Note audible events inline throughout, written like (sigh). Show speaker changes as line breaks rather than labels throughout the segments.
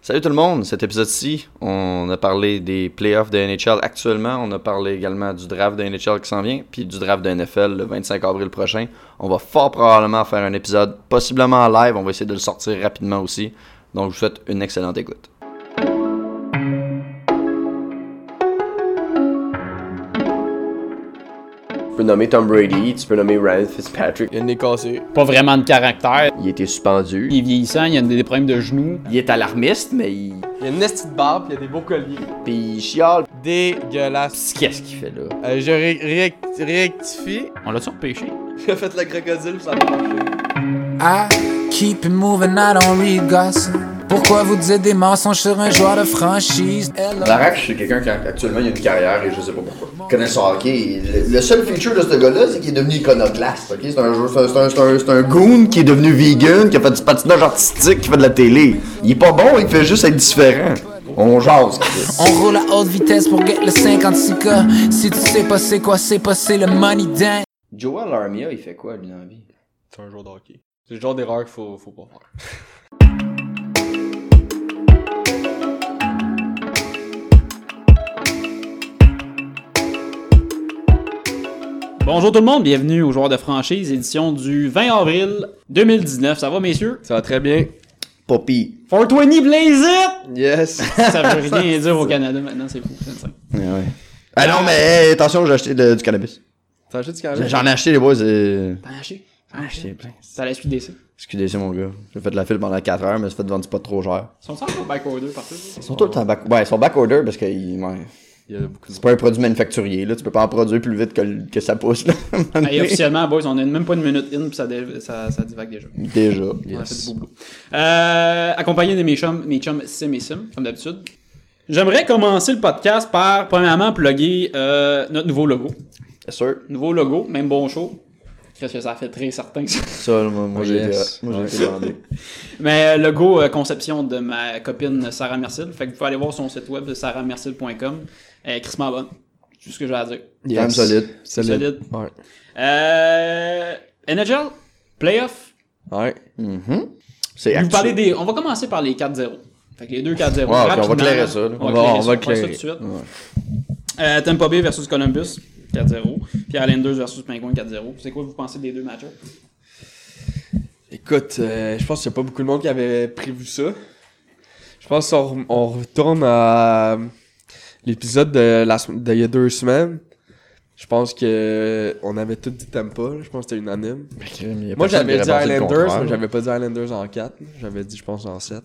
Salut tout le monde, cet épisode-ci, on a parlé des playoffs de NHL actuellement, on a parlé également du draft de NHL qui s'en vient, puis du draft de NFL le 25 avril prochain. On va fort probablement faire un épisode, possiblement en live, on va essayer de le sortir rapidement aussi. Donc je vous souhaite une excellente écoute.
Tu peux nommer Tom Brady, tu peux nommer Ryan Fitzpatrick.
Il y a une nez cassée.
pas vraiment de caractère.
Il était suspendu.
Il est vieillissant, il a des problèmes de genoux.
Il est alarmiste, mais il...
Il y a une nestie de barbe, puis il y a des beaux colliers.
Puis il chiale.
Dégueulasse.
Qu'est-ce qu'il fait là?
Euh, je ré- ré- rectifie.
On l'a-tu repêché?
J'ai fait le crocodile, ça va marcher.
I keep it moving, I don't read gossip. Pourquoi vous dites des mensonges sur un joueur de franchise? Hello.
Larache, c'est quelqu'un qui actuellement il a une carrière et je sais pas pourquoi. Connaît son hockey. Le, le seul feature de ce gars-là, c'est qu'il est devenu iconoclaste. ok? C'est un, joueur- c'est un, c'est un, c'est un- c'est un goon qui est devenu vegan, qui a fait du patinage artistique, qui fait de la télé. Il est pas bon, il fait juste être différent. On jase. Chris.
On roule à haute vitesse pour get le 56K. Si tu sais pas c'est quoi, c'est pas c'est le money dance.
Joel Armia, il fait quoi lui dans la vie?
C'est un joueur de hockey. C'est le genre d'erreur qu'il faut, faut pas faire.
Bonjour tout le monde, bienvenue aux joueurs de franchise, édition du 20 avril 2019. Ça va messieurs?
Ça va très bien.
Poppy.
420 Blaze It!
Yes.
Ça veut
(laughs)
rien dire au Canada maintenant, c'est fou. c'est insane.
Ah non, mais hey, attention, j'ai acheté de- du cannabis.
T'as acheté du cannabis?
J'en ai acheté les boys. euh,
T'en as acheté?
acheté plein.
C'est à la suite des Ah, ça.
Excusez, mon gars. J'ai fait de la file pendant 4 heures, mais ça fait de vendre du pas trop cher.
Ils sont sans au back order partout.
Ils sont tout le temps back. Ouais, ils sont back order parce que. ils- ouais.
Il y a beaucoup de
C'est pas un produit manufacturier, là. Tu peux pas en produire plus vite que, le- que ça pousse, là. (laughs) à un moment
Hey,
donné.
officiellement, boys, on a même pas une minute in, puis ça, dé- ça, ça divague déjà.
Déjà.
On a fait du beau boulot. Euh, accompagné de mes chums, mes chums Sim et Sim, comme d'habitude. J'aimerais commencer le podcast par, premièrement, plugger euh, notre nouveau logo.
C'est sûr.
Nouveau logo, même bon show. Qu'est-ce que ça fait très certain. ça. (laughs)
Ça, là, moi, moi, j'ai
yes.
été, moi, j'ai été demandé.
Mais euh, logo euh, conception de ma copine Sarah Mercil. Fait que vous pouvez aller voir son site web de sarahmercil.com. Elle est crissement bonne. C'est tout ce que j'ai à dire.
Quand même solide.
Solide.
Ouais.
Euh, NHL, playoff.
Ouais.
Mm-hmm. C'est
Je vais Vous
actuel.
parler des, on va commencer par les 4-0. Fait que les deux 4-0.
Ouais, ok, on va
rapidement,
clairer
là.
ça, là.
On va
On va-
clairer
on
ça,
va
on passe ça
clairer.
tout de suite. Euh, Tampa Bay versus Columbus, 4-0. Puis Islanders versus Penguin, 4-0. C'est quoi vous pensez des deux matchs
Écoute, euh, je pense qu'il y a pas beaucoup de monde qui avait prévu ça. Je pense qu'on re- on retourne à l'épisode de la sem- d'il y a deux semaines. Je pense que on avait tout dit Tampa. là. Je pense que c'était unanime.
Mais crème, il y a
Moi
personne
j'avais
qui
dit
aurait pensé le
Islanders,
contraire.
mais j'avais pas dit Islanders en 4. J'avais dit je pense en 7.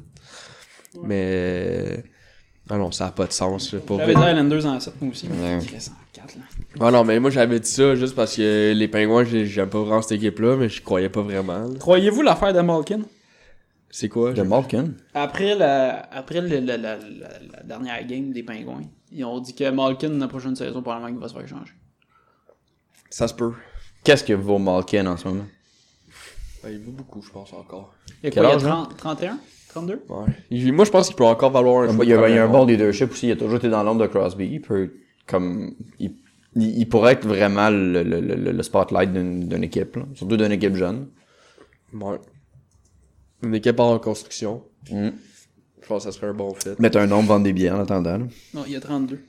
Mais. Ah non, ça a pas de sens. là, pour
J'avais
vrai.
dit Islanders en 7, moi aussi. mais Chris, en 4, là.
Ah non, mais moi j'avais dit ça juste parce que les pingouins, j'ai- j'aime pas vraiment cette équipe-là, mais je croyais pas vraiment. là.
Croyez-vous l'affaire de Malkin
C'est quoi?
De Malkin.
Après, la, après le- le- la, la- la- la dernière game des Pingouins, ils ont dit que Malkin, la prochaine saison, probablement qu'il va se faire changer.
Ça se peut.
Qu'est-ce que vaut Malkin en ce moment?
Ben, il veut beaucoup, je pense, encore.
Il y a
Quel
quoi, il
âge,
y a
hein?
30 31 32
Ouais. Il- Moi je pense qu'il peut encore valoir un
Il
choix de
y a, il y a
première
un
ronde.
bon leadership aussi. Il a toujours été dans l'ombre de Crosby. Il peut, comme, il, il- il pourrait être vraiment le, le- le- le- le spotlight d'une d'une équipe, là. surtout d'une équipe jeune.
Ouais. Une équipe en reconstruction.
Mm.
Je pense que ça serait un bon fit.
Mettre un nombre, vendre des billets en attendant. là.
Non, il y a 32.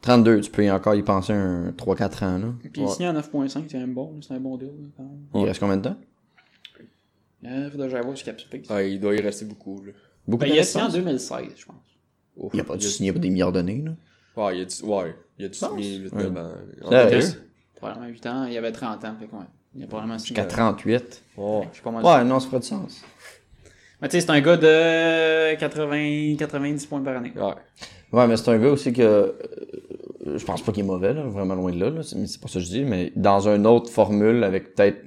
32, tu peux y encore y penser un 3-4 ans. Là.
Puis il signe à 9.5, c'est un bon, c'est un bon deal là, quand même.
Il reste combien de temps?
Euh, faudrait que j'aille voir ce cap space.
Ouais, il doit y rester beaucoup. Là.
Beaucoup
Ben, il a signé en 2016, je pense.
Ouf.
Il a pas dû signer pour des milliards d'années. là.
Ouais, il a du, ouais, il a du signer vite devant.
Sérieux?
Probablement 8 ans, il avait 30 ans, fait que ouais. Il a probablement signé.
Jusqu'à 38.
Ouais.
Je suis pas mal sûr.
Ouais, non, ça ferait du sens.
Mais tu sais, c'est un gars de 80, 90 points par année.
Ouais.
Ouais, mais c'est un gars aussi que. euh, je pense pas qu'il est mauvais, là, vraiment loin de là, là, c'est mais c'est pas ça que je dis, mais dans une autre formule avec peut-être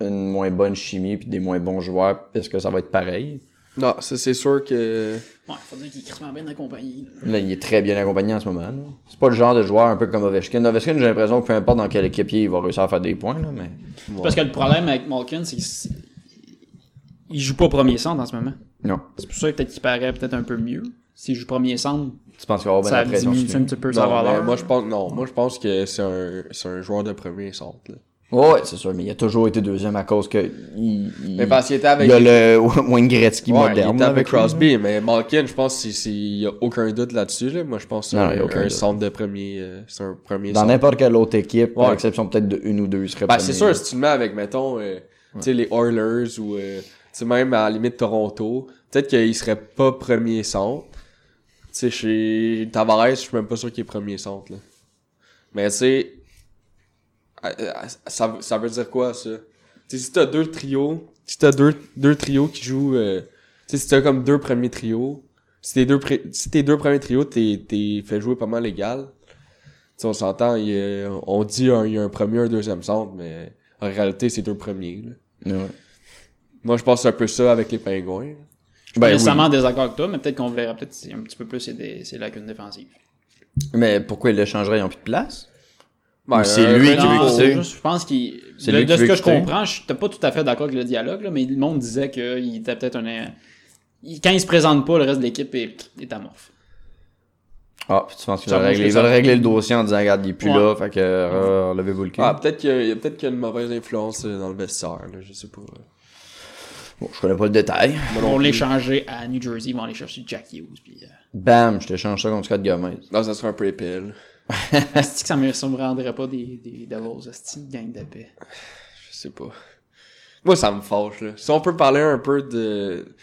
une moins bonne chimie puis des moins bons joueurs, est-ce que ça va être pareil?
Non, ça, c'est sûr que.
Ouais, faut dire qu'il est crissement bien accompagné. là.
Là, il est très bien accompagné en ce moment. là. C'est pas le genre de joueur un peu comme Ovechkin. Ovechkin, j'ai l'impression que peu importe dans quel équipier, il va réussir à faire des points, là, mais.
C'est Parce que le problème avec Malkin, c'est qu'il s- il joue pas premier centre en ce moment.
Non.
C'est pour ça que peut-être qu'il paraît peut-être un peu mieux. S'il joue premier centre,
Tu penses qu'il va avoir bonne
ça
impression?
diminue un petit peu sa
Non, mais
valeur.
moi, je pense, non, moi, je pense que c'est un, c'est un joueur de premier centre. là.
Ouais, c'est sûr, mais il a toujours été deuxième à cause que. Il, il-
Mais parce qu'il était avec.
il y a le (laughs) Wayne Gretzky
Ouais,
moderne.
il était
là,
avec
lui, là.
Crosby, mais Malkin, je pense qu'il n'y a aucun doute là-dessus. Là. Moi, je pense que c'est
Non, il y
un,
a aucun
un
doute.
centre de premier. euh, c'est un premier
Dans
centre.
n'importe quelle autre équipe, par
Ouais.
exception peut-être de une ou deux, il serait
Ben, c'est
premier.
sûr, si tu le mets avec, mettons, euh, tu sais, les Oilers ou euh, tu sais, même à la limite Toronto, peut-être qu'il serait pas premier centre. Tu sais, chez Tavares, je suis même pas sûr qu'il est premier centre. Là. Mais tu sais, euh, euh, ça, ça veut dire quoi, ça? Tu sais, si t'as deux trios, si t'as deux, deux trios qui jouent, euh, tu sais, si t'as comme deux premiers trios, si tes deux, pré- si tes deux premiers trios, t'es, t'es fait jouer pas mal égal. Tu sais, on s'entend, il y a- on dit un- il y a un premier, un deuxième centre, mais en réalité, c'est deux premiers. là.
Ouais.
Moi, je pense que c'est un peu ça avec les pingouins.
Je suis
Ben
pas nécessairement en désaccord avec toi, mais peut-être qu'on verra peut-être si- un petit peu plus ses, dé- ses lacunes défensives.
Mais pourquoi il le changerait Ils n'ont plus de place
Ben,
c'est
euh,
lui
mais
qui
non,
veut
Non,
quitter.
juste, je pense qu'il.
C'est
De,
lui
de
qui
ce
veut
que je
quitter.
comprends, je n'étais pas tout à fait d'accord avec le dialogue, là, mais le monde disait qu'il était peut-être un. il- quand il se présente pas, le reste de l'équipe est, est amorphe.
Ah, puis tu penses qu'ils
Ça
veulent
bouge
régler,
les
ils veulent
affaires.
régler le dossier en disant, regarde, il est plus
Ouais.
là, fait que euh, relevez-vous le cul.
Ah, peut-être qu'il y, a- il y a peut-être qu'il y a une mauvaise influence euh, dans le vestiaire, là, je sais pas.
Bon, je connais pas le détail.
Ils vont l'échanger à New Jersey, ils vont aller chercher Jack Hughes. Puis, euh,
Bam, je te change ça contre Scott Gomez.
Non, ça serait un peu épais. là.
asti que ça me, ça me rendrait pas des, des Devils, asti de gang d'épais.
Je sais pas. Moi, ça me fâche, là. Si on peut parler un peu de,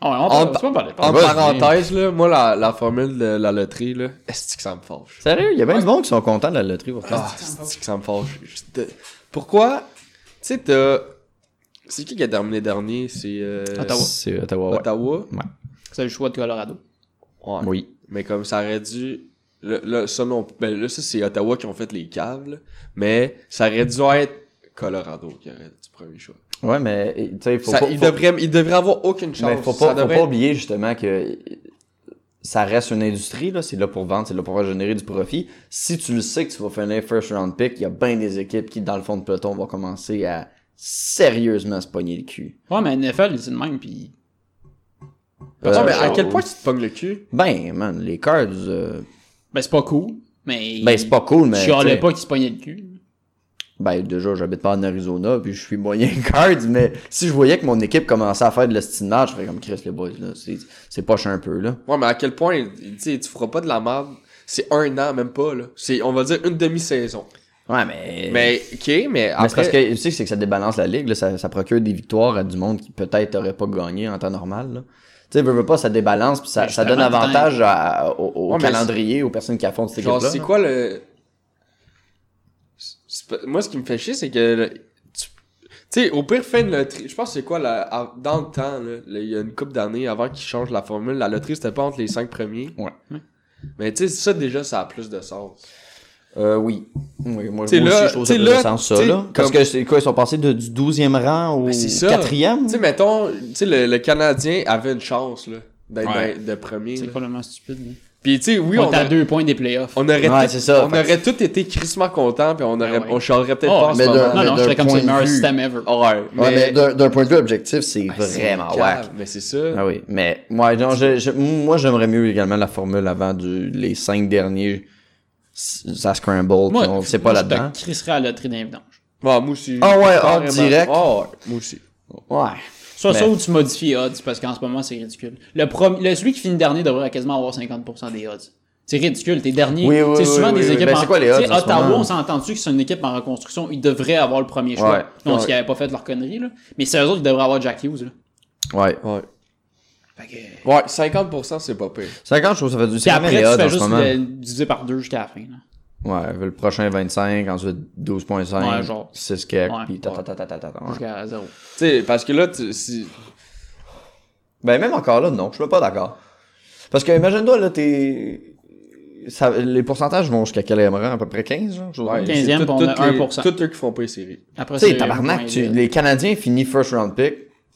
Ah ouais, on
En,
peut, tu peux en parler.
en
parle.
parenthèse, là, moi, la, la formule de la loterie, là, est-ce que ça me fâche?
Sérieux, il y a bien du monde qui sont contents de la loterie pour toi.
Ah, est-ce que ça me fâche? Juste, euh, Pourquoi? Tu sais, t'as... C'est qui qui a terminé dernier? C'est... euh,
Ottawa.
C'est Ottawa, ouais.
Ottawa.
C'est le choix de Colorado.
Ouais.
Oui.
Mais comme ça aurait dû... Là, là, ça, non... ben, là, ça, c'est Ottawa qui ont fait les caves, là. Mais ça aurait dû être Colorado qui aurait du premier choix.
Ouais, mais, tu sais, faut
Ça-
pas...
il,
faut-
devrait, il devrait avoir aucune chance.
Mais faut
Ça
pas, faut
devrait
pas
être-
oublier justement que ça reste une industrie, là. C'est là pour vendre, c'est là pour générer du profit. Si tu le sais que tu vas finir first round pick, il y a bien des équipes qui, dans le fond de peloton, vont commencer à sérieusement se pogner le cul.
Ouais, mais NFL, c'est le même, puis
Non, mais
Euh,
à quel point tu te pognes le cul?
Ben, man, les cards, euh,
Ben, c'est pas cool, mais.
ben, c'est pas cool, mais.
Je chialais
t'sais,
pas qu'il se pognait le cul.
Ben, déjà, j'habite pas en Arizona, puis je suis moyen (laughs) cards, mais si je voyais que mon équipe commençait à faire de l'estinage, je ferais comme Chris, les boys, là. C'est, c'est poche un peu, là.
Ouais, mais à quel point, tu sais, tu feras pas de la merde. C'est un an, même pas, là. C'est, on va dire, une demi-saison.
Ouais, mais.
Mais, OK, mais
Mais c'est
après...
parce que, tu sais, c'est que ça débalance la ligue, là, ça, ça procure des victoires à du monde qui peut-être aurait pas gagné en temps normal, là. Tu sais, veux, veux pas, ça débalance, puis ça,
Mais
ça donne
justement,
avantage à- au, au
Ouais, mais
calendrier, aux personnes qui affrontent cette
Genre,
équipe-là.
c'est
là.
quoi le... c'est pas- Moi, ce qui me fait chier, c'est que... le- Tu tu sais, au pire, fin de loterie... Je pense que c'est quoi, la... à- dans le temps, là, là, il y a une couple d'années, avant qu'ils changent la formule, la loterie, c'était pas entre les cinq premiers.
Ouais.
Mais tu sais, ça, déjà, ça a plus de sens.
Euh, oui. Oui, moi, moi
T'sais,
aussi,
là,
je trouve ça
t'sais,
plus
là,
de sens, ça,
t'sais,
là. Parce
comme-
que c'est quoi, ils sont passés de- du 12e rang au
Ben, c'est ça.
4e?
Tu sais, mettons, tu sais, le, le Canadien avait une chance, là, d'être
Ouais.
dans- de premier.
C'est
là.
complètement stupide. là.
Puis, tu sais, oui,
on
on,
est à
a-
deux points des playoffs.
on aurait,
Ouais,
tout,
c'est ça.
on
Fait
aurait tout été crissement contents, puis on aurait,
ouais.
on chialerait peut-être
Oh,
pas en ce
mais
de-
moment.
Non, non,
d'un
je serais comme
point
c'est le
de
meilleur
vue.
système ever.
Ouais,
Ouais, mais, d'un, d'un point de vue objectif, c'est vraiment
Ben, Ah, c'est
wack.
cave, Mais c'est ça.
Ah oui, mais ouais, non, je- je- moi j'aimerais mieux également la formule avant du, les cinq derniers. Ça scramble, puis on sait pas
moi,
là-dedans.
Je te crisserais à la loterie d'invidence.
Ah, moi aussi.
Ah ouais, ah,
Carrément.
direct.
Ah ouais, moi aussi.
Ouais.
Soit
Mais-
ça ou tu modifies odds, parce qu'en ce moment, c'est ridicule. Le prom- le- celui qui finit dernier devrait quasiment avoir 50% des odds. C'est ridicule, t'es dernier.
Oui, oui,
c'est
oui,
souvent
oui,
des
oui.
équipes
Mais
en...
c'est quoi les odds
Tu sais,
en ce
Ottawa,
moment?
on s'entend-tu que c'est une équipe en reconstruction, ils devraient avoir le premier choix.
Ouais,
non,
ouais.
s'ils n'avaient pas fait leur connerie, là. Mais c'est eux autres qui devraient avoir Jack Hughes, là.
Ouais.
Ouais.
Fait que-
Ouais, 50%, c'est pas pire.
50, je trouve que ça fait du
Puis
c'est
après,
vraiment les odds
tu
en
fais
ce
juste
moment.
le- diviser par deux jusqu'à la fin, là.
Ouais, le prochain 25, ensuite 12.5,
Ouais, genre.
6 quelques,
Ouais.
puis ta, ta, ta, ta, ta, ta, ta, ouais.
Jusqu'à zéro.
Tu sais, parce que là, tu, si...
Ben même encore là, non, je suis pas d'accord. Parce que imagine-toi, là, t'es. ça- les pourcentages vont jusqu'à quel rang? À peu près 15, genre? je trouve.
Ouais,
15e,
c'est
puis on
tout-
a
toutes les-
1%.
Toutes eux qui font pas les séries.
Après,
Tu
c'est
sais, tabarnak, tu- les Canadiens finissent first round pick.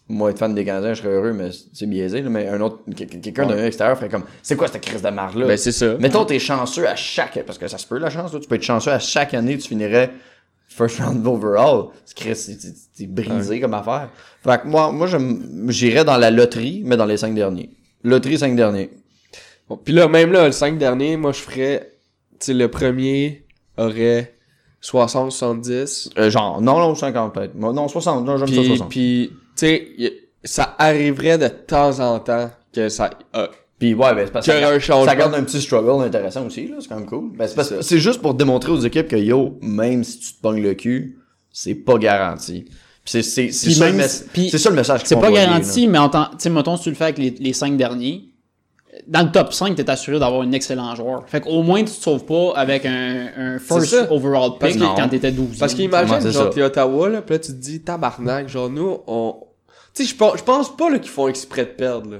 Moi, être fan des Canadiens, je serais heureux, mais c'est biaisé. là, mais un autre, quel- quel- quelqu'un d'un extérieur ferait comme, c'est quoi cette crise de marre-là?
Ben, c'est ça.
Mettons, t'es chanceux à chaque, parce que ça se peut la chance, là, tu peux être chanceux à chaque année, tu finirais first round (laughs) overall. C'est Chris, c'est- c'est c'est brisé comme affaire. Fait que moi, moi j'aime- j'irais dans la loterie, mais dans les cinq derniers. Loterie, cinq derniers.
Bon, puis là, même là, le 5 dernier, moi, je ferais... Tu sais, le premier aurait 60, 70.
Euh, genre, non, non, 50 peut-être. Moi, Non, 60, non, j'aime ça
Puis,
60.
puis tu sais, y- ça arriverait de temps en temps que ça... euh,
Puis ouais, ben, c'est parce que
Qu'il y
ça,
aurait un changement.
ça garde un petit struggle intéressant aussi, là, c'est quand même cool. Ben, c'est, parce- c'est juste pour démontrer aux équipes que yo, même si tu te pognes le cul, c'est pas garanti. Puis c'est, c'est, c'est,
Puis
ça, le
même
mes-
si- puis
c'est ça le message qu'ils
C'est
font
pas
envoyer, là.
garanti, mais en tant- tu sais, mettons, si tu le fais avec les, les cinq derniers, dans le top 5, t'es assuré d'avoir un excellent joueur. Fait qu'au moins, tu te sauves pas avec un, un first
ça.
overall
Parce
pick
que- non.
quand t'étais 12.
Parce
Comment
qu'imagine,
c'est
genre,
ça?
t'es Ottawa, là, pis là, tu te dis, tabarnak, genre, nous, on... Tu sais, je pense, je pense pas, là, qu'ils font exprès de perdre, là.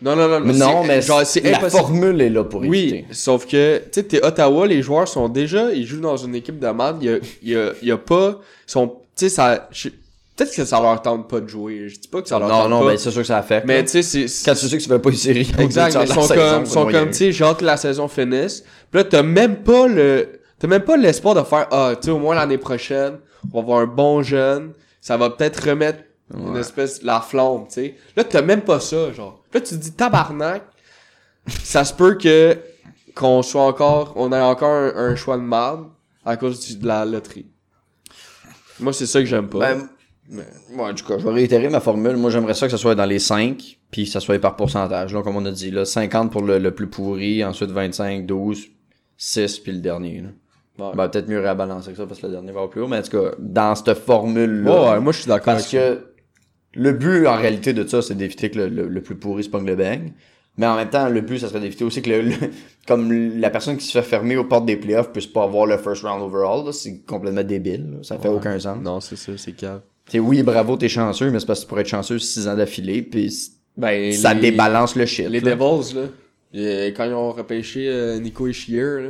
Non, non, non,
Mais non, mais
genre, c'est
la
impossible.
formule est là pour
Oui,
éviter.
sauf que, tu sais, t'es Ottawa, les joueurs sont déjà, ils jouent dans une équipe de merde, il y a, il y a, il y a pas, ils sont, tu sais, ça, je- peut-être que ça leur tente pas de jouer, je dis pas que ça leur
Non,
tente
non,
pas,
mais c'est sûr que ça affecte.
mais
Mais
tu sais, c'est- c'est,
quand tu sais que tu fais pas une série, on dit
Exact,
que
mais
tu as
sont
la saison,
comme,
c'est
sont
moyen.
comme, tu sais, genre que la saison finisse. Puis là, t'as même pas le, t'as même pas l'espoir de faire, ah, tu sais, au moins l'année prochaine, on va avoir un bon jeune, ça va peut-être remettre une espèce, la flamme, tu sais. Là, t'as même pas ça, genre. Là, tu te dis tabarnak, ça se peut que, qu'on soit encore, on ait encore un, un choix de marde à cause du- de la loterie. Moi, c'est ça que j'aime pas.
Ben, moi, en tout cas, je vais réitérer ma formule. Moi, j'aimerais ça que ça soit dans les 5, puis que ça soit par pourcentage. Là, comme on a dit, là, 50 pour le, le plus pourri, ensuite 25, 12, 6, puis le dernier. Là.
Ouais.
Ben, peut-être mieux rabalancer que ça parce que le dernier va au plus haut, mais en tout cas, dans cette formule-là.
Ouais, ouais, moi, je suis d'accord
Parce
avec ça.
que le but, en réalité, de ça, c'est d'éviter que le, le- le plus pourri se pogne le bang. Mais en même temps, le but, ça serait d'éviter aussi que le, le- comme la personne qui se fait fermer aux portes des playoffs puisse pas avoir le first round overall. là. C'est complètement débile. là. Ça fait aucun sens.
Non, c'est ça, c'est calme.
T'sais, oui, bravo, t'es chanceux, mais c'est parce que tu pourrais être chanceux 6 ans d'affilée, puis c-
Ben,
ça
les-
débalance le shit.
Les
là.
Devils, là, euh, quand ils ont repêché euh, Nico Ishier, là,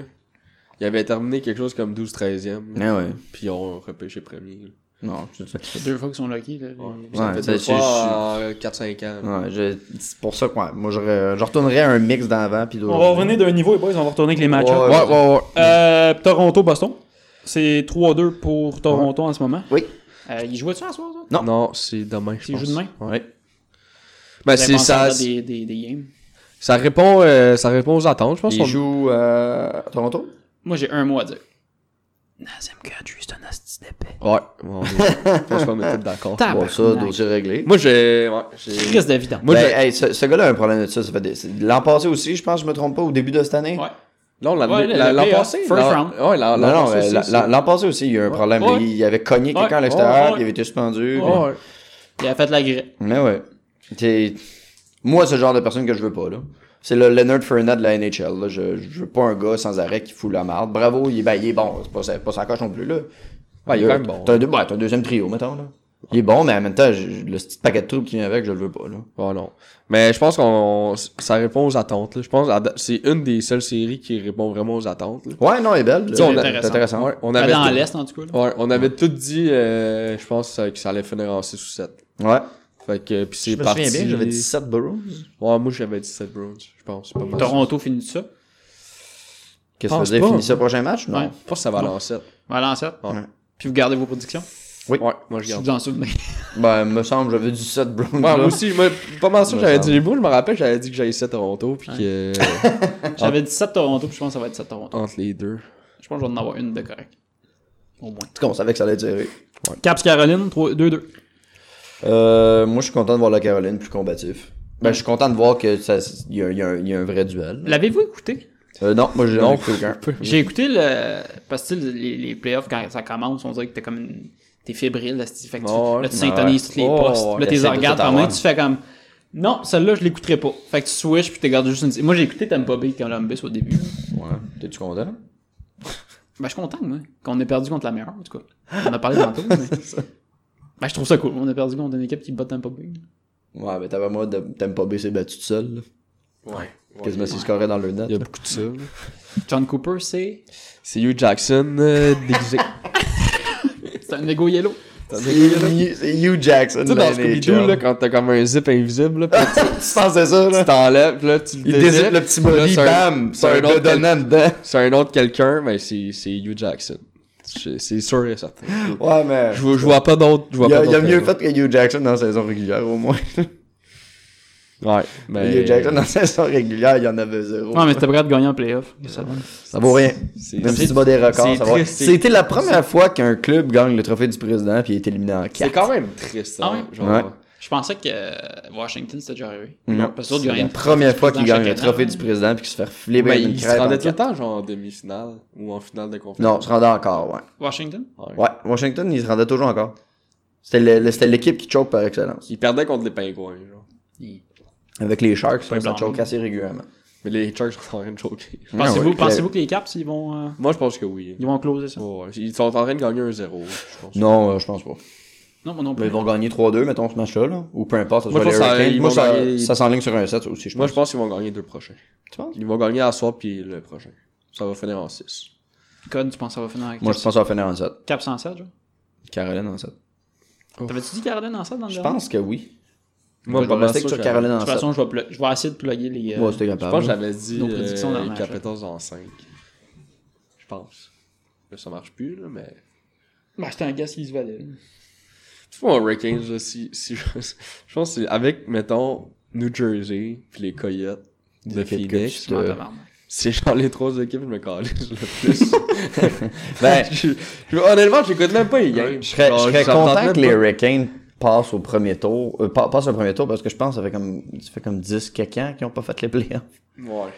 ils avaient terminé quelque chose comme 12-13e. là.
Ah ouais.
Puis ils ont repêché premier. là.
Non, je- je-
deux fois qu'ils sont lucky. Là,
Ça fait
c'est-
deux
je-
fois en 4-5 ans. là.
ouais, je- c'est pour ça que ouais, moi, je, re- je retournerais à un mix d'avant, puis
On va
d'aujourd'hui.
revenir d'un niveau, les boys. On va retourner avec les matchs.
Ouais, ouais, ouais.
Toronto-Boston. C'est 3-2 pour Toronto en ce moment.
Oui.
Euh, ils jouaient-tu à soir, ça?
Non.
Non, c'est demain, je
Ils
pense.
jouent demain?
Ouais.
Ben,
Vous avez
c'est
pensé à
ça,
faire Des, des, des games.
ça, répond, euh, ça répond aux attentes, je pense.
Ils
on-
jouent euh, à Toronto?
Moi, j'ai un mot à dire.
Ouais. on est- je pense qu'on est tous d'accord.
Ah,
Bon,
ben,
ça, dossier réglé.
Moi, j'ai... Ouais, j'ai-
Chris Davidan.
Moi,
Ben,
j'ai-
hey, ce, ce gars-là a un problème de ça. ça fait des- c'est- L'an passé aussi, je pense, je me trompe pas, au début de cette année.
Ouais.
Non, l'an
Ouais, le-
la-
le
l'an
playoff,
passé.
first
l'an-
round.
Ouais, l'an
Non,
Ah, l'an
non,
passé
euh,
aussi,
l'an-
c'est-
l'an- l'an passé aussi, il y a eu un problème.
Ouais.
Il, il avait cogné
Ouais.
quelqu'un à l'extérieur,
Ouais.
il avait été suspendu.
Ah Ouais.
Ouais.
Il a fait la grille.
Mais ouais. T'es- Moi, c'est le genre de personne que je veux pas, là. C'est le Leonard Fournette de la NHL. Là. Je, je veux pas un gars sans arrêt qui fout la merde. Bravo, il est, ben, il est bon. C'est pas, c'est pas sa coche non plus, là.
Ouais, il est quand même bon.
T'as un, deux- ouais, t'as un deuxième trio, mettons, là. Il est bon, mais en même temps, je- le petit paquet de troupes qui vient avec, je le veux pas, là.
Oh non. Mais je pense qu'on ça répond aux attentes. là. Je pense à- c'est une des seules séries qui répond vraiment aux attentes. là.
Ouais, non, il est belle.
on a-
C'est intéressant.
Ouais, on
Pas
avait
dans
tout,
l'Est, en tout cas. là.
ouais, on avait tout dit euh, je pense euh, que ça allait finir en 6 ou 7.
Ouais.
Fait que puis c'est
Je me
parti.
souviens bien, j'avais 17 Burrows.
Ouais, moi j'avais 17 Browns, je pense, pas mal.
Toronto finit ça.
Qu'est-ce que
Pense
ça veut
pas.
dire? Finir ce prochain match? Non.
Ouais.
Je pense que ça va aller en 7.
Voilà, en 7.
Ouais.
Puis vous gardez vos prédictions.
Ouais, moi je
Si
garde.
vous en souvenez.
Ben, me semble, j'avais 17 Burrows.
Ouais, moi
là.
aussi, moi, pas mal sûr que
Moi,
j'avais
ça
dit les mots, je me rappelle, j'avais dit que j'avais 7 Toronto, puis que (laughs) euh,
(laughs) J'avais 17 Toronto, puis je pense que ça va être 7 Toronto.
entre les deux.
Je pense que je vais en avoir une de correcte. Au moins.
En tout cas, on savait que ça allait tirer.
Caps Caroline, 3 2-2.
Euh, moi, je suis content de voir la Caroline plus combatif. Ben, je suis content de voir que ça, il y, a- il y a un- il y a un vrai duel.
L'avez-vous écouté?
Euh, non, moi, j'ai
Non.
écouté aucun.
J'ai écouté le. Parce que tu sais, les, les playoffs, quand ça commence, on dirait que t'es comme une- T'es fébrile, là, c'est- fait que tu,
Ouais.
là, tu syntonises tous les
Ouais.
postes.
Ouais,
là, t'es
t'essaies de
regardes
tout
quand même,
avoir.
tu fais comme. Non, celle-là, je l'écouterai pas. Fait que tu switches, puis tu gardes juste une. Moi, j'ai écouté Tampa Bay Columbus au début. là.
Ouais. T'es-tu content?
Ben, je suis content, moi, qu'on ait perdu contre la meilleure, en tout cas. On en a parlé tantôt, mais.
(laughs)
Ben, je trouve ça cool. On a perdu contre une équipe qui bat Tampa Bay.
Ouais, mais t'avais moi, de- t'aimes pas B, c'est battu tout seul. là.
Ouais.
Quasiment s'il scorait dans le net.
(laughs) Il y a beaucoup de ça. là.
John Cooper, c'est.
C'est Hugh Jackson euh, déguisé.
C'est un égo yellow.
C'est Hugh- c'est Hugh Jackson.
Tu sais,
de la
dans Scooby-Doo,
NHL.
là, quand t'as comme un zip invisible,
(laughs)
là, pis tu
tu pensais ça, là?
t'enlèves, pis là, tu le
Il désigne le petit body,
c'est un-
bam! C'est un
autre
gars
quel-
donnant dedans.
C'est un autre quelqu'un, mais c'est c'est Hugh Jackson. C'est c'est sûr et certain.
(laughs) Ouais, mais.
Je, vois- je vois pas d'autres.
Il y a, il y a mieux fait que Hugh Jackson dans la saison régulière, au moins.
Ouais. Mais...
Hugh Jackson, dans la saison régulière, il y en avait zéro.
Ouais, mais t'es prêt de gagner en playoff. Ça donne.
Ça vaut rien.
c'est-
Même si tu bats des records,
c'est
ça vaut rien.
triste, c'est-
C'était la première fois qu'un club gagne le trophée du président puis est éliminé en
C'est
4.
quand même triste.
Ah
Hein,
ouais?
genre.
Ouais.
Je pensais que euh, Washington, c'était déjà arrivé.
Non.
Parce que
C'est
l'autre gagnait
la
le
première
trophée
fois
du
qu'il
président
gagne le
chaque
trophée
année.
du président puis qu'il se fait flipper
Mais
une
il se
crête en
rendait tout le
quatre.
temps, genre, en demi-finale ou en finale de conférence.
Non, se rendait encore, ouais.
Washington?
Ouais, Washington, il se rendait toujours encore. C'était le- le- c'était l'équipe qui choke par excellence.
Il perdait contre les pingouins, genre.
Avec les Sharks,
Pas
ça
blanc.
choke assez régulièrement.
Mais les Sharks sont en train de choquer.
Pensez-vous
ouais,
pensez
clair.
que les Caps, ils vont, euh,
Moi, je pense que oui.
ils vont closer ça?
Ouais, ouais. Ils sont en train de gagner un 0 je pense.
Non, euh, je pense pas.
Non, moi non
Mais
plus.
ils vont gagner 3-2, mettons, ce match-là, là. Ou peu importe, ça
Moi,
soit
je
les
pense que ça-
Hurricanes.
ils
Moi,
vont
ça,
gagner-
ça s'enligne sur un 7 aussi, je
Moi,
pense.
je pense qu'ils vont gagner deux prochains.
Tu penses?
Ils vont gagner à soir puis le prochain. Ça va finir en 6.
Code, tu penses que ça va finir avec
Moi, je pense qu'on va finir en 7.
Caps en 7, genre?
Caroline en 7.
T'avais-tu dit Caroline en 7 dans le
Je
dernier?
pense que oui.
Moi,
je vais rester que sur Caroline
De
en
toute
7.
façon, je vais, pl- je vais essayer de plugger les. euh,
Moi, c'était
Je pense que
capable.
j'avais dit
Nos prédictions dans
euh,
le match,
Capitals en 5. Je pense. Là, ça marche plus, là, mais.
Ben, c'était un gars qui se valait.
Tu vois, Hurricanes, là, si, si je... (laughs) je pense que c'est avec, mettons, New Jersey puis les Coyotes de
Des Coyotes
Phoenix.
Ah,
de-
là, C'est genre les trois équipes, je me calisse le
(laughs)
plus.
Ben,
Je- je- honnêtement, j'écoute même pas les games.
je serais,
Genre,
je serais
j'entends
content
même
que les
pas.
Hurricanes passent au premier tour. euh, pa- passent au premier tour parce que je pense que ça fait comme, ça fait comme 10 quelqu'un qui n'ont pas fait les playoffs. (laughs)
Ouais.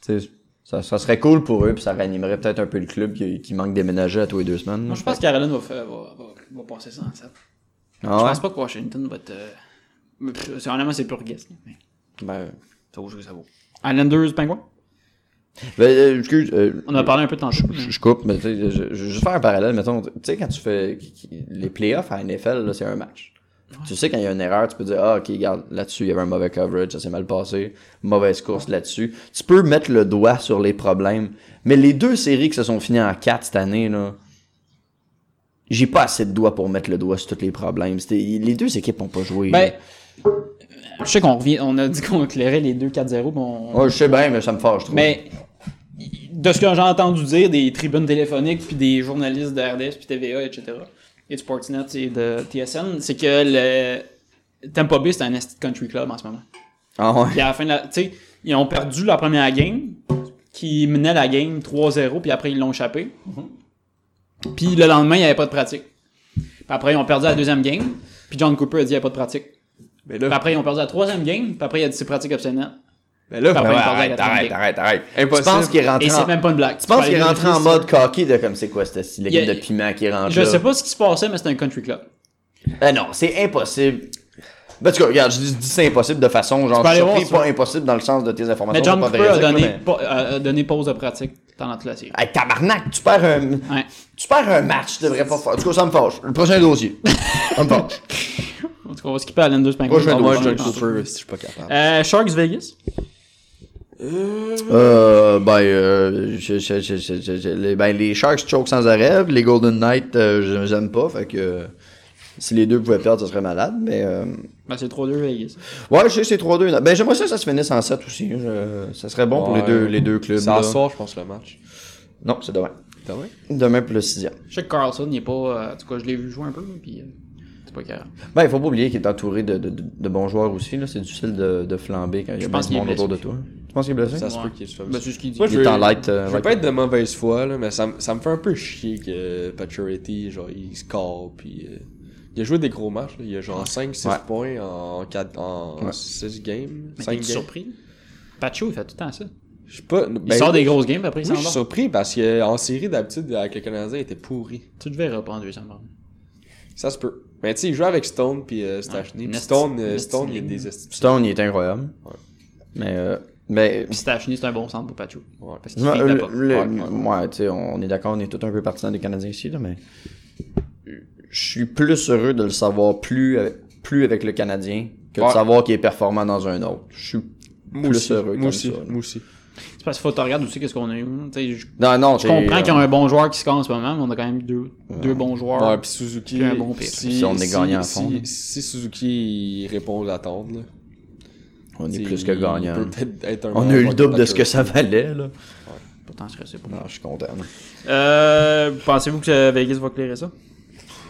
Tu sais, Ça, ça serait cool pour eux, puis ça réanimerait peut-être un peu le club qui, qui manque d'éménager à tous les deux semaines.
Moi, je pense que Caroline va, faire- va, va, va passer ça en 7.
Ah
Je
ouais?
pense pas que Washington va être. euh, pff, c'est- Honnêtement, c'est pur guess. là, Mais
Ben,
ça vaut ce que ça vaut. Islanders, Penguin?
ben, euh, excuse, euh,
On en a parlé un peu tantôt.
je, je coupe, mais tu sais, je, je vais juste faire un parallèle. Mettons, tu sais, quand tu fais qui- qui- les playoffs à NFL, là, c'est un match. Tu sais, quand il y a une erreur, tu peux dire, ah, ok, regarde, là-dessus, il y avait un mauvais coverage, ça s'est mal passé, mauvaise course là-dessus. Tu peux mettre le doigt sur les problèmes, mais les deux séries qui se sont finies en 4 cette année, là, j'ai pas assez de doigts pour mettre le doigt sur tous les problèmes. C'était- Les deux équipes ont pas joué. là.
Ben, je sais qu'on revient, on a dit qu'on éclairait les 2-4-0, mais on-
Ouais, je sais bien, mais ça me fâche trop.
mais de ce que j'ai entendu dire des tribunes téléphoniques, puis des journalistes de RDS, puis TVA, etc., et de Sportsnet et de TSN, c'est que le Tampa Bay, c'est un esti de country club en ce moment.
Ah ouais.
Puis à la fin de la. Tu sais, ils ont perdu la première game, qui menait la game 3-0, puis après ils l'ont échappé.
Mhm.
Puis le lendemain, il n'y avait pas de pratique. Puis après, ils ont perdu la deuxième game, puis John Cooper a dit il n'y a pas de pratique.
Mais
Puis
Euh.
là,
après, ils ont perdu la troisième game, puis après, il y a dit c'est pratique optionnelle.
mais là,
Après,
Ben Ouais,
ils ont perdu la
arrête,
quatrième
arrête,
game.
arrête, arrête.
Impossible.
Tu penses qu'il est rentré
Et c'est
en...
même pas une blague.
Tu penses qu'il est rentré en mode coquille de comme c'est quoi cette style
Il y a-
de piment qui rentre
Je
là?
sais pas ce qui se passait, mais c'était un country club.
Ah non, c'est impossible. Ben, en tout cas, regarde, je dis, je dis c'est impossible de façon, genre,
peux aller
surpris,
voir ça.
pas impossible dans le sens de tes informations.
Mais John
c'est pas
Cooper a
véridique,
donné,
là, mais-
pa- a- a donné pause de pratique pendant toute la série.
Hey, tabarnak, tu perds un...
Ouais.
Tu perds un match, tu devrais pas faire. En tout cas, ça me fâche. Le prochain dossier. ça me (laughs) fâche.
En tout cas, on va skipper à Landers Penguins.
Moi, je vais
On va
nous-
moi,
voir
John
les chances.
Cooper, si je suis pas capable.
Euh, Sharks Vegas.
Euh, ben, euh, je- je- je- je- je- je- les, ben, les Sharks choke sans arrêt, puis les Golden Knights, euh, je- j'aime pas, fait que euh, si les deux pouvaient perdre, ça serait malade, mais euh,
Ben, c'est 3-2 Vegas.
ouais, je sais, c'est 3-2. là. Ben, j'aimerais ça que ça se finisse en 7 aussi. hein. je- ça serait bon pour les
Ouais.
deux, les deux clubs.
C'est à
là.
soir, je pense, le match.
Non, c'est demain.
T'as vu?
Demain pour le 6
Je sais que Carlson n'est pas. euh, en tout cas, je l'ai vu jouer un peu, puis euh, c'est pas carré.
Ben, il faut pas oublier qu'il est entouré de, de- de- de bons joueurs aussi, là. C'est difficile de, de flamber quand il y a
Je pense
bien du
qu'il est
monde autour de
blessé.
toi. Tu penses qu'il est blessé?
Ça se
Ouais.
peut qu'il se fasse.
Ben, c'est ce qu'il dit.
Moi,
Il est en light, euh,
je veux
light
pas être de mauvaise foi, là, mais ça, me- ça me fait un peu chier que Paturity, genre, il score, puis euh, il a joué des gros matchs, là. il a genre 5-6
Ouais.
points en, quatre- en 6 games.
Mais
5
t'es-tu
games.
surpris? Pacho, il fait tout le temps ça.
Je suis pas. ben
Il sort des grosses games, puis après, il
Oui, je
s'en
suis
va.
surpris parce qu'en série, d'habitude, avec le Canadien, il était pourri.
Tu le verras pas en deuxième round.
Ça se peut. Mais tu sais, il joue avec Stone puis euh, Stachny.
Ouais.
Puis
Nest-
Stone, euh,
Nest-
Stone, il y a des estimes.
Stone, il est incroyable.
Ouais.
Mais, euh, mais
Puis Stachny, c'est un bon centre pour Pacho.
Ouais.
Parce qu'il
Ouais,
fait
le-
la porte.
le-
Ouais,
ouais, tu sais, on est d'accord, on est tous un peu partisans des Canadiens ici, là, mais je suis plus heureux de le savoir plus avec, plus avec le Canadien que de
Ouais.
savoir qu'il est performant dans un autre. Je suis
Moi
plus
aussi,
heureux
moi
comme
aussi,
ça, là.
moi aussi.
C'est parce qu'il faut que tu regardes aussi qu'est-ce qu'on a eu. hein. Tu sais, je
Non, non, euh,
je comprends qu'il y a un bon joueur qui score en ce moment, mais on a quand même deux, deux bons joueurs.
euh, Ouais, puis Suzuki.
Puis un bon pire.
Si on est gagnant à fond, là.
Si, si Suzuki il répond aux attentes, là,
on est
t'sais,
plus que
il
gagnant.
peut peut-être être un
On a
meilleur
eu le
joueur
double de ce que
Patrick.
ça valait, là.
Pas tant stressé pour moi.
Non, je suis content. là.
Euh, Pensez-vous que Vegas va éclairer ça?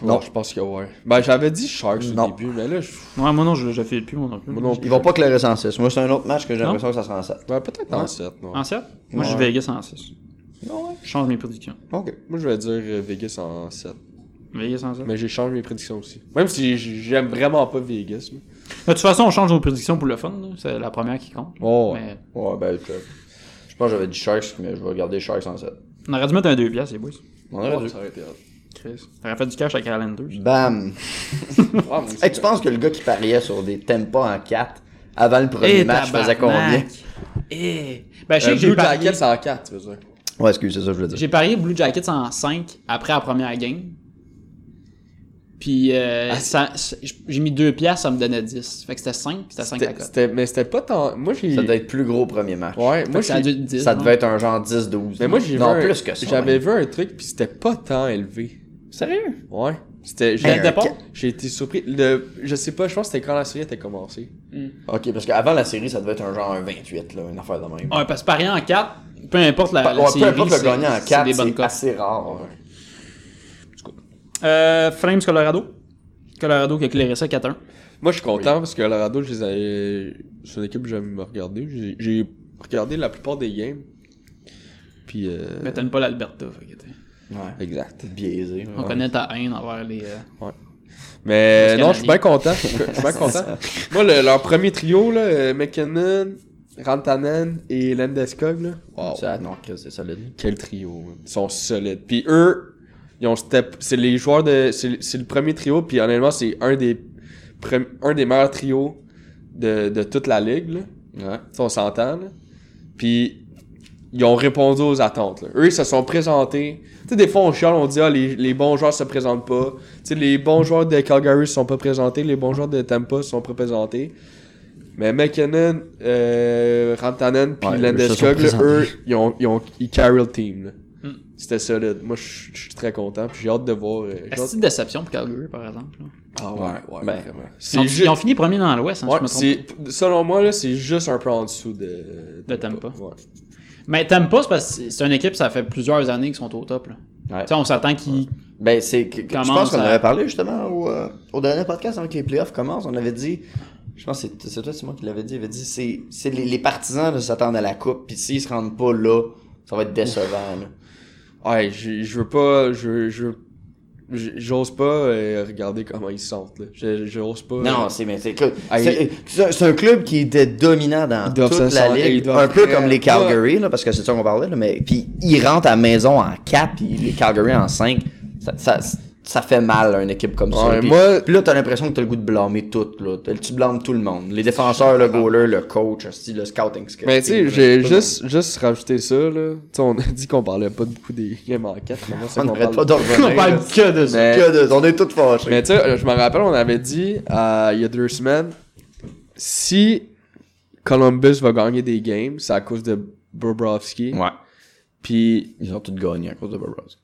Non. je pense que ouais. Ben, j'avais dit Sharks au
Non.
début, mais là, je...
Ouais, moi non, je je file plus, moi non plus.
moi non
Ils
plus.
vont pas clairer sans 6. Moi, c'est un autre match que j'ai
Non.
l'impression que ça sera en 7.
Ben, peut-être en 7, non.
En 7 Moi, je
Ouais.
vais Vegas en 6.
Non, ouais.
Je change mes prédictions.
Ok. Moi, je vais dire euh, Vegas en 7.
Vegas en 7.
Mais j'ai changé mes prédictions aussi. Même si j- j'aime vraiment pas Vegas. là.
De toute façon, on change nos prédictions pour le fun. là. C'est la première qui compte.
Oh, ouais.
Mais
Ouais, ben, je-
Je pense que j'avais dit Sharks, mais je vais garder Sharks en 7.
on aurait dû mettre un 2 piastres, les boys.
On aurait dû.
Oh, ça aurait été hot.
Chris. On aurait fait du cash avec Allen 2.
Bam!
Ah, mais c'est-
Hey, tu penses que le gars qui pariait sur des tempas en 4 avant le
Eh,
premier match faisait combien?
Eh. Ben, je sais
Euh,
que j'ai
Blue
parié.
Jackets en 4, tu veux dire.
Ouais, excuse, c'est ça que je voulais dire.
J'ai parié Blue Jackets en 5 après la première game. Puis euh,
Ah,
ça- j'ai mis 2 piastres, ça me donnait 10. Fait que c'était 5, c'était 5 la
C'était-
cote.
c'était- Mais c'était pas tant. Moi, j'ai.
Ça devait être plus gros premier match.
Ouais, moi,
Moi, ça a
j'ai.
dû être 10.
Ça
non?
devait être un genre 10-12.
Mais moi, j'ai vu.
Non,
un-
plus que ça.
J'avais
même.
vu un truc, puis c'était pas tant élevé.
Sérieux?
Ouais. C'était.
Dès le
J'ai
Hey, un
départ?
ca-
j'ai été surpris. Le... Je sais pas, je pense que c'était quand la série était commencée.
Ok, parce qu'avant la série, ça devait être un genre un 28, là, une affaire de
Ah,
même.
Ouais, parce que parier en 4, peu importe la,
Pa-
la
ouais,
série,
peu importe le
Euh, c'est-
gagnant en
c'est
4,
des bonnes
c'est
cotes.
assez rare. hein, ouais.
Euh, Flames Colorado. Colorado qui a éclairé ça 4-1.
Moi, je suis content parce que Colorado, je les avais- c'est une équipe que j'aime regarder. J'ai- J'ai regardé la plupart des games. Puis. euh,
Mais t'aimes pas l'Alberta. fait que, t'sais,
Exact.
Biaisé.
On connaît ta haine envers les. euh,
Mais
Parce
non,
qu'à
je suis bien
l'année.
content. Je
(laughs)
suis bien content. Moi, le- leur premier trio, là, euh, McKinnon, Rantanen et Landeskog, là.
Ah,
Wow.
Ça, non, Chris, c'est solide.
Quel trio. man. Ils sont solides. Puis eux, ils ont step. C'est les joueurs de. C'est le- c'est le premier trio. Puis honnêtement, c'est un des premi- un des meilleurs trios de, de toute la ligue. Là.
Ouais.
Ça, on s'entend. là. Puis ils ont répondu aux attentes. là. Eux, ils se sont présentés. Tu sais, des fois, on chiale, on dit ah, les, les bons joueurs se présentent pas. Tu sais, les bons joueurs de Calgary se sont pas présentés. Les bons joueurs de Tampa se sont pas présentés. Mais McKinnon, euh, Rantanen, puis
Ouais, eux, se sont
Landeskog, là,
présentés.
eux, ils, ont, ils, ont, ils carry le team. là.
Mm.
C'était solide. Moi, je je suis très content. Puis j'ai hâte de voir. euh, j'ai
Est-ce
hâte-
une déception pour Calgary, par exemple? là?
Ah ouais, ouais,
Ben,
vraiment.
Ils, ont,
C'est ju-
ils ont fini premier dans l'Ouest, hein, si
Ouais,
je me trompe
c'est- selon moi, là, c'est juste un peu en dessous de,
De Tampa.
Ouais.
Mais t'aimes pas, c'est parce que c'est- c'est une équipe, ça fait plusieurs années qu'ils sont au top. Là.
Ouais.
Tu sais, on s'attend qu'ils.
Ben, c'est. que-
Commence
Je pense qu'on
à-
avait parlé justement au, euh, au dernier podcast avant que les playoffs commencent. On avait dit. Je pense que c'est- c'est toi, c'est moi qui l'avais dit. Il avait dit c'est c'est les, les partisans de s'attendre à la coupe. Puis s'ils se rendent pas là, ça va être décevant. là.
Ouais, je, je veux pas. Je, je, je- j'ose pas euh, regarder comment ils se sentent. Là. Je, j'ose pas.
Non, c'est mais c'est écoute,
Hey.
c'est- c'est un- c'est un club qui était dominant dans
Ah, Ils doivent
toute
se
la
sentir- ils
ligue,
doivent
un peu
vraiment-
comme les Calgary là, parce que c'est de ça qu'on parlait là, mais puis ils rentrent à la maison en 4 puis les Calgary en 5, ça, ça, ça fait mal à une équipe comme ça.
Ouais,
puis,
moi-
puis là t'as l'impression que t'as le goût de blâmer tout là, T'as- tu blâmes tout le monde, les défenseurs, le goaler, le coach, aussi, le scouting.
Mais tu sais,
tout
j'ai
le monde.
juste, juste rajouté ça. Là. Tu sais, on a dit qu'on parlait pas beaucoup des games en 4. Mais moi, c'est
on
qu'on
n'arrête pas
parle-
de
(laughs)
revenir,
On parle
là.
que de ça.
Mais-
Que de- on est tous fâchés.
Mais tu sais, je me rappelle, on avait dit euh, il y a deux semaines si Columbus va gagner des games, c'est à cause de Bobrovsky.
Ouais,
Puis,
ils ont tous gagné à cause de Burroughs.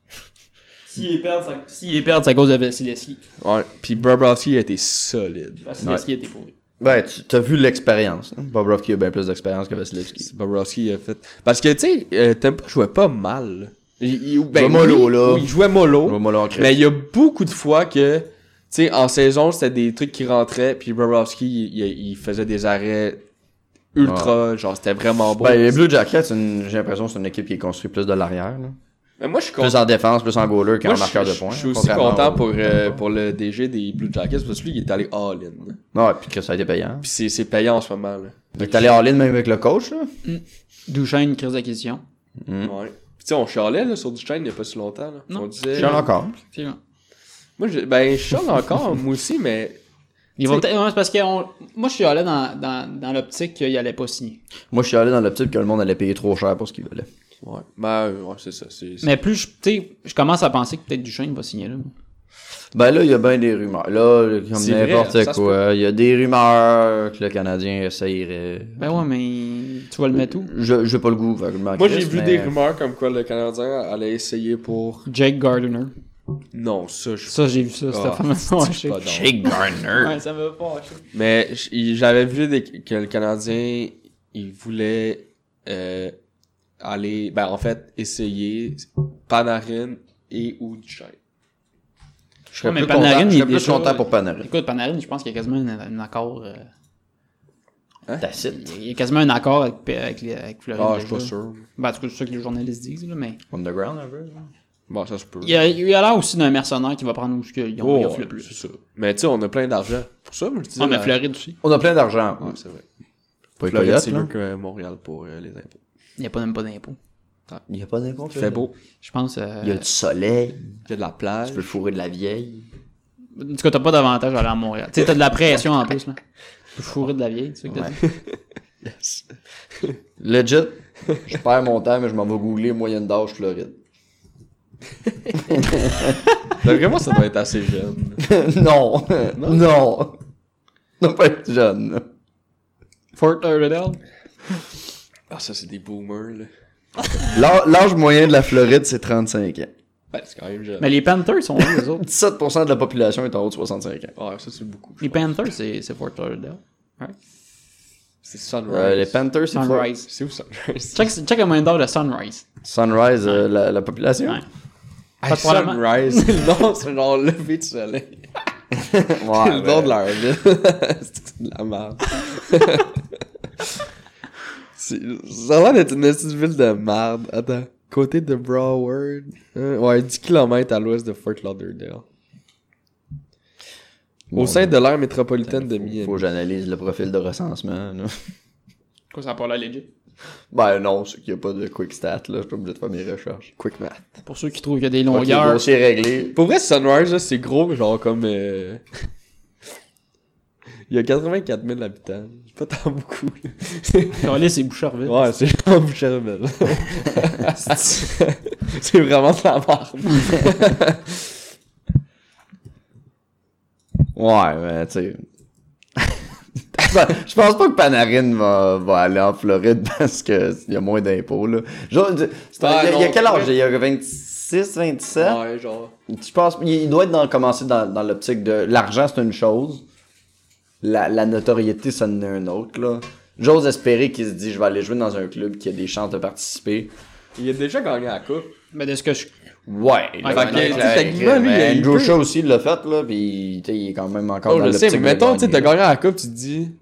S'ils les perdent, ça- s'ils les perdent, c'est à cause de Vasilevski.
ouais, puis Bobrovsky a été solide.
Vasilevski était pourri.
Ben, tu t'as vu l'expérience. hein. Bobrovsky a bien plus d'expérience que Vasilevski.
Bobrovski a fait. Parce que, tu sais, euh, Tempo jouait pas mal. Il, il-
jouait Ben, mollo,
oui,
là.
oui, Il jouait mollo.
Ouais, moi, là, en crise.
Oh. mais il y a beaucoup de fois que, tu sais, en saison, c'était des trucs qui rentraient, puis Bobrovski, il, il- il faisait des arrêts ultra, genre, c'était vraiment beau.
Ah. Ben, les Blue Jackets, c'est une- j'ai l'impression que c'est une équipe qui est construite plus de l'arrière. là.
mais moi, je suis
Plus
content.
en défense, plus en goaler qu'en
Moi, je-
marqueur de
je-
points.
Je suis aussi
contrairement
content
au-
pour, euh, pour le DG des Blue Jackets, parce que lui, il est allé all-in.
Non, ouais, puis que ça a été payant.
Puis c'est- c'est payant en ce moment, là.
Puis t'es allé en ligne même avec le coach, là.
Duchesne, crise d'acquisition.
Hmm.
Ouais. Puis, tu sais, on chialait, là, sur Duchesne il y a pas si longtemps, là.
Non.
On disait.
J'en ai encore.
Effectivement.
Moi, je, ben, je chiale encore, (laughs) moi aussi, mais
Ils vont peut-être- ouais, c'est parce que on- moi, je suis allé dans, dans, dans l'optique qu'il allait pas signer.
Moi, je suis allé dans l'optique que le monde allait payer trop cher pour ce qu'il voulait.
Ouais. Ben, euh, ouais, c'est ça. C'est, c'est-
Mais plus, je- tu sais, je commence à penser que peut-être Duchesne va signer là.
Ben là, il y a bien des rumeurs. Là, comme
C'est vrai, ça se
n'importe
peut.
quoi, il y a des rumeurs que le Canadien essayerait.
Ben ouais, mais tu vas le mettre où?
Je j'ai pas le goût. fait que je m'en
Moi, j'ai
crisse,
vu
mais-
des rumeurs comme quoi le Canadien allait essayer pour.
Jake Gardiner.
Non, ça, je.
Ça, j'ai vu ça,
Ah,
c'était vraiment
je suis
fâché.
pas dans.
Jake Garner.
Ouais, ça me va pas fâché.
Mais j- il- j'avais vu des- que le Canadien, il voulait euh, aller. Ben, en fait, essayer Panarin et ou Duchesne.
Je serais
Ouais, mais
plus
Panarin,
content, je
il
serais
est
plus
déjà-
content pour Panarin.
Écoute, Panarin, je pense qu'il y a quasiment un, un accord. euh,
Tacite.
il y a quasiment un accord avec, avec, les- avec Floride.
Ah, je suis pas
déjà.
sûr.
Ben, en tout cas, c'est ça que les journalistes disent, là, mais.
Underground, un peu.
Bon, ça se peut.
Il y a il a l'air aussi d'un mercenaire qui va prendre où ce qu'ils ont
Oh,
ils offrent le
c'est
plus.
ça. Mais tu sais, on a plein d'argent. Pour ça, moi, je disais.
Ah, mais
la-
Floride aussi.
On a plein d'argent.
Ouais, c'est vrai.
Pas les
Floride,
Coyotes,
c'est
là.
mieux que Montréal pour euh, les impôts.
Il n'y a pas même pas d'impôts.
Il n'y a pas d'impôt.
Il fait beau.
Je pense. euh,
Il y a du soleil.
Il y a de la plage.
Tu peux fourrer de la vieille.
En tout cas, t'as pas d'avantage à aller à Montréal. Tu sais, t'as de la pression en plus, là. Tu peux fourrer de la vieille, tu sais que t'as dit.
Legit. (laughs) Je perds mon temps, mais je m'en vais googler moyenne d'âge Floride.
D'après moi, ça doit être assez jeune.
(laughs) non. Non. Non. Non, pas être jeune.
Fort Lauderdale?
Ah, ça, c'est des boomers, là.
L'â- L'âge moyen de la Floride, c'est 35 ans.
Ben, c'est quand même jeune.
Mais les Panthers sont où, les autres?
17% de la population est en haut de 65 ans.
Ouais, Ah, ça, c'est beaucoup. je
Les
pense.
Panthers, c'est c'est Fort Lauderdale.
C'est Sunrise.
Euh, les Panthers, c'est Floride.
Sunrise.
C'est où Sunrise?
Check, check le moyen d'or de Sunrise.
Sunrise, euh, la, la population.
Ouais.
Hey,
probablement.
Sunrise. (laughs) non, c'est genre lever du soleil.
(laughs) Ouais,
le
ben,
nom de leur ville. c'est de (laughs) la merde. C'est- ça a l'air d'être une petite ville de merde. Attends. Côté de Broward. hein, ouais, 10 km à l'ouest de Fort Lauderdale. Au sein de l'aire métropolitaine de Miami.
Faut que j'analyse le profil de recensement. là.
Quoi, ça a pas l'air legit?
Ben non, c'est qu'il n'y a pas de quick stat, là. Je suis obligé de faire mes recherches.
Quick math.
Pour ceux qui trouvent qu'il y a des
Ok,
longueurs.
le dossier est réglé.
Pour vrai, Sunrise, là, c'est gros, genre comme. euh, (laughs) Il y a 84 000 habitants. C'est pas tant beaucoup. là. (laughs)
Calais, c'est Boucherville.
ouais, c'est (laughs)
(laughs)
genre Boucherville. c'est vraiment de la merde.
Ouais, ben tu sais. (laughs) Ben, je pense pas que Panarin va, va aller en Floride (laughs) parce qu'il y a moins d'impôts, là. Genre, c'est un-
Ah,
il y a- il y a
non,
quel âge?
ouais.
Il y a 26, 27?
Ouais, genre.
Tu penses, il, il doit être dans, commencer dans, dans l'optique de l'argent, c'est une chose. La, la notoriété, ça en est un autre, là. J'ose espérer qu'il se dit, je vais aller jouer dans un club qui a des chances de participer.
Il a déjà gagné la coupe.
Mais de ce que je.
Ouais, là,
fait que,
ouais,
tu sais,
ouais,
techniquement, lui,
mais
il
Andrew
peut.
Shaw aussi l'a fait, là, pis tu sais, il est quand même encore
Oh,
dans
je sais,
l'optique de
mais mettons, tu sais, t'as
gagner, là.
gagné la coupe, tu te dis.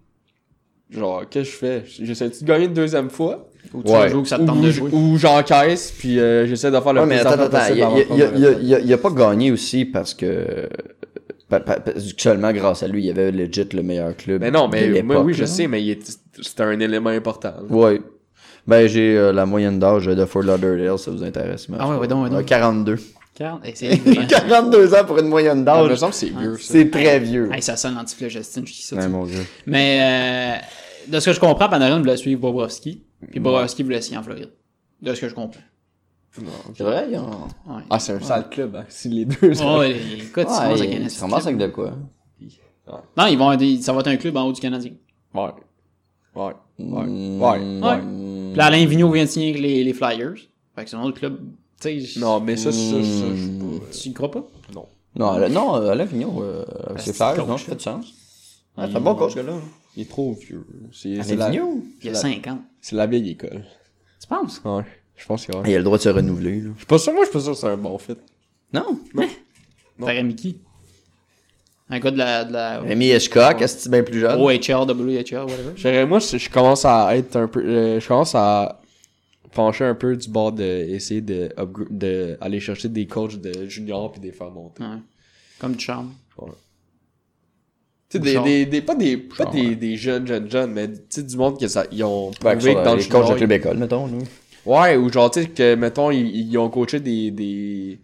Genre, qu'est-ce que je fais J'essaie-tu de gagner une deuxième fois
Ou tu
Ouais.
vas jouer où que ça te tente
Ou,
de
j-
jouer.
ou j'encaisse, puis euh, j'essaie de faire le
Ouais, mais
plus
attends, attends,
d'argent possible
il a,
avant de
il a-
prendre
il
la
a-
retraite.
il a- il a pas gagné aussi parce que. pa- pa- pa- seulement grâce à lui, il y avait legit le meilleur club.
Mais non,
de
mais moi,
l'époque,
oui, je
là.
sais, mais il est- c'était un élément important. là.
Ouais. Ben, j'ai euh, la moyenne d'âge de Fort Lauderdale, ça vous intéresse. mais
Ah ouais, ouais, donc, ouais, donc.
42.
Regarde, hey, c'est
(laughs)
vieux, hein.
42 ans pour une moyenne
Ah, me
d'âge.
semble que c'est vieux, ça.
C'est très vieux.
Hey, ça sonne l'antiflogestine, je dis ça. tu
Ouais,
sais.
mon Dieu.
Mais euh, de ce que je comprends, Panarin voulait suivre Bobrovski. Puis Bobrovski voulait signer en Floride. De ce que je comprends.
C'est vrai, ils
Ouais.
Ah, c'est un sale club, hein. Si les deux. ça-
Ouais, écoute, ils commencent avec un esti de club.
avec de quoi.
Non, ils vont, être- ça va être un club en haut du Canadien.
Mm.
Ouais. Ouais. Ouais.
Ouais.
Ouais. Puis là, Alain Vigneault vient de signer avec les, les Flyers. Fait que c'est un autre club. Tu sais, je-
Non, mais ça, ça,
Hmm.
ça, je suis pas.
tu y crois pas?
Non, là, non, euh, Alain Vigneault, euh, avec ses
c'est
frères,
coach,
non, ça fait du sens. Ouais, c'est un bon coach, ce gars-là.
Il est trop vieux. C'est Ah, c'est
Alain
la...
Vigneault.
Il y a 5 ans.
c'est la vieille école.
Tu penses?
Ouais. Je pense qu'il y a. Je
Il a le droit de se renouveler, là.
suis pas sûr, moi, je suis pas sûr que c'est un bon fit.
Non. Hein?
T'aurais mis qui? Un gars de la, de la
Rémi Hitchcock, est-ce que c'est bien plus jeune?
OHR, WHR, whatever.
J'aurais- Moi, je, je commence à être un peu. euh, je commence à pencher un peu du bord de essayer de, upgra- de aller chercher des coachs de juniors puis des faire monter.
Ouais. Comme du charme.
Tu sais, des,
Genre.
des, des- pas des, pas des, des jeunes, jeunes, jeunes, mais tu sais, du monde que ça, ils ont
Ben,
prouvé que dans le
les coachs de
junior,
club école, mettons, nous.
Ouais, ou genre, tu sais, que, mettons, ils, ils ont coaché des. des...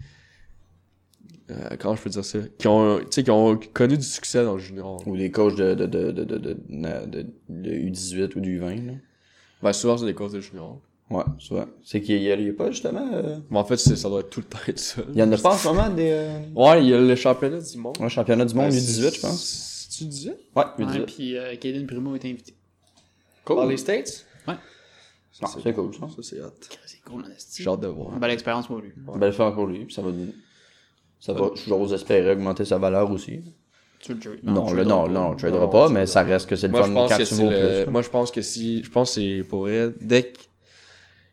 euh, comment je peux dire ça Qui ont, tu sais, qui ont connu du succès dans le junior.
Ou les coachs de, de, de, de, de, de, de, de U18 ou du U20, là.
Ben, souvent, c'est des coachs de junior.
Ouais, c'est vrai. C'est qu'il y a, il y a pas, justement. euh,
Mais en fait, c'est- ça doit être tout le temps être ça.
Il y en a pas en ce moment des. Euh...
Ouais, il y a le championnat du monde.
Un championnat du monde,
Ben,
U18, je pense.
c'est- C'est-tu 18
Ouais,
Ouais,
U18.
puis euh, Caden Primo est invité.
Cool. les States
Non, c'est cool, ça.
Ça, c'est hot.
C'est cool, en esti.
J'ai hâte de voir.
Une belle expérience pour lui.
Belle fin pour Ben, lui, puis ça va. Ça va, j'ose espérer augmenter sa valeur aussi.
Tu le trades.
Non,
tu
là,
le
non,
donnes
non, on ne tradera
Non,
pas,
tu
mais
le
ça reste que c'est le
Moi,
fun
je pense
quand
que
tu
c'est
vaux
le-
plus.
Moi, je pense que si. Je pense que c'est pour elle. Dès que.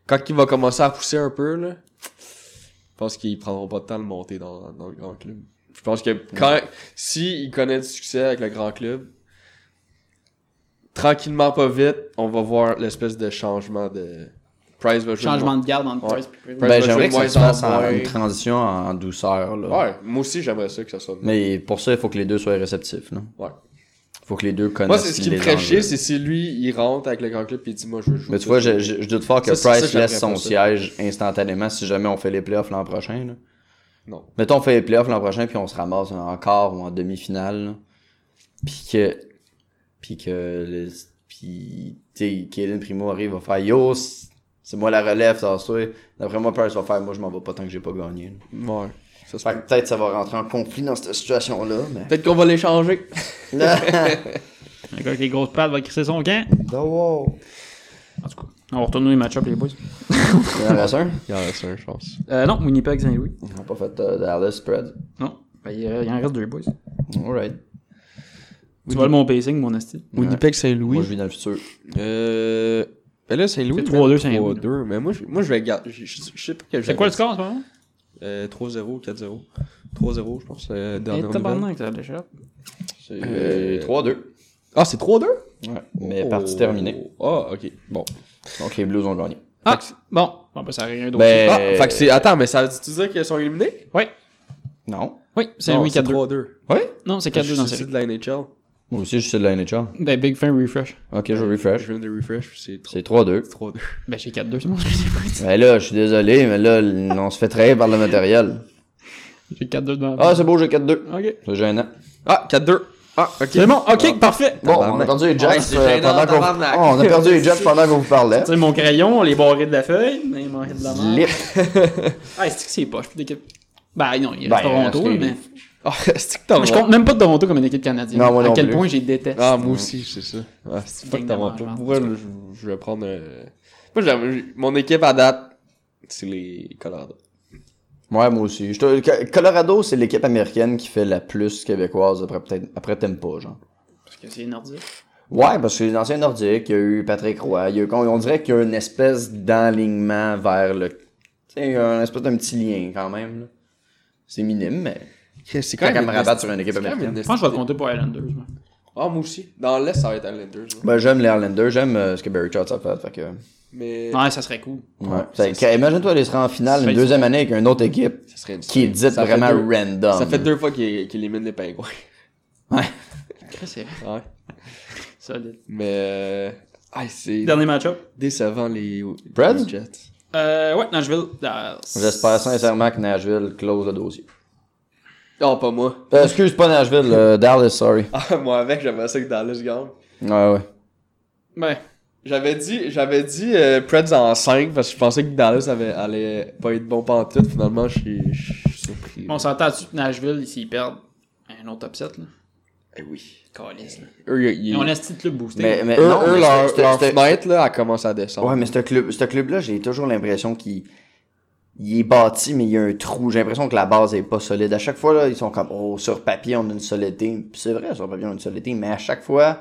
Quand il va commencer à pousser un peu, là. Je pense qu'ils prendront pas de temps de monter dans, dans le grand club.
pas.
Je pense que quand si il connaît du succès avec le grand club, tranquillement pas vite, on va voir l'espèce de changement de Price va jouer
Changement
moins.
de garde entre
Ouais.
Price et Price.
Price va
Ben,
jouer
j'aimerais que
moins
ça se fasse
en
en
moins.
une transition en douceur. Là.
Ouais, moi aussi j'aimerais ça que ça soit.
Mais pour ça, il faut que les deux soient réceptifs. Il
Ouais.
faut que les deux connaissent
Moi, c'est ce qui me
les
ferait
enjeux.
chier, c'est si lui, il rentre avec le grand club et il dit, moi, je veux jouer.
Mais tu vois, je, je- je doute fort que
Ça, c'est ça
Price
que j'aimerais
laisse son
pas ça.
siège instantanément si jamais on fait les playoffs l'an prochain. là.
Non.
Mettons, on fait les playoffs l'an prochain, puis on se ramasse en quart ou en demi-finale. là. Puis que. Puis que. le- Puis. Tu sais, Kaylin Primo arrive, va faire Yo, c'est moi la relève, ça se D'après moi, Price va faire Moi, je m'en vais pas tant que j'ai pas gagné. là.
Ouais. Ça se
Fait que peut-être ça va rentrer en conflit dans cette situation-là, mais.
Peut-être qu'on va l'échanger.
Le gars avec les grosses pattes va crisser son camp. En tout cas, on va retourner les match-up, les boys.
Il y en reste un.
Il en reste un, je pense.
Euh, non, Winnipeg, Saint-Louis.
On n'a pas fait euh, Dallas spread.
Non. Ben, il, euh, il en reste deux, boys.
Alright.
Tu vois le mon pacing, mon esti.
Moi,
Winnipeg Saint-Louis.
je vis dans le futur.
Euh. Ben là, Saint-Louis.
C'est 3-2
man,
Saint-Louis.
3-2. Mais moi, je, moi, je vais garder. Je, je- je sais pas quel
C'est quoi le score en ce moment?
Euh, 3-0, 4-0. 3-0, je pense. Euh,
Eh,
dernière nouvelle.
tabarnak, ça l'échappe.
C'est,
Euh,
euh,
3-2.
Ah, c'est 3-2
Ouais. Mais
Oh.
partie terminée.
Ah, ok. Bon.
Donc les Blues ont gagné.
Ah, bon. Bon, ben, ça n'a rien d'autre.
Ben-
Ah,
Euh,
fait que c'est. Attends, mais ça veut-tu dire qu'ils sont éliminés
Oui,
Non.
oui, Saint-Louis 4-2.
3-2.
Non, c'est 4-2 dans la
C'est
série.
de la NHL.
Moi aussi, je suis de la NHL.
Ben, Big Fan Refresh.
Ok, je
Je
refresh.
viens de refresh, c'est
C'est 3-2.
3-2.
Ben, j'ai 4-2, c'est bon, (laughs) je sais pas.
Ben là, je suis désolé, mais là, l- on se fait trahir par le matériel.
J'ai 4-2 devant.
Ah, c'est beau, j'ai 4-2.
ok.
C'est gênant.
Ah, 4-2. Ah, ok.
C'est bon, ok, parfait.
Bon,
Tabarnak.
on a perdu les Jets
Ouais, c'est
euh,
gênant,
pendant qu'on...
tabarnak.
Oh, on a perdu les (laughs) Jets pendant qu'on vous parlait.
Tu sais, mon crayon, les barrés de la feuille, les barrés de la main.
Lip.
(laughs) Ah, c'est que c'est pas, je suis d'équipe. Ben, non, il
Ben,
reste Toronto,
reste les-
mais.
Ah, c'est que t'en
Je
vas.
compte même pas de Toronto comme une équipe canadienne.
Non, moi
à
non
quel
plus.
point j'ai déteste.
Ah, moi aussi, c'est ça. Ah, c'est pas
Gang
que
de
t'en
manche,
pas.
man.
Pour vrai, là, je, je vais prendre. euh, Moi, j'aime- mon équipe à date, c'est les Colorado.
Ouais, moi aussi. Je te- Co- Colorado, c'est l'équipe américaine qui fait la plus québécoise après peut-être après t'aimes pas, genre.
Parce que c'est nordique.
Ouais, parce que les anciens nordiques, il y a eu Patrick Roy, il y a eu- on dirait qu'il y a une espèce d'enlignement vers le... Tu sais, il y a une espèce d'un petit lien quand même. là. C'est minime, mais...
C'est
quand même me rabattre sur une équipe américaine.
Je pense que je vais compter pour Islanders. moi.
Ah, moi aussi. Dans l'Est, ça va être Islanders. là.
Ben, j'aime les Highlanders, j'aime euh, ce que Barry Trotz a fait, fait que...
Mais.
Ouais, ça serait cool.
Ouais. Fait que, Imagine-toi, aller se rendre en finale
Ça
une
fait-
deuxième année avec une autre équipe
Ça serait une-
qui est dite
Ça fait
vraiment
deux-
random.
Ça fait deux fois qu'ils qu'ils éliminent les Pingouins. (laughs)
Ouais.
Chris, C'est
Ouais.
solide.
Mais. euh, Ah, c'est
Dernier match-up.
décevant les, les
Preds?
Jets.
Euh, ouais, Nashville. euh,
J'espère sincèrement que Nashville close le dossier.
Non, pas moi. (laughs)
Euh, excuse, pas Nashville, euh, Dallas, sorry.
Ah, moi avec, j'aimerais ça que Dallas gagne.
Ouais, ouais.
Ouais.
J'avais dit, j'avais dit euh, Preds en 5 parce que je pensais que Dallas avait, allait pas être bon pantoute. Finalement, je suis- je suis surpris.
On s'entend dessus que Nashville, s'ils perdent, un autre upset, là.
Eh oui.
Calisse, là.
Eux, ils-
Et on a ce petit club boosté.
Mais, mais
eux,
non,
eux,
mais
leur,
c'était-
leur
c'était-
fenêtre, là, elle commence à descendre.
Ouais, mais ce club, ce club-là, j'ai toujours l'impression qu'il il est bâti, mais il y a un trou. J'ai l'impression que la base est pas solide. À chaque fois, là, ils sont comme, oh, sur papier, on a une solidité. Puis c'est vrai, sur papier, on a une solidité, mais à chaque fois,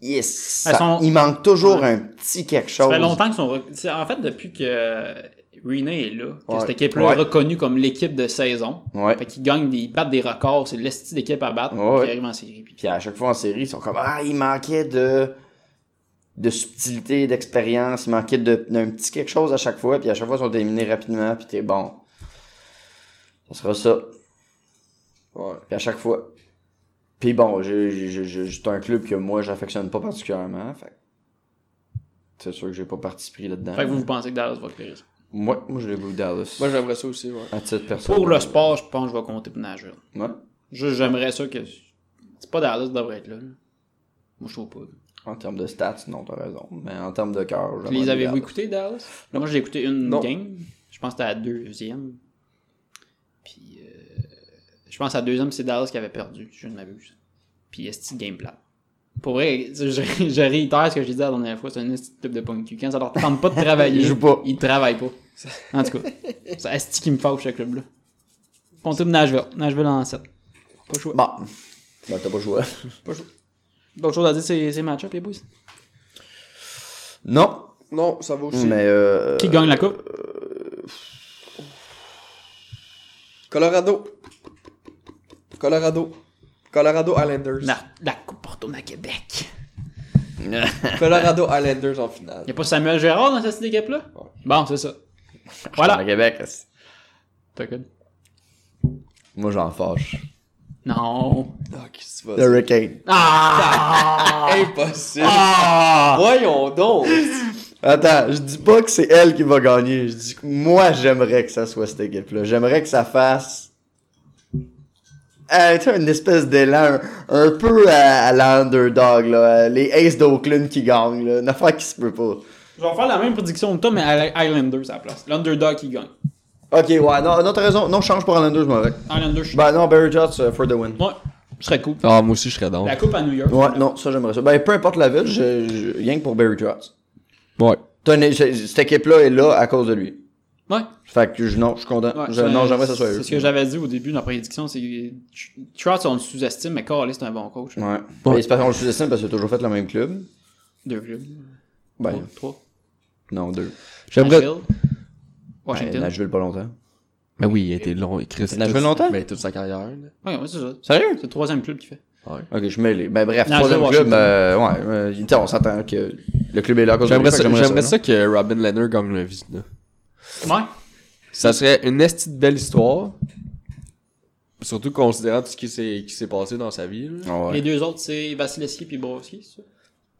yes,
Elles
ça-
sont-
il manque toujours un petit quelque
Ça
chose.
fait longtemps qu'ils sont. rec- c'est- En fait, depuis que Renee est là, que
Ouais.
cette équipe-là
Ouais.
est reconnue comme l'équipe de saison.
Ouais.
Fait qu'ils gagnent, des- ils battent des records. C'est l'esti d'équipe à battre
Ouais, ouais.
qui arrive en série. Puis-
Puis à chaque fois en série, ils sont comme, ah, il manquait de, de subtilité, d'expérience, il manquait de- d'un petit quelque chose à chaque fois. Puis à chaque fois, ils sont éliminés rapidement, puis t'es bon. Ça sera ça.
Ouais.
Puis à chaque fois. Puis bon, j'ai- j'ai- j'ai- j'ai- c'est un club que moi, j'affectionne pas particulièrement. Fait que c'est sûr que j'ai pas participé là-dedans.
Fait que vous, vous pensez que Dallas va éclairer ça.
Moi, moi, je l'ai voulu Dallas.
Moi, j'aimerais ça aussi, ouais.
à titre personnel.
Pour le sport, je pense que je vais compter pour Nashville.
Ouais.
Juste, j'aimerais ça que. C'est pas Dallas qui devrait être là. là. Moi, je trouve pas.
En termes de stats, non, t'as raison. Mais en termes de cœur,
Puis
j'aimerais
les avez-vous
Dallas.
écoutés, Dallas Moi, j'ai écouté une
Non.
game. Je pense que c'était la deuxième. Puis, euh, je pense que la deuxième, c'est Dallas qui avait perdu, si je ne m'abuse. Puis, esti de game plat. Pour vrai, je, je réitère ce que j'ai dit la dernière fois, c'est un esti de club de punk cul. Quand ça leur tente pas de travailler,
Ils jouent pas.
Ils travaillent pas. En tout cas, c'est esti qui me fâche, ce club-là. Pontum Nashville. Nashville en 7. Pas chouette.
Bon. Ben, t'as pas joué.
D'autres choses à dire, c'est ces match-up, les boys
non.
Non, ça va aussi.
Mais euh,
Qui gagne la coupe
Colorado. Colorado. Colorado Islanders.
La, la Coupe retourne à Québec.
(laughs) Colorado Islanders en finale.
Y a pas Samuel Gérard dans cette équipe-là? Bon, c'est ça. Voilà.
Le Québec, c'est-
T'as connu.
moi j'en fâche.
Non.
Ah, qu'est-ce que tu vas
Le
dire?
Hurricane.
Ah!
Impossible.
Ah!
Voyons donc.
Attends, je dis pas que c'est elle qui va gagner. Je dis que moi, j'aimerais que ça soit cette équipe-là. J'aimerais que ça fasse. Euh, tu sais, une espèce d'élan, un, un peu à, à l'underdog, là. Les Aces d'Oakland qui gagnent, là. Une affaire qui se peut pas.
Je vais faire la même prédiction que toi, mais à la- Islanders à la place. L'Underdog qui gagne.
Ok, ouais, non, non, t'as raison. Non, je change pour Islanders, je m'en vais.
Islanders, je
Ben non, Barry Jotts euh, for the win.
Ouais, ce serait cool.
Ah, moi aussi, je serais dans.
La Coupe à New York.
Ouais, non, ça, j'aimerais ça. Ben, peu importe la ville, je, je- rien que pour Barry Jotts.
Ouais.
T'as une- c'est- Cette équipe-là est là à cause de lui.
Ouais.
Fait que je, non, je suis content.
ouais,
Je-
c'est-
non, j'aimerais que ça soit eux.
C'est ce que j'avais dit au début dans la prédiction. c'est Trout, on le sous-estime, mais Carlis, c'est un bon coach.
Ouais. Mais c'est parce qu'on le sous-estime parce que c'est toujours fait le même club.
Deux clubs.
Ben,
Trois, Trois.
non, deux.
J'aimerais.
Nashville.
Ben,
Washington.
Nashville, pas longtemps.
Mais oui, il a été long. Chris.
a joué longtemps?
Mais toute sa carrière. là.
Ouais, ouais, c'est ça.
Sérieux?
C'est le troisième club qu'il fait.
Ok, je suis mêlé. Ben, bref,
Nashville,
troisième
Washington.
club, euh, ouais, euh, tu sais, on s'attend que le club est là à cause de
J'aimerais
lui, fait
ça,
que
j'aimerais
non?
ça que Robin Leonard gagne la Vizina.
Ouais.
Ça serait une esti de belle histoire. Surtout considérant tout ce qui s'est, qui s'est passé dans sa vie. là.
Ah Ouais.
Les deux autres, c'est Vasilevski puis Borowski, c'est ça?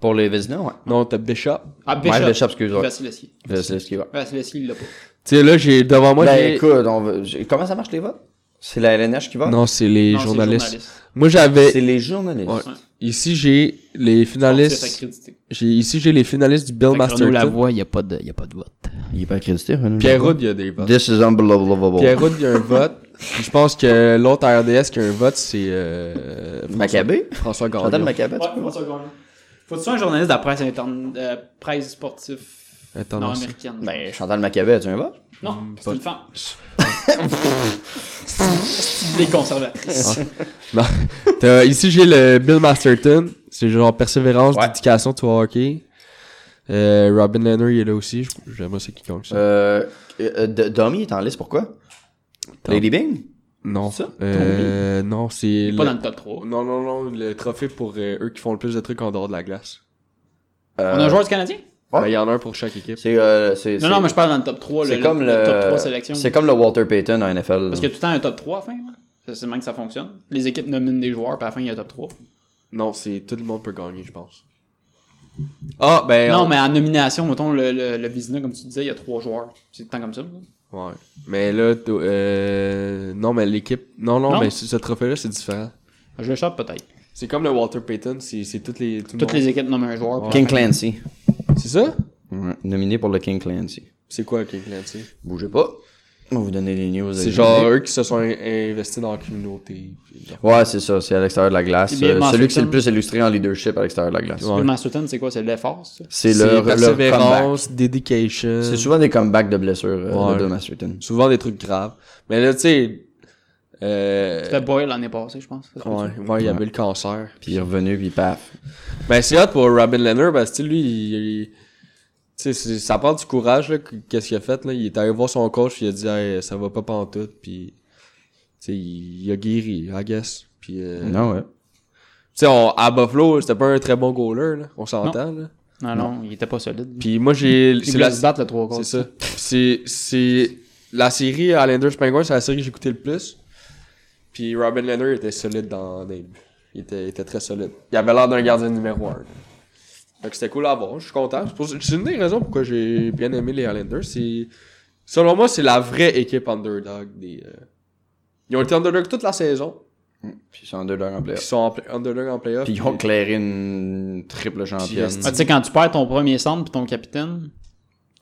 Pour les Vézina, ouais.
Non, t'as Bishop.
Ah,
Ouais,
Bishop.
Bishop, excuse-moi.
Vasilevski.
Vasilevski, ouais.
Vasilevski, il l'a pas.
Tu sais, là, j'ai devant moi.
Ben,
j'ai-
écoute, on va- j'ai- comment ça marche les votes? C'est la LNH qui vote?
Non, c'est les
Non, c'est
journalistes.
journaliste.
Moi, j'avais.
C'est les journalistes.
Ouais. Ici, j'ai les
C'est
finalistes.
accrédité.
J'ai... Ici, j'ai les finalistes du Bill
Fait que Renaud
Masterton.
Lavoie, il n'y a, pas de- il y a pas de vote.
Il est pas accrédité, Renaud.
Pierre Roud, il y a des votes.
This is unbelievable.
Pierre Roud, il y a un
(laughs)
vote. Puis je pense que l'autre RDS qui a un vote, c'est. euh,
Maccabé?
François
Chantal
Gagnon.
Maccabé? tu
Ouais,
vois?
faut ça gagner. Faut-tu un journaliste de la presse, interne, euh, presse sportive
International.
nord-américaine?
Ben, Chantal Maccabé, tu un vote?
Hmm,
non, c'est une femme.
(laughs)
Les conservatrices.
Non. T'as- ici, j'ai le Bill Masterton. C'est genre persévérance,
Ouais.
dédication, toi, hockey. Euh, Robin Leonard, il est là aussi. J- J'aimerais ça qui compte ça.
Euh, euh, D- Domi est en liste, pourquoi?
Tom.
Lady Bing?
non.
ça?
Euh, non, c'est.
Pas
le-
dans le top
Euh,
3.
Non, non, non, le trophée pour euh, eux qui font le plus de trucs en dehors de la glace.
On a un joueur du Canadien?
Euh, Ouais.
Ben, il y en a un pour chaque équipe.
C'est, euh, c'est,
Non,
c'est-
non, mais je parle dans le top 3.
c'est comme le,
top 3 sélection.
c'est comme le Walter Payton en NFL.
Parce qu'il y a tout le temps un top 3 à la fin. là. C'est seulement que ça fonctionne. Les équipes nominent des joueurs, puis à la fin, il y a un top 3.
Non, c'est tout le monde peut gagner, je pense. Ah, ben.
non,
on-
mais en nomination, mettons le, le, le Vizina, comme tu disais, il y a trois joueurs. C'est tout le temps comme ça. là.
Ouais. Mais là, t'as- euh... non, mais l'équipe. Non, non,
Non.
mais ce ce trophée-là, c'est différent.
Je le chope peut-être.
C'est comme le Walter Payton, c'est c'est toutes les. tout le
Toutes
monde.
les équipes nomment un joueur. puis
King
à la fin-
Clancy.
C'est ça?
Ouais, nominé pour le King Clancy.
C'est quoi, King Clancy?
Bougez pas. On va vous donner les news.
C'est genre eux qui se sont in- investis dans la communauté.
Ouais, c'est ça, c'est à l'extérieur de la glace.
C'est bien
Euh, celui qui s'est
Masterton.
le plus illustré en leadership à l'extérieur de la glace.
Ouais.
Le Masterton, c'est quoi C'est l'effort, ça
C'est leur, leur comeback.
persévérance, dedication.
Euh.
C'est souvent des comebacks de blessures euh,
Ouais.
de Bill Masterton.
souvent des trucs graves. Mais là, tu sais. Euh...
C'était Boyle l'année passée, je pense.
Ouais, ouais, il avait le cancer.
Puis il est revenu, puis paf.
Ben, c'est hot pour Robin Leonard parce que tu sais, lui, il, il- tu sais, c'est- ça prend du courage, là, qu- qu'est-ce qu'il a fait, là. Il est allé voir son coach, puis il a dit, hey, ça va pas pantoute, puis, tu sais, il, il a guéri, I guess. Puis, euh, tu
Non, ouais.
sais, on- à Buffalo, c'était pas un très bon goaler, là. On s'entend, là.
Non, non, il était pas solide.
Puis moi, j'ai...
il
c'est
voulait
la-
se battre le 3
C'est ça. C'est, c'est... La série Islanders Penguins, c'est la série que j'ai écoutée le plus. Puis Robin Leonard était solide dans les buts. Il était, il était très solide. Il avait l'air d'un gardien numéro 1. Donc c'était cool à voir. Je suis content. C'est, pour- c'est une des raisons pourquoi j'ai bien aimé les Islanders. C'est... Selon moi, c'est la vraie équipe underdog des... euh, Ils ont été underdog toute la saison.
Puis ils sont en deux heures en
Ils
playoff.
sont en pla- underdog en playoff.
Puis ils ont clairé une triple championne.
Puis,
Ah, tu sais, quand tu perds ton premier centre puis ton capitaine,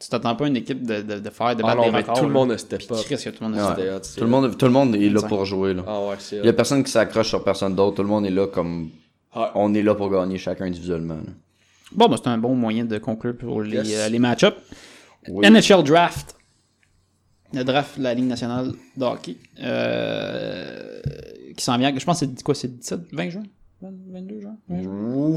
tu t'attends pas à une équipe de, de, de faire, de
Ah
battre
non,
des
mais
records.
tout le
là.
monde a step up.
Chris, que tout le monde a
Ouais.
dit.
euh, C'était hot, c'est
Tout, le monde, tout le monde est là
Cinq.
pour jouer. Là.
Ah ouais, c'est
Il y a
hot.
personne qui s'accroche sur personne d'autre. Tout le monde est là comme.
Ouais.
On est là pour gagner chacun individuellement. là.
Bon, bah, c'est un bon moyen de conclure pour les,
Yes.
euh, les match-ups.
Oui.
NHL Draft. Le draft de la Ligue nationale de hockey. euh, qui s'en vient. Je pense que c'est quoi C'est 17, 20 juin 20, 22 juin 20 juin?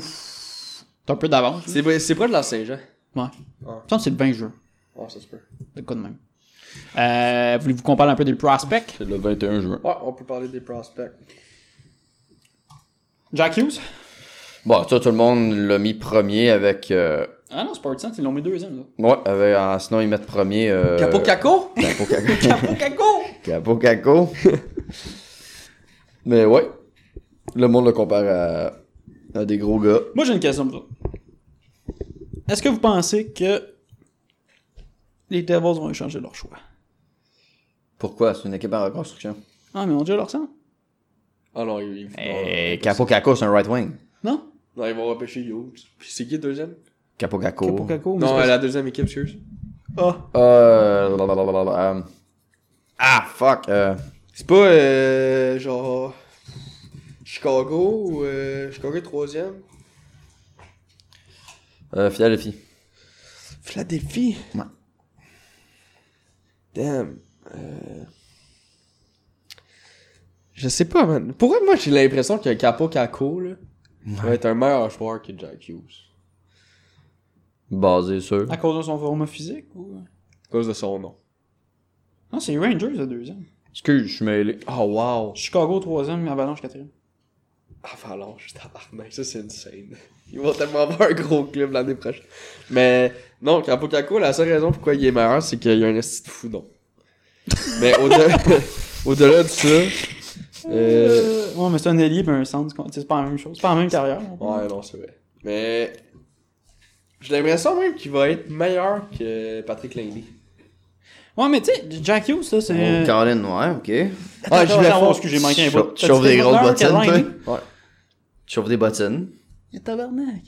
T'as un peu d'avance. là.
C'est, c'est proche de la Saint-Jean.
Ouais. Je pense que c'est le 20 juin.
Ouais, ça se peut.
De quoi de même. Euh, Voulez-vous qu'on parle un peu des prospects
C'est le 21 juin.
Ah, Ouais, on peut parler des prospects.
Jack Hughes?
Bon, ça, tout le monde l'a mis premier avec. euh,
Ah non, Sportsnet, ils l'ont mis deuxième, là.
Ouais, avec, ah, sinon, ils mettent premier. Euh...
Capo-caco?
(laughs) Capo-caco.
Caco!
Capo-caco. (laughs) Mais ouais, le monde le compare à, à des gros gars.
Moi, j'ai une question pour vous. Est-ce que vous pensez que les Devils vont échanger leur choix?
Pourquoi? C'est une équipe en reconstruction.
Ah, mais on déjà leur sang?
Ah non, ils, ils-
Et Capo-caco, c'est un right wing.
Non?
non, ils vont repêcher Hughes. Puis c'est qui le deuxième?
Capo-caco.
Caco, mais
Non,
c'est
la deuxième équipe, excuse.
pas-
Euh, blablabla, euh, Ah, fuck. euh,
C'est pas euh, genre Chicago ou euh, Chicago est troisième?
euh, Philadelphie.
Philadelphie?
Ouais.
Damn. Euh, Je sais pas, man. Pourquoi moi j'ai l'impression que Capo Caco là, va être un meilleur joueur que Jack Hughes?
Basé sur.
à cause de son format physique? Ou...
À cause de son nom.
Non, c'est Rangers, le deuxième.
Excuse, je suis mêlé.
Oh wow!
Chicago, troisième, Avalanche, quatrième.
Avalanche, Ah, tabarnak, ça c'est insane. Ils vont tellement avoir un gros club l'année prochaine. Mais non, Capocaco, la seule raison pourquoi il est meilleur, c'est qu'il y a un esti de fou don. Mais au-delà (laughs) au-delà de ça, euh,
Euh... Ouais, mais c'est un ailier et un centre. c'est con- C'est pas la même chose. C'est pas la même carrière. non plus.
ouais, non, c'est vrai. Mais j'ai l'impression même qu'il va être meilleur que Patrick Langley.
Ouais, mais tu sais, Jack Hughes, là, c'est.
Oh, Colin, ouais, ok.
Ah, je voulais
Attends,
faire-
excuse, j'ai manqué un
Chauffe-
bout. T'as-tu
chauffe des
fait
grosses
l'heure,
bottines,
Caroline?
toi.
Ouais.
Tu ouvres des bottines.
Il y a tabarnak.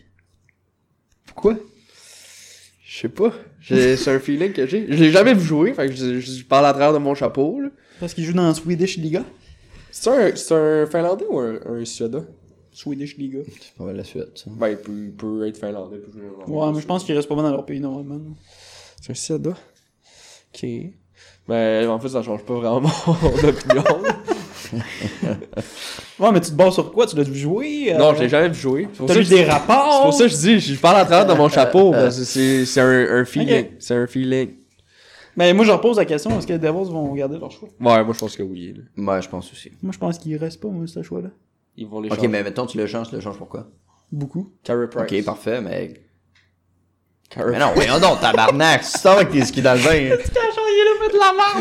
Pourquoi? Je sais pas. J'ai- C'est un feeling que j'ai. Je l'ai jamais vu jouer, fait que je, je parle à travers de mon chapeau. là.
Parce qu'il joue dans la Swedish Liga.
C'est un, c'est un Finlandais ou un, un Suédois?
Swedish Liga.
C'est pas mal la suite, ça.
Ben, il peut, il peut être finlandais. Peut jouer
Ouais, mais je pense qu'ils restent pas mal dans leur pays normalement.
C'est un Suédois. Ok. Mais en fait, ça change pas vraiment mon (laughs) opinion.
Ouais, mais tu te bases sur quoi Tu l'as vu jouer euh,
non, je l'ai jamais vu jouer. C'est pour,
T'as
ça
lu
que je dis-
des
c'est
rapports
pour ça que je dis, je parle à travers de mon chapeau. parce que c'est c'est un, un feeling. C'est un feeling.
Mais moi, je repose la question est-ce que les Devils vont garder leur choix
Ouais, moi je pense que oui. là.
Ouais, je pense aussi.
Moi, je pense qu'ils restent pas, moi, ce choix-là.
Ils vont les
Ok,
changer.
mais mettons, tu le changes, tu le changes pourquoi
(laughs) Beaucoup.
Carey Price.
Ok, parfait, mais.
Carey
Mais non, voyons donc, tabarnak, tu sors avec tes skis dans le
(laughs)
bain.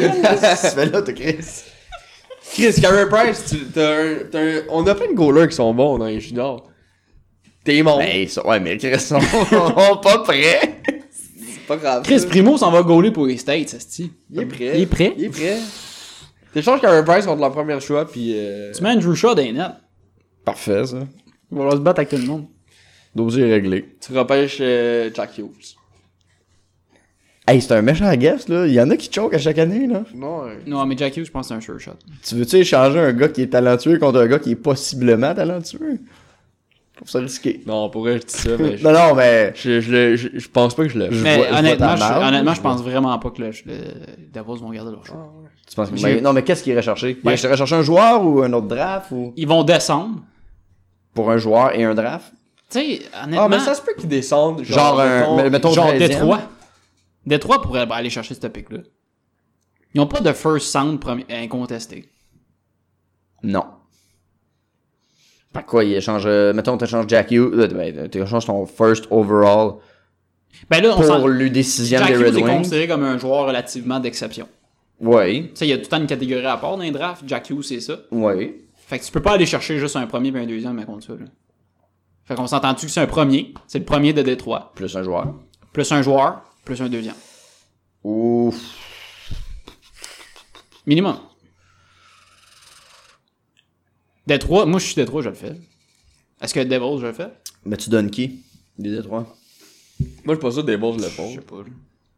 Tu fais là, t'as Chris.
Chris, Carey Price, tu- t'as un, t'as un- on a plein de goalers qui sont bons dans les juniors. T'es mon.
Mais Ben, ils sont- ouais, mais Chris, ils sont (laughs) sont pas prêts.
C'est pas grave.
(laughs) Chris
ça.
Primo s'en va gauler pour les States, Asti.
il est prêt.
Il est prêt.
Il est prêt. T'échanges Carey Price contre la première choix, puis. euh,
Tu mets Andrew Shaw dans les nets.
Parfait, ça.
Il va falloir se battre avec tout le monde.
Dossier réglé.
Tu repêches euh, Jack Hughes.
Hey, c'est un méchant guess, là. Il y en a qui choquent à chaque année, là.
Non, euh,
Non, mais Jack Hughes, je pense que c'est un sure shot.
Tu veux-tu échanger un gars qui est talentueux contre un gars qui est possiblement talentueux Pour se risquer.
non pour vrai, je dis ça, (laughs) mais je,
Non, non, mais.
je, je, le- je- je pense pas que je le.
Je
Mais
vois- je vois ta
honnêtement, je,
marge,
honnêtement,
je
je pense vraiment pas que le, le- les Devils vont garder leur choix.
Tu penses que- Ben, non, mais qu'est-ce qu'il recherché Il
Ouais.
recherché un joueur ou un autre draft ou...
Ils vont descendre.
Pour un joueur et un draft
Tu sais, honnêtement.
Ah, mais ça se peut qu'il descende.
Genre, un-
euh,
mais- mettons
Genre
13e.
Détroit. Détroit pourrait aller chercher ce pick-là. Ils n'ont pas de first sound premi- incontesté.
Non. Par quoi il échange euh, Mettons, tu échanges Jack Hughes, euh, ben, tu échanges ton first overall
Ben là, on
pour
s'en...
l'UD6e
Jack
des
Hughes
Red
est
Wings.
considéré comme un joueur relativement d'exception.
Oui,
Tu sais, il y a tout le temps une catégorie à part dans les drafts. Jack Hughes, c'est ça.
oui.
Fait que tu peux pas aller chercher juste un premier et un deuxième, mais contre ça. Là. Fait qu'on s'entend-tu que c'est un premier, c'est le premier de Détroit,
Plus un joueur.
plus un joueur, plus un deuxième.
Ouf.
Minimum. Détroit, moi je suis Détroit, je le fais. Est-ce que Devils, je le fais?
Mais tu donnes qui Les Détroits.
Moi, je pense que des Bulls le
Je
font.
sais pas. là.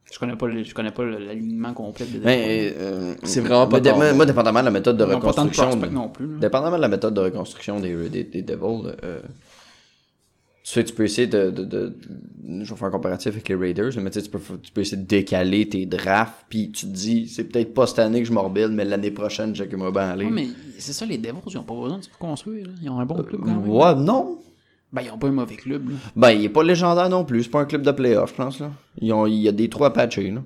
Je connais pas, le- je connais pas le- l'alignement complet de
Mais, euh,
C'est vraiment pas
mais dé-
ton-
moi, moi, dépendamment de la méthode de
Ils ont pas tant de
reconstruction.
prospects non plus. là.
Dépendamment de la méthode de reconstruction des, des, des Devils, euh, tu sais, tu peux essayer de, de- de- Je vais faire un comparatif avec les Raiders, mais tu sais, tu peux, tu peux essayer de décaler tes drafts, puis tu te dis, c'est peut-être pas cette année que je m'orbite, mais l'année prochaine, j'ai que bien aller.
Ouais, mais c'est ça, les Devils, ils ont pas besoin de se construire. là. Ils ont un bon club quand même.
Ouais, non.
Ben, ils ont pas un mauvais club. là.
Ben, il est pas légendaire non plus. C'est pas un club de playoff, je pense. Là. Ils ont- Il y a des trois patchés. Là.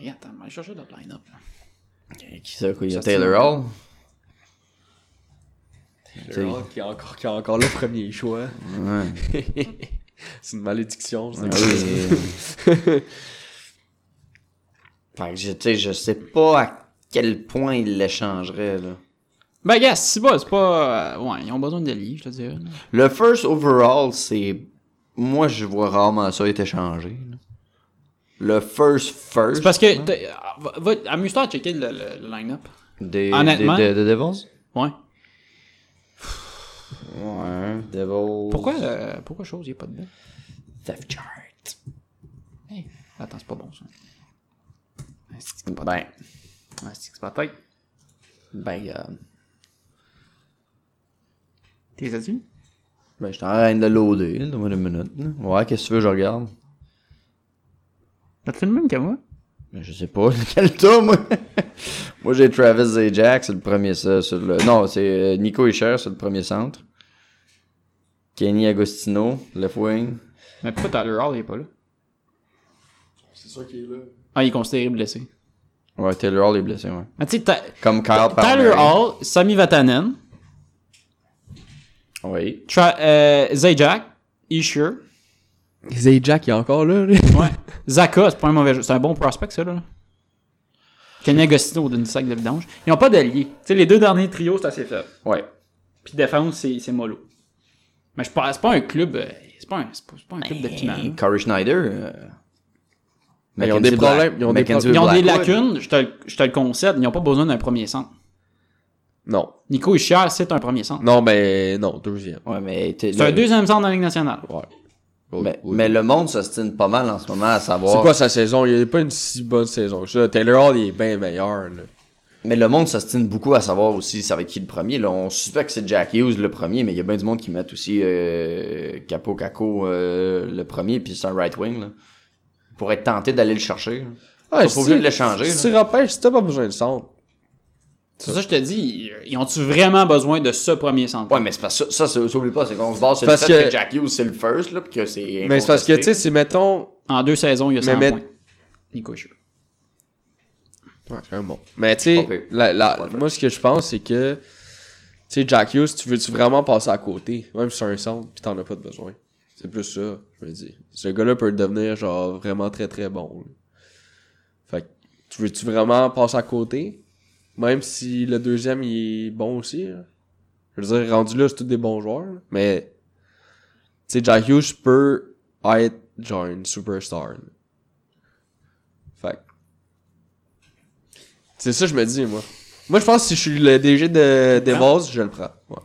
Hey, attends, on va aller chercher notre line-up. là.
Qui ça, quoi? Il y a
Ça, c'est-
Taylor Hall. C'est-
Le Hawk qui est encore, qui est encore le premier choix. (laughs) C'est une malédiction. c'est-
(laughs) Fait que je, tu sais, je sais pas à quel point il l'échangerait, là.
Ben, gars, si bas, c'est pas. euh, ouais, ils ont besoin de lits, je te dirais. là.
Le first overall, c'est. Moi, je vois rarement ça être échangé. là. Le first first.
C'est parce que. t'es- ah, va- va- Amuse-toi à checker le, le- le line-up.
Des,
Honnêtement?
des, des- des Devils
Ouais.
Ouais. Devils.
Pourquoi, euh, pourquoi chose, il n'y a pas de
Theft chart.
Hey, attends, c'est pas bon ça.
Ben.
Ouais, c'est pas tête.
Ben, regarde.
T'es as-tu?
Ben, je suis en train de le loader. là, Donne-moi une minute. là. Ouais, qu'est-ce que tu veux, je regarde.
T'as-tu le même que moi?
Ben, je sais pas. (laughs) Lequel t'as, moi Moi, j'ai Travis et Jack, c'est le premier. ça, sur le... Non, c'est euh, Nico Isher, c'est le premier centre. Kenny Agostino, left wing.
Mais pourquoi Tyler Hall, il est pas là?
C'est sûr qu'il est là.
Ah, il est considéré blessé.
Ouais, Taylor Hall est blessé, ouais.
Mais tu sais, Ta-
Comme Kyle
Tyler
Palmieri.
Hall, Sami Vatanen,
Oui.
Tra- euh, Zajac, Isher,
Zay Jack, il est encore là. là.
ouais. Zaka, c'est pas un mauvais jeu. C'est un bon prospect, ça, là. Kenny Agostino d'une sac de vidange. Ils n'ont pas d'alliés. Tu sais, les deux derniers trios, c'est assez faible.
Ouais.
Puis défense, c'est c'est mollo. Mais je pense- c'est pas un club. euh, C'est pas un, c'est pas, c'est pas un club de
Ben,
piment. là.
Et Corey Schneider. euh,
Mais ils ont des
Mackenzie
problèmes, ils ont des
Mackenzie
Ils ont des
Blackwood.
lacunes, je te, le- je te le concède, ils n'ont pas besoin d'un premier centre.
Non.
Nico Ischier, c'est un premier centre.
Non, mais non, deuxième.
Ouais, mais t'es-
C'est un
le-
deuxième centre dans la Ligue nationale.
Ouais.
Mais,
Oui.
mais le monde s'ostine pas mal en ce moment à savoir.
C'est quoi sa saison? Il a pas une si bonne saison que ça. Taylor Hall, il est bien meilleur. Là.
Mais le monde s'ostine beaucoup à savoir aussi ça va être qui le premier. Là, on suspecte que c'est Jack Hughes le premier, mais il y a bien du monde qui met aussi euh, Capo Caco euh, le premier, puis c'est un right wing. Là. Pour être tenté d'aller le chercher. là. Ils sont
si-
obligés de l'échanger,
Si
là.
tu repêches, si t'as pas besoin de centre.
C'est ça que je te dis. Ils ont-tu vraiment besoin de ce premier centre?
Ouais, mais c'est parce que ça, ça, ça oublie pas, c'est qu'on se base sur
Parce
le fait que...
que
Jack Hughes c'est le first, là, puis que c'est.
Mais c'est parce que, tu sais, si mettons.
En deux saisons, il y a
Mais
100
met-
points. Nico Ischier.
Ouais, c'est quand même bon. Mais tu sais,
Pas pire.
la- la-
Pas pire.
moi, ce que je pense, c'est que. Tu sais, Jack Hughes, tu veux-tu vraiment passer à côté? Même si c'est un centre, pis t'en as pas de besoin. C'est plus ça, je me dis. Ce gars-là peut devenir, genre, vraiment très très bon. là. Fait que, tu veux-tu vraiment passer à côté? Même si le deuxième, il est bon aussi. là. Je veux dire, rendu là, c'est tous des bons joueurs. là. Mais, tu sais, Jack Hughes peut être, genre, une superstar. là. Fait que, c'est ça, que je me dis, moi. Moi, je pense que si je suis le DG de Devils, je le prends. Ouais.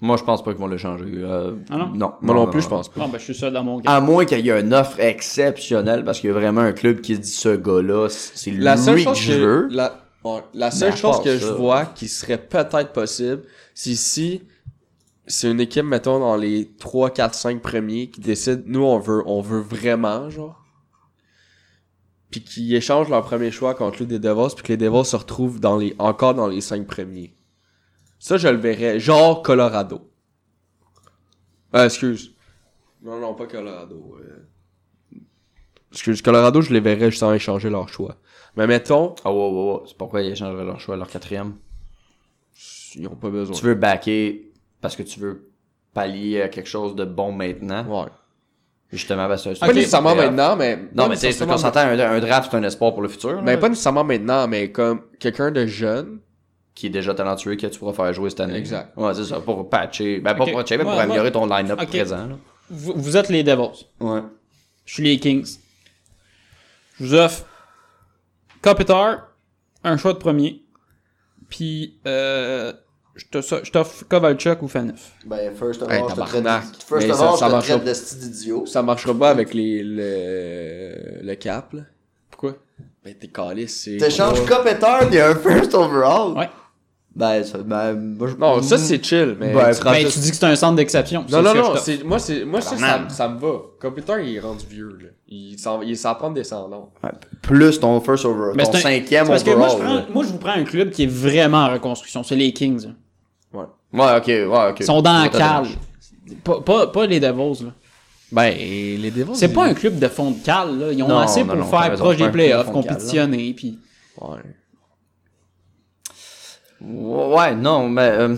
Moi, je pense pas qu'ils vont l'échanger. euh,
Ah non?
Non.
Moi non, plus, je pense pas.
Bon, ben, je suis seul dans
Ah.
mon gars.
À moins qu'il y ait une offre exceptionnelle, parce qu'il y a vraiment un club qui se dit ce gars-là, c'est lui
La seule
que
chose
je
que,
veux.
la, ouais, la seule
à
chose
part
que
ça-
je vois qui serait peut-être possible, c'est si c'est une équipe, mettons, dans les 3, 4, 5 premiers qui décide, nous, on veut, on veut vraiment, genre. Puis qui échangent leur premier choix contre lui des Devils, puis que les Devils se retrouvent dans les, encore dans les 5 premiers. Ça, je le verrais. Genre Colorado. Euh, excuse. Non, non, pas Colorado. euh. Excuse, Colorado, je les verrais justement échanger leur choix. Mais mettons,
Ah ouais, ouais, ouais. C'est pourquoi ils échangeraient leur choix à leur quatrième.
ils ont pas besoin.
Tu veux backer parce que tu veux pallier à quelque chose de bon maintenant.
Ouais.
Justement, parce que c'est
Pas nécessairement maintenant, mais.
Non, mais tu sais, c'est
nécessairement- Ben,
qu'on s'entend, un, un draft, c'est un espoir pour le futur.
Mais
là,
pas nécessairement maintenant, mais comme quelqu'un de jeune.
Qui est déjà talentueux, que tu pourras faire jouer cette année.
Exact.
Ouais, c'est ça, pour patcher. Ben, pas
Ok.
pour patcher, mais pour
Ouais,
améliorer
ouais.
ton line-up
Ok.
présent. là.
Vous, vous êtes les Devils.
Ouais.
Je suis les Kings. Je vous offre Kopitar, un choix de premier. Puis, euh, je te- je t'offre Kovalchuk ou Faneuf.
Ben, first of
Hey,
all, je te traite
tabarnak.
d- first
Mais
of
ça-
all, je
ça
te
marche
traite
pas.
de style d'idiot.
Ça marchera pas avec les, le, le cap, là. Pourquoi? Ben, t'es calé, c'est.
T'échanges Copeter et un first overall.
Ouais.
Ben, ça, ben, moi, je-
Non, ça, c'est chill, mais.
Ben,
tu-
prends
Ben,
juste-
tu dis que c'est un centre d'exception. c'est
non,
ce
non,
que je
non,
t'offre.
c'est, moi, c'est, moi, ça, ça,
Tabarnak.
ça me va. Computer, il est rendu vieux, là. Il s'en, il s'en prend descendant.
Ouais, Plus ton first overall,
Mais
ton
c'est un-
cinquième
c'est parce que moi, je
overall.
prends-
là.
moi, je vous prends un club qui est vraiment en reconstruction. C'est les Kings. là.
Ouais.
Ouais, ok, ouais, ok.
Ils sont dans la
Ouais, t'as
cale.
raison.
Pas, pas, pas les Devils. là.
Ben, les Devils.
C'est pas un club de fond de cale. Là. Ils ont
Non,
assez
non,
pour
non, t'as
faire
raison,
proche
c'est
des
un club de
playoffs,
fond de cale, là.
compétitionner. Puis
Ouais.
Ouais, non, mais. euh,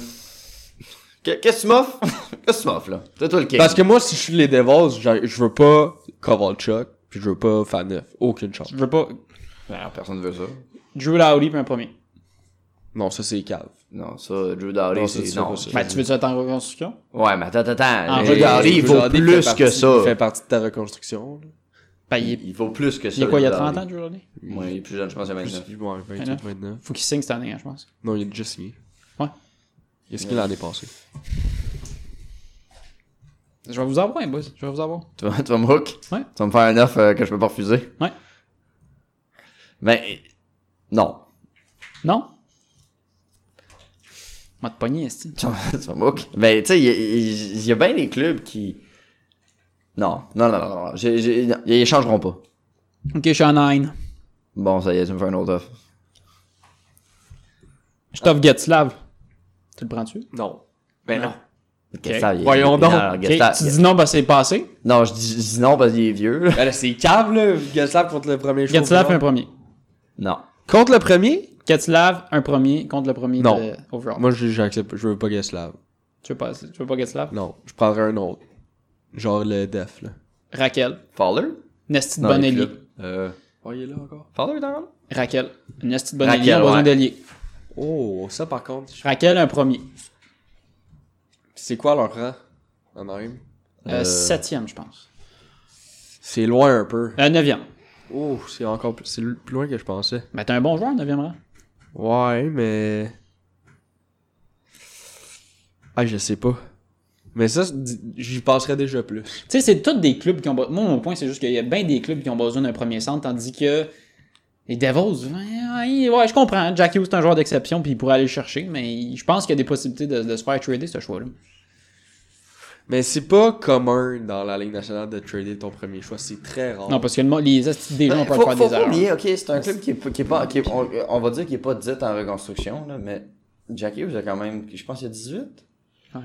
que- Qu'est-ce que tu m'offres (laughs) Qu'est-ce que tu m'offres, là C'est toi le king.
Parce que moi, si je suis les Devils, j'a- je veux pas Kovalchuk, puis je veux pas Faneuf. Aucune chance.
Je veux pas.
Ah, personne veut ça.
Drew Lowry, puis un premier.
Non, ça, c'est cave.
Non, ça, Drew Dowdy,
Non, ça, tu
c'est.
fais
Non,
pas ça.
Ben, tu veux ça en reconstruction?
Ouais, mais attends, attends, attends.
Ah,
Drew
Drew Doughty,
Doughty, il vaut
Doughty fait
plus
partie-
que ça.
Il fait partie de ta reconstruction. là.
Ben, il, est-
Il vaut plus que ça.
il y a quoi, il y a
Drew
30 ans,
Doughty.
Drew Lowry?
Ouais, il est plus jeune, je pense, il y a
Je
29.
sais plus, ouais, 28,
Vingt-neuf.
29.
Faut qu'il signe cette année, hein, je pense.
Non, il a déjà signé.
Ouais.
Il a signé l'année passée.
Je vais vous avoir, boys. Je vais vous avoir.
Tu vas, tu vas me hook.
Ouais.
Tu vas me faire un offre euh, que je peux pas refuser.
Ouais.
Mais. Non.
Non? Moi, de pogné, est
Tu vas, tu vas me hook. Mais tu sais, il y a- il y, a bien des clubs qui. Non, non, non, non, non. non. J'ai- j'ai- non, Ils échangeront pas.
Ok, je suis en 9.
Bon, ça y est, tu me fais un autre offre.
Je t'offre Getslav. Tu le prends-tu?
Non. Ben non.
Gustave, il-
Voyons
il-
donc.
non, non,
Ok,
Gustave,
Tu dis non, ben c'est passé.
Non, je dis, je dis non parce qu'il est vieux. là.
Ben là, c'est cave, là. Gatslav contre le premier choix.
Getslav, un premier.
Non.
Contre le premier?
Getslav, un premier contre le premier
Non.
de overall.
Moi, j'ai- j'accepte. Je veux pas Gatslav.
Tu veux pas, tu veux pas Getslav?
Non, je prendrais un autre. Genre le def, là.
Raquel.
Fowler?
Nestie de
Non,
bon
il est
ailier.
club. Euh,
Oh, il est là encore.
Fowler est dans le-
Raquel. Nestie de bon
Raquel,
ailier, on a besoin
ouais.
d'ailier.
Oh, ça par contre. je-
Raquel, un premier.
C'est quoi leur rang? En même.
Euh, Septième, je pense.
C'est loin un peu.
Euh, neuvième.
Oh, c'est encore plus. C'est l- plus loin que je pensais.
Mais t'es un bon joueur, neuvième rang.
Ouais, mais. Ah, je sais pas. Mais ça, c'est- d- j'y passerais déjà plus.
Tu sais, c'est tous des clubs qui ont. be- Moi, mon point, c'est juste qu'il y a bien des clubs qui ont besoin d'un premier centre, tandis que les Devils, ouais, ouais, je comprends. Jack Hughes, c'est un joueur d'exception, puis il pourrait aller le chercher, mais je pense qu'il y a des possibilités de, de se faire trader, ce choix-là.
Mais c'est pas commun dans la Ligue nationale de trader ton premier choix. C'est très rare.
Non, parce que le mo- les esti des gens
Oh. Ben,
peuvent
faut,
faire
faut
des
pas
erreurs.
oublier, ok, c'est un club qui est, pas- qui est pas, qui est- on, on va dire qu'il est pas dit en reconstruction, là, mais Jack Hughes a quand même, je pense qu'il a 18.
Ouais.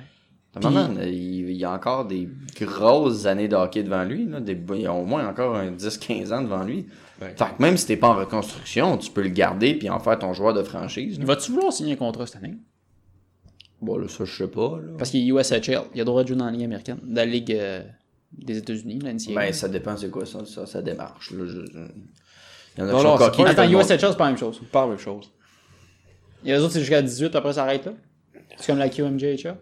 À un moment, il, il y a encore des grosses années de hockey devant lui, là, des, il y a au moins encore un 10-15 ans devant lui.
Ouais.
Fait que même si t'es pas en reconstruction, tu peux le garder puis en faire ton joueur de franchise. là.
Vas-tu vouloir signer un contrat cette année?
Bon, là, ça, je sais pas, là.
Parce qu'il est USHL, il a le droit de jouer dans la Ligue américaine, dans la Ligue euh, des États-Unis, la NCAA.
Ben, ça dépend c'est quoi ça, ça, ça démarche, là. je- je- Il y en a
Non,
qui sont
non, c'est
coqués,
pas-
tout
Attends,
le monde-
USHL, c'est pas la même chose.
C'est pas la même chose.
Il y a les autres, c'est jusqu'à 18, après ça arrête là. C'est comme la QMJHA.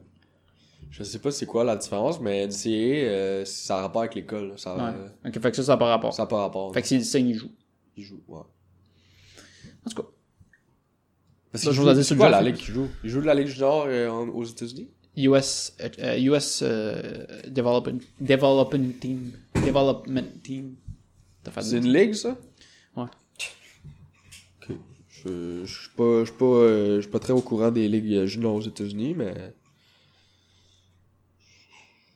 Je sais pas c'est quoi la différence, mais NCAA, euh, ça a rapport avec l'école. là. Ça,
Ouais.
euh,
Ok, fait que ça, ça n'a pas rapport.
ça a pas rapport.
Fait que s'il signe, il joue.
Ils jouent, ouais.
En tout cas.
Parce
Ça,
qu'ils
je vous ai
jouent-
dit
c'est
sur le
quoi
jeu,
la
fait
Ligue qui joue Ils jouent de la Ligue junior euh, en- aux États-Unis
US, euh, US euh, development, development Team. Development Team. T'as fait
C'est une ligue, ça
Ouais.
Ok. Je, je suis pas, je suis pas, euh, je suis pas très au courant des ligues euh, juniors aux États-Unis, mais.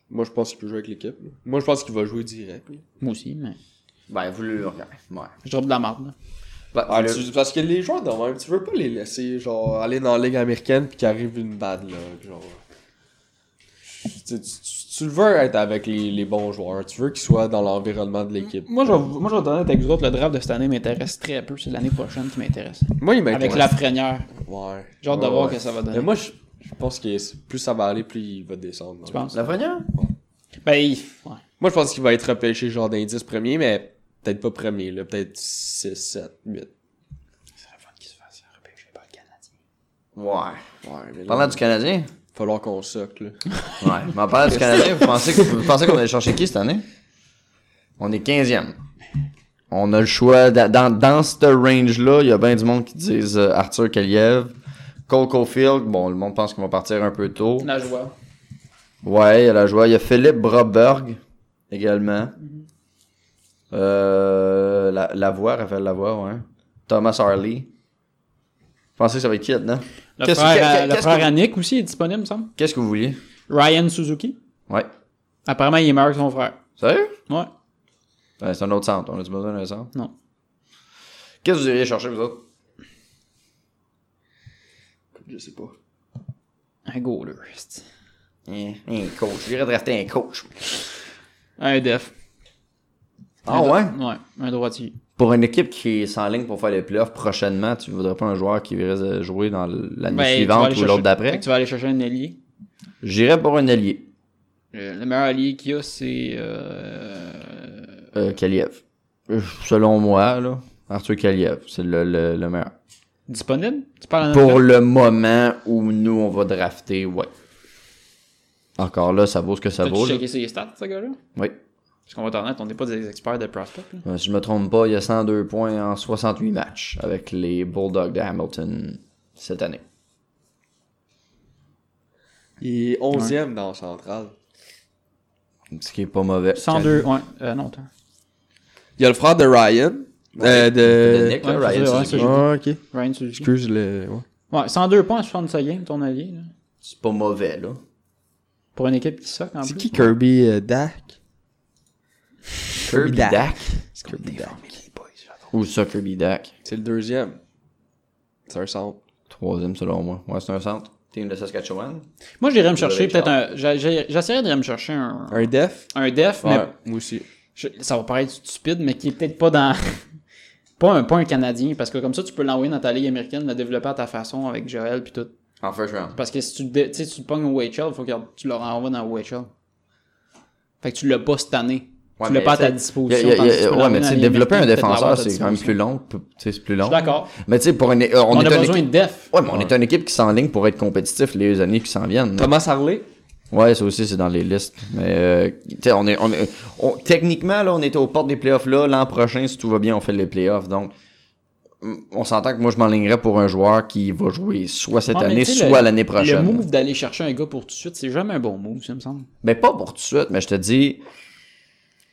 Moi, je pense qu'il peut jouer avec l'équipe. là. Moi, je pense qu'il va jouer direct. là.
Moi aussi, mais.
Ben, vous le... Ouais. Ben,
Je drop de la marde. là.
le-
Bah, Tu- Parce que les joueurs, dans même, tu veux pas les laisser genre aller dans la ligue américaine puis qu'arrive une bad là, genre. Tu, tu- tu- tu veux être avec les, les bons joueurs, tu veux qu'ils soient dans l'environnement de l'équipe.
Moi, je vais moi, je vais être honnête avec vous autres. Le draft de cette année m'intéresse très peu. C'est l'année prochaine qui m'intéresse.
Moi,
Ben,
il
Avec
m'intéresse.
la freinière.
Ouais.
J'ai hâte de
Ouais,
voir
ouais.
que ça va
Mais
donner.
moi, je, je pense que c'est- plus ça va aller, plus il va descendre.
tu penses?
La première?
Ben, il- ouais.
Moi, je pense qu'il va être repêché genre dans les 10 premiers, mais peut-être pas premier, là, peut-être 6, 7, 8.
Ouais.
Ouais, mais là,
Parlant du Canadien?
il va falloir qu'on socle. là.
Ouais, mais en parlant du Canadien, vous pensez, que- vous pensez qu'on allait chercher qui cette année? On est 15e. On a le choix. d'a- Dans, dans ce range-là, il y a bien du monde qui disent euh, Arthur Kaliev, Cole Caulfield. Bon, le monde pense qu'ils vont partir un peu tôt.
La joie.
Ouais, il y a la joie. Il y a Philippe Broberg également. Euh, la, Lavoie, Raphaël Lavoie, ouais. Thomas Harley. Vous pensez que ça va être qui là-dedans?
Le
Qu'est-ce-
frère,
qu'est-
euh, le
qu'est-ce
frère
que-
à Nick aussi est disponible, me semble.
Qu'est-ce que vous vouliez?
Ryan Suzuki.
Ouais.
Apparemment, il est meilleur que son frère.
Sérieux?
Ouais.
Ouais, c'est un autre centre. On a-tu besoin d'un centre?
Non.
Qu'est-ce que vous iriez chercher, vous autres?
Je sais pas.
Un goaler. c'est-
Un, un coach. J'irais drafter un coach.
Un def.
Ah ouais?
Ouais, un droitier.
Pour une équipe qui est en ligne pour faire les playoffs prochainement, tu voudrais pas un joueur qui risque de jouer dans l'année
Ben, tu vas aller
suivante ou
chercher-
l'autre d'après?
fait que Tu vas aller chercher un allié.
J'irais pour un allié,
Euh, le meilleur allié qu'il y a, c'est. euh,
euh, Kaliev. Euh, Selon moi, là, Arthur Kaliev, c'est le, le- le meilleur.
Disponible Tu parles en
Pour
NFL?
le moment où nous, on va drafter, ouais. Encore là, ça vaut ce que ça
T'as-tu
vaut. là.
checké ses stats, ce gars-là
Oui.
Parce qu'on va t'en être, on n'est pas des experts de prospect. là.
Euh, Si je me trompe pas, il y a 102 points en 68 matchs avec les Bulldogs de Hamilton cette année.
Il est 11e dans le central.
Ce qui est pas mauvais.
102, ouais. Euh, non, attends.
Il y a le frère de Ryan. Euh,
De
de...
Nick,
Ouais,
là, Ryan
c'est vrai,
Suzuki.
c'est-
Ah, ok.
Ryan Suzuki.
Excuse le... Ouais.
Ouais, 102 points en 65 games, ton allié. là.
C'est pas mauvais, là.
Pour une équipe qui soque en
C'est
plus.
qui Kirby euh, Dak?
Kirby
Dak.
Dak.
C'est Kirby Dak.
Ou ça, Kirby Dak.
C'est le deuxième. C'est un centre.
Troisième, selon moi. Ouais, c'est un centre. Team de Saskatchewan.
Moi, j'irais me chercher
avez
peut-être un. j'a- j'a- J'essaierais d'aller me chercher un.
Un def?
Un def, mais
Ouais, moi aussi.
je- ça va paraître stupide, mais qui est peut-être pas dans. (laughs) pas, un, pas un Canadien, parce que comme ça, tu peux l'envoyer dans ta ligue américaine, le développer à ta façon avec Joël puis tout.
En first round.
Parce que si tu, le dé- tu sais, tu le pognes au WHL, faut que tu le renvoies dans le WHL. Fait que tu l'as pas cette année.
Ouais,
tu l'as
mais
pas à
tu sais,
ta
Y a-
disposition.
y a- y a-
tandis que tu peux
ouais, mais
l'envoyer
tu
dans
sais,
la Ligue
développer un
américaine, peut-être
défenseur,
l'avoir à ta
c'est quand même plus
disposition.
long. p- tu sais, C'est plus
Je
long.
suis d'accord.
Mais tu sais, pour une. euh, On,
On,
est
a
une
besoin
équipe-
de def.
Ouais, mais on est une équipe qui s'enligne pour être compétitif les années qui s'en viennent. là.
Thomas Harley?
Ouais, ça aussi, c'est dans les listes. Mais, euh, tu sais, on est, on est- on- techniquement, là, on était aux portes des playoffs, là. L'an prochain, si tout va bien, on fait les playoffs. Donc, m- on s'entend que moi, je m'enlignerais pour un joueur qui va jouer soit cette
Ouais, Ah, mais
année,
tu sais,
soit
le-
l'année prochaine.
Le move d'aller chercher un gars pour tout de suite, c'est jamais un bon move, ça me semble.
Mais pas pour tout de suite, mais je te dis,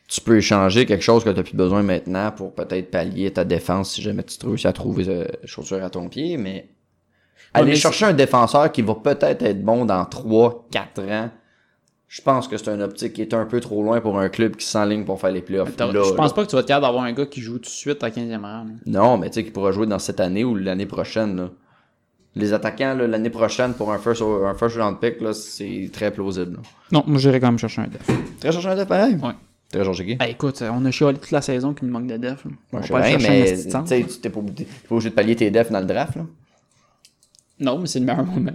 tu peux échanger quelque chose que tu n'as plus besoin maintenant pour peut-être pallier ta défense si jamais tu te réussis à trouver euh, chaussure à ton pied, mais aller
mais
chercher un défenseur qui va peut-être être bon dans 3-4 ans, je pense que c'est une optique qui est un peu trop loin pour un club qui s'enligne pour faire les playoffs.
T'as-
là,
je pense
là.
pas que tu vas te capable d'avoir un gars qui joue tout de suite à 15e rang. là.
Non, mais tu sais, qui pourra jouer dans cette année ou l'année prochaine. là. Les attaquants, là, l'année prochaine, pour un first, un first round pick, là, c'est très plausible. là.
Non, moi j'irais quand même chercher un def.
Très chercher un def pareil.
Ouais.
Très chercher qui?
Bah écoute, on a chialé toute la saison qu'il nous manque de def. là. on
Moi, je
va
sais
pas aller
bien,
chercher un
mais
esti de centre.
tu sais, tu t'es pas obligé- t'es pas obligé de pallier tes defs dans le draft, là.
Non, mais c'est le meilleur moment.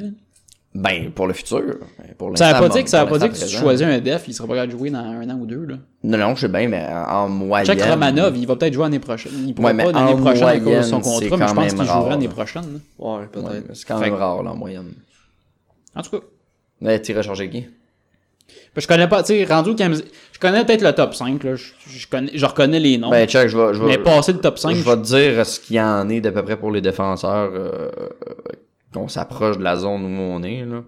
Ben, pour le futur. ben, Pour
Ça
l'instant,
veut pas dire que, ça veut
pour
pas dire que
l'instant
si tu
présent.
choisis un def, il sera pas capable de jouer dans un an ou deux. Là.
Non, non, je sais bien, mais en moyenne.
Check Romanov, il va peut-être jouer l'année prochaine. Il pourra
Ouais, mais
pas l'année
en
prochaine à cause de son
moyenne, c'est
contrat, mais je
quand
pense
même
qu'il jouera
rare,
l'année
là.
prochaine. là.
Ouais, peut-être.
Ouais, c'est quand même
Fait-
rare, là, en moyenne.
En tout cas.
Mais tu rechargé qui?
Je connais pas, tu sais, rendu au Kansas- Je connais peut-être le top 5, là. Je, je connais, je reconnais les noms.
Ben, check, je vais. Je
mais
vais
passer le top 5,
je vais te dire ce qu'il y en est d'à peu près pour les défenseurs euh, euh, qu'on s'approche de la zone où on est. Là.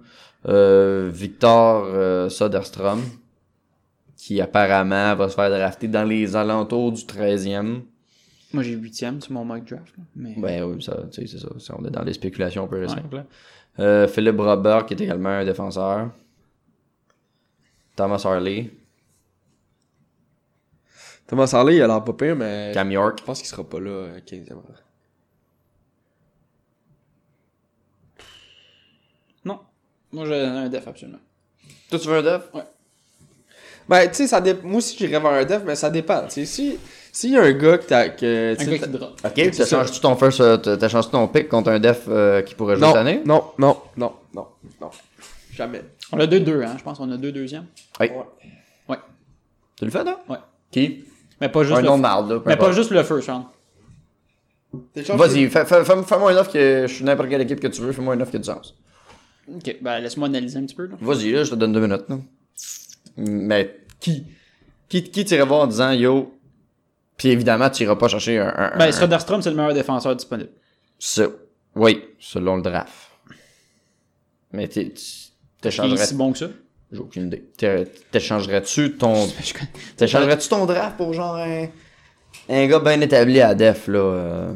Euh, Victor euh, Soderstrom, qui apparemment va se faire drafter dans les alentours du 13e.
moi j'ai 8ème sur mon mock draft. là, Mais...
Ben oui, ça, tu sais, c'est ça. Ça, On est dans les spéculations peu
Ouais.
simples. Euh, Philippe Robert, qui est également un défenseur. Thomas Harley,
Thomas Harley, il a l'air pas pire, mais
Cam York.
je pense qu'il sera pas là à 15e rang.
Non. Moi j'ai un def absolument.
Toi, tu veux un def?
Ben, tu sais, ça dé- moi aussi j'irais vers un def, mais ça dépend. Tu sais, si- s'il y a un gars que t'as. Que, tu sais,
Un gars qui
t'as-
drop.
Ok, tu changes-tu ton first, euh, t'as- t'as changé ton pick contre un def euh, qui pourrait jouer cette année?
non, non, non, non, non, non. Jamais.
On a 2-2, hein. Je pense qu'on a 2 deuxièmes.
Oui.
Ouais.
Tu le fais, toi?
Ouais.
Qui?
Mais pas juste
Un
le
nom de marde, là. peu
Mais pas
importe.
juste le first round.
Vas-y, fais- fais- fais- fais-moi une offre que je suis n'importe quelle équipe que tu veux, fais-moi une offre qui a du sens.
Ok, ben laisse-moi analyser un petit peu là.
Vas-y, là, je te donne deux minutes. là. Mais qui? Qui, qui t'irais voir en disant yo? Puis évidemment, tu iras pas chercher un. un-
Ben
un-
Soderstrom c'est le meilleur défenseur disponible.
ce- Oui, selon le draft. Mais t'es- tu-
Il est
t'échangerais.
si bon que ça.
J'ai aucune idée. T'é- T'échangerais-tu (laughs) ton.
Je connais-
T'échangerais-tu ton draft pour genre un. Un gars bien établi à def, là. euh,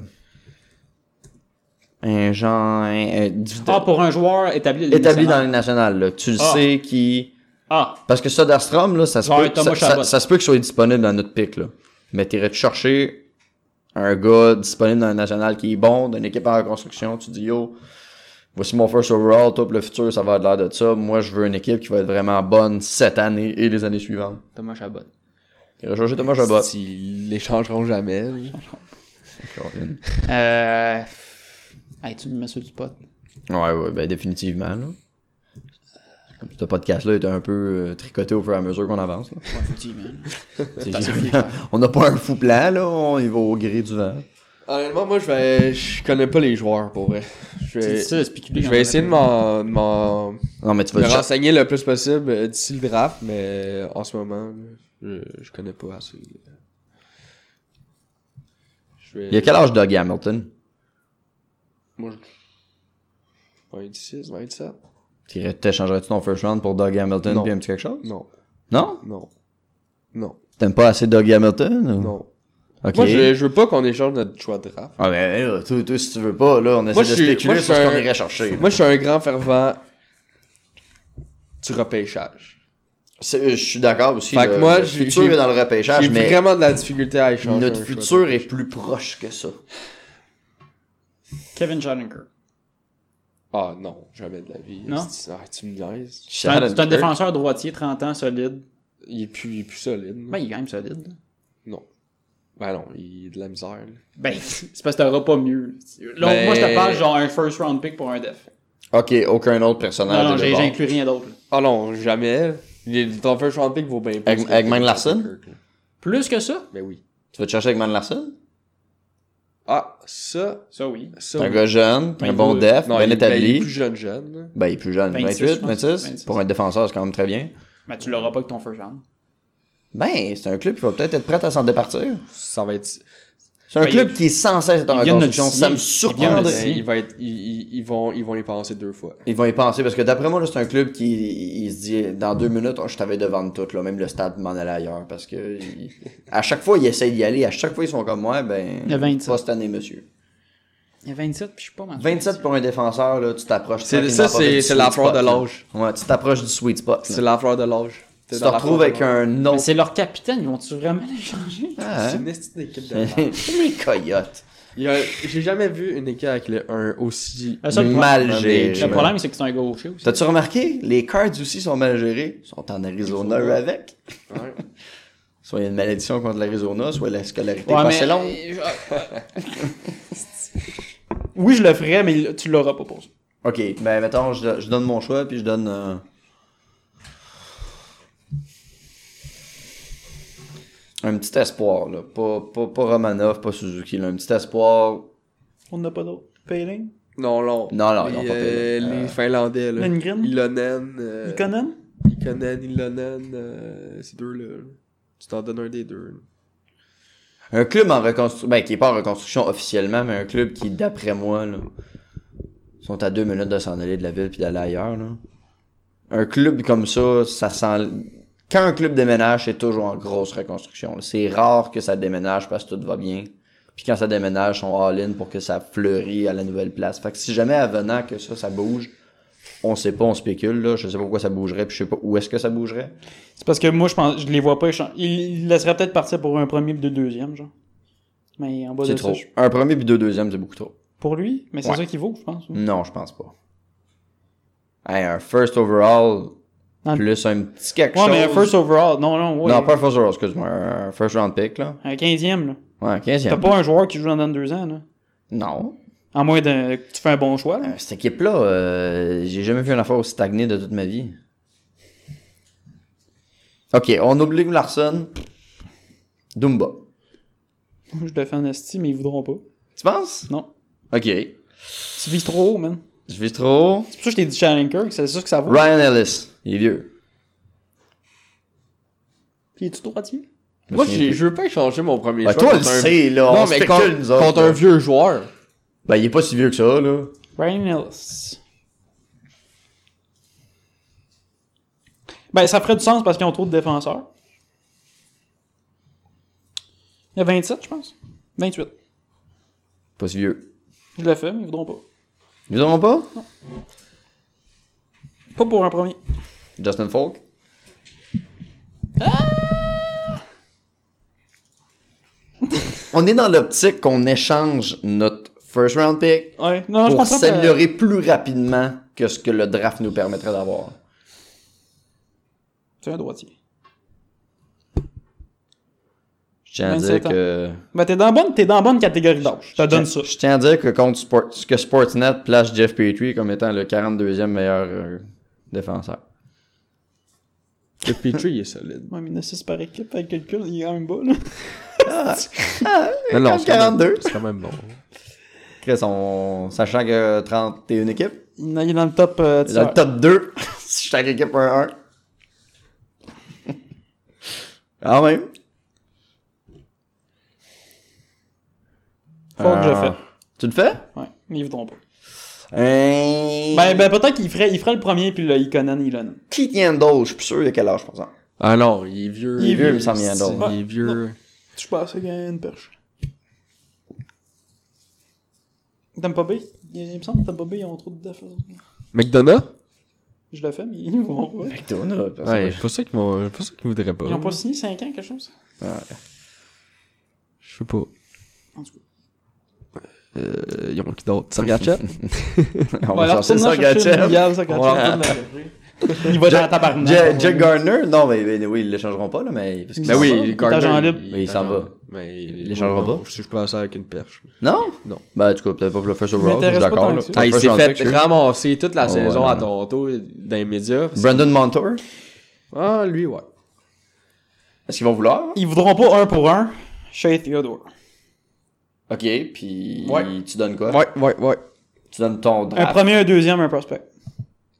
Un genre. un- un-
Ah, pour un joueur établi, dans
établi dans les nationales, là. Tu le
Ah.
sais qui.
Ah,
Parce que Soderstrom, là, ça se
Genre
peut,
Thomas
ça, ça-
Chabot.
ça se peut qu'il soit disponible dans notre pick, là. Mais t'irais-tu chercher un gars disponible dans le national qui est bon, d'une équipe en construction, tu dis yo, voici mon first overall, toi pour le futur, ça va avoir l'air de ça. Moi, je veux une équipe qui va être vraiment bonne cette année et les années suivantes.
Thomas Chabot.
Il a changé Thomas Jabot.
Ils l'échangeront jamais. là.
Euh... Hey, tu me mets sur du pot.
Ouais, ouais, ben définitivement. Là. Comme ce podcast-là est un peu euh, tricoté au fur et à mesure qu'on avance. là.
Ouais, effectivement.
C'est-
assez fini, quoi.
(laughs) on n'a pas un fou plan, là, on y va au gré du vent.
Honnêtement, moi, je vais. Je connais pas les joueurs pour vrai. Je
C'est
vais,
difficile de spéculer.
je
quand
vais
on
essayer de m'en. de m'en-
Non, mais tu
me
vas juste-
renseigner le plus possible euh, d'ici le draft, mais en ce moment, là, je, je connais pas assez. là. Je vais.
Il a quel âge Doug Hamilton
Moi, je- 26, 27
T'irais- T'échangerais-tu ton first round pour Doug Hamilton
Non.
puis un petit quelque chose
Non,
Non
non, non,
T'aimes pas assez Doug Hamilton ou-
non.
Ok.
Moi, je, je veux pas qu'on échange notre choix de draft.
Ah, mais là, toi, toi, si tu veux pas, là, on essaie
Moi,
de
je suis-
spéculer
moi, je
sur
suis
ce qu'on
un-
irait chercher. là.
Moi, je suis un grand fervent du repêchage.
C'est- Je suis d'accord aussi.
Fait
le,
que moi,
le
j'ai-
futur
j'ai-
est dans le repêchage,
J'ai
mais
vraiment de la difficulté à échanger.
notre
un choix de
futur
draft.
est plus proche que ça.
est- Kevin Shattenkirk.
Ah non, jamais de la vie.
Non?
C'est- Ah, tu me niaises.
C'est un, c'est un
Shattenkirk.
défenseur droitier, 30 ans, solide.
Il est plus, il est plus solide. là.
Ben, il est quand même solide. là.
Non. Ben non, il est de la misère. là.
Ben, (laughs) c'est parce que t'auras pas mieux. Là,
Ben-
moi, je te parle genre un first round pick pour un def.
Ok, aucun autre
Non,
personnage.
non,
de
j'ai-
bord.
j'inclus rien d'autre. là.
Ah non, jamais. Il est, ton first round pick vaut bien plus.
Avec-
que
avec
Kirk-
Mike Larson?
Kirk, là.
Plus que ça?
Ben oui.
Tu veux te chercher avec Man Larson
Ah, ça,
Ça, oui.
ça.
T'es un
oui.
gars jeune, t'es un bon
il-
def,
Non,
bien
Ben, il, est- ben, il est
établi.
plus jeune jeune.
Ben, il est plus jeune,
26,
28,
je pense.
26.
26.
Pour un défenseur, c'est quand même très bien.
Ben, tu l'auras pas avec ton first round.
Ben, c'est un club qui va peut-être être prêt à s'en départir.
Ça va être.
C'est un
Ben,
club qui est censé être en
ils viennent de le
reconstruction. Ça me
signer. Ils viennent de le
surprendrait.
ben,
signer.
il va être. il- il- ils, vont, ils vont y penser deux fois.
Ils vont y penser parce que d'après moi, là, c'est un club qui il se dit dans deux minutes, oh, je t'avais devant de tout, là, même le stade m'en allait ailleurs parce que il- à chaque fois ils essayent d'y aller, à chaque fois ils sont comme moi, ben
Le 27.
pas cette année, monsieur.
Il y a 27, puis je suis pas mal.
27 pour un défenseur, là, tu t'approches.
C'est-
tranquillement
ça,
pas du
c'est c'est
sweet
la
spot,
fleur de
là.
l'âge.
Ouais, tu t'approches du sweet spot. là.
C'est la fleur de l'âge.
Tu te retrouves avec un
Mais
autre.
c'est leur capitaine, ils vont-tu vraiment les changer?
Ah,
C'est
hein?
une estime d'équipe de merde.
(laughs) Les coyotes.
Il y a- J'ai jamais vu une équipe avec le 1 aussi.
Le seul
Mal
problème-
géré.
Le problème, c'est qu'ils sont un gaucher aussi.
T'as-tu remarqué? Les Cards aussi sont mal gérés. Ils sont en Arizona eux, avec.
Ouais.
Soit il y a une malédiction contre l'Arizona, soit la scolarité
Ouais,
est pas
mais- euh,
assez longue.
(laughs) Oui, je le ferais, mais tu l'auras pas pour ça.
Ok, ben mettons, je, je donne mon choix, puis je donne... euh, Un petit espoir, là. Pas, pas, pas Romanov, pas Suzuki, là. Un petit espoir...
On n'a pas d'autre. Payling?
Non, non.
Non, non, ils ont
les,
pas
euh,
payé.
les Finlandais, là.
Lundgren?
Ilonen. euh,
Ikonen?
Ikonen, Ilonen. euh, ces deux-là. Tu t'en donnes un des deux. là.
Un club en reconstruction... Ben, qui est pas en reconstruction officiellement, mais un club qui, d'après moi, là... sont à deux minutes de s'en aller de la ville puis d'aller ailleurs, là. Un club comme ça, ça sent... Quand un club déménage, c'est toujours en grosse reconstruction. là. C'est rare que ça déménage parce que tout va bien. Puis quand ça déménage, ils sont all-in pour que ça fleurit à la nouvelle place. Fait que si jamais à venant que ça, ça bouge, on sait pas, on spécule, là. Je sais pas pourquoi ça bougerait, puis je sais pas où est-ce que ça bougerait.
C'est parce que moi, je pense, je les vois pas échanger. Ils ils laisseraient peut-être partir pour un premier et deux deuxièmes, genre. Mais en bas de
C'est trop.
ça, je-
Un premier puis deux deuxièmes, c'est beaucoup trop.
Pour lui, mais c'est
Ouais.
ça qu'il vaut, je pense.
Non, je pense pas. Hey, un first overall,
Dans-
plus un petit quelque
Ouais,
chose.
mais un first overall, non, non, ouais.
Non, pas un first overall, excuse-moi. Un first round pick, là.
Un 15e, là.
Ouais, 15e.
T'as pas un joueur qui joue dans deux ans, là.
Non.
À moins de... que tu fais un bon choix, là. (laughs)
Euh, Cette équipe-là, euh, j'ai jamais vu une affaire aussi stagnée de toute ma vie. Ok, on oublie Larson. Dumba.
Je défends Nasty, mais ils voudront pas.
Tu penses?
Non.
Ok.
Tu vises trop haut, man.
Je vis trop.
C'est pour ça que je t'ai dit Shattenkirk, c'est sûr que ça vaut.
Ryan Ellis. Il est vieux.
Puis es-tu droitier?
Je me
Moi,
souviens
j'ai-
plus.
je veux pas échanger mon premier
Ben,
choix.
toi, on le
contre un-
sait, là.
Non,
on
mais
spécule,
contre,
nous autres,
contre
là.
un vieux joueur.
Ben, il est pas si vieux que ça, là.
Ryan Ellis. Ben, ça ferait du sens parce qu'ils ont trop de défenseurs. Il y a 27, je pense. 28.
Pas si vieux.
Je l'ai fait, mais ils voudront pas.
Ils auront pas?
Pas pour un premier.
Justin Falk? Ah! On est dans l'optique qu'on échange notre first round pick
Ouais. Non, je
pour
pense pas. que-
s'améliorer plus rapidement que ce que le draft nous permettrait d'avoir.
C'est un droitier.
tiens à dire
27 ans.
que.
Ben, t'es dans la bonne, t'es dans la bonne catégorie d'âge. Je te donne ça.
Je tiens à dire que, contre Sport- que Sportsnet place Jeff Petrie comme étant le 42e meilleur euh, défenseur.
Le Petrie, il est solide.
Ouais, mais 9-6 par équipe avec quelqu'un, il est quand même bas, là.
Non,
Comme
c'est quand même-
42.
C'est quand même bon.
Chris, on... sachant que 31 équipes,
Il est dans le top. euh,
dans le
tireur.
top 2, (laughs) si chaque équipe a (laughs) un 1. Quand même.
Faut que
Ah.
je le fasse.
Tu le fais?
Ouais, mais ils voudront pas.
Euh...
Ben, ben peut-être qu'il ferait, il ferait le premier, puis le Iconan, il donne.
Keith Yandel, je suis plus sûr de quel âge, par exemple.
Ah non, il est vieux.
Il est vieux, il
me semble, il y en a d'autres.
Il est vieux.
Je pense qu'il y a une perche. T'aimes pas B? Il, il me semble que t'aimes pas B, ils ont trop de def. eux autres.
McDonough?
Je le fais, mais ils vont pas.
Ouais, c'est pas ça qu'ils m'ont- c'est pas ça qu'ils voudraient pas.
Ils ont pas signé 5 ans, quelque chose?
Je sais pas.
En tout cas.
Euh, ils ont qui d'autre? (laughs) Sergachev?
(laughs) on
Bon,
va
Bah, alors,
sortir
retourne-en
ça,
chercher une
Gatchev.
bière, ça,
On
Gatchev, retourne-la. (laughs) Il va dans la tabarnak.
Jack Jack Gardner, non, mais, mais oui, ils le changeront pas, là, mais. parce que-
Ben oui, Il est Gardner, agent libre.
Mais il s'en va.
Mais
Il changera pas.
Je suis pas ça avec une perche.
Non?
Non.
Ben, en tout cas, peut-être pas pour le faire sur
Je
Raw, je suis
m'intéresse pas
d'accord.
tant
là.
que ça.
Peut-être
Ah, il
pas
s'est
sur
fait
Unfix.
ramasser toute la
hein? Oh,
saison
ouais,
à
non.
Toronto dans les médias.
Brandon Montour,
Ah, lui, ouais.
est-ce qu'ils vont vouloir?
Ils voudront pas un pour un. Shea Theodore.
Ok, puis
Ouais.
tu donnes quoi?
Ouais, ouais, ouais.
Tu donnes ton
Un
draft.
premier, un deuxième, un prospect.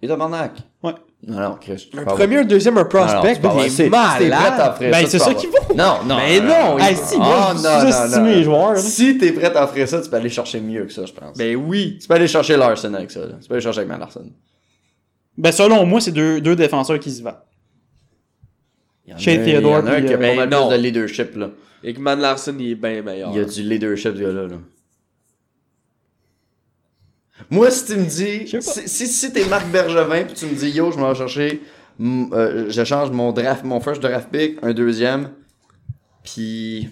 Et ton barnac.
Ouais.
Non, non, Chris.
Un premier, un deuxième, un prospect. mais
c'est
malade.
malade.
Ben, c'est ça qu'il faut.
Non, non.
Mais non,
Ah, si, moi,
Ah,
je
non, non,
sous-estime
non.
les joueurs, là.
Si t'es prêt à offrir ça, tu peux aller chercher mieux que ça, je pense.
Ben oui.
Tu peux aller chercher Larson avec ça. là. Tu peux aller chercher avec Matt Larson.
Ben, selon moi, c'est deux, deux défenseurs qui se battent.
Il y en a
Shea
un-
Theodore,
Il y en a un
puis,
qui a
euh,
pas
ben
mal
non.
plus de leadership, là.
Ekman Larson, il est bien meilleur.
Il y a du leadership, ce gars-là. là. Moi, si tu me dis.
sais pas.
Si, si, si t'es Marc Bergevin, puis tu me dis yo, je m'en vais chercher. mm, euh, je change mon draft, mon first draft pick, un deuxième, puis.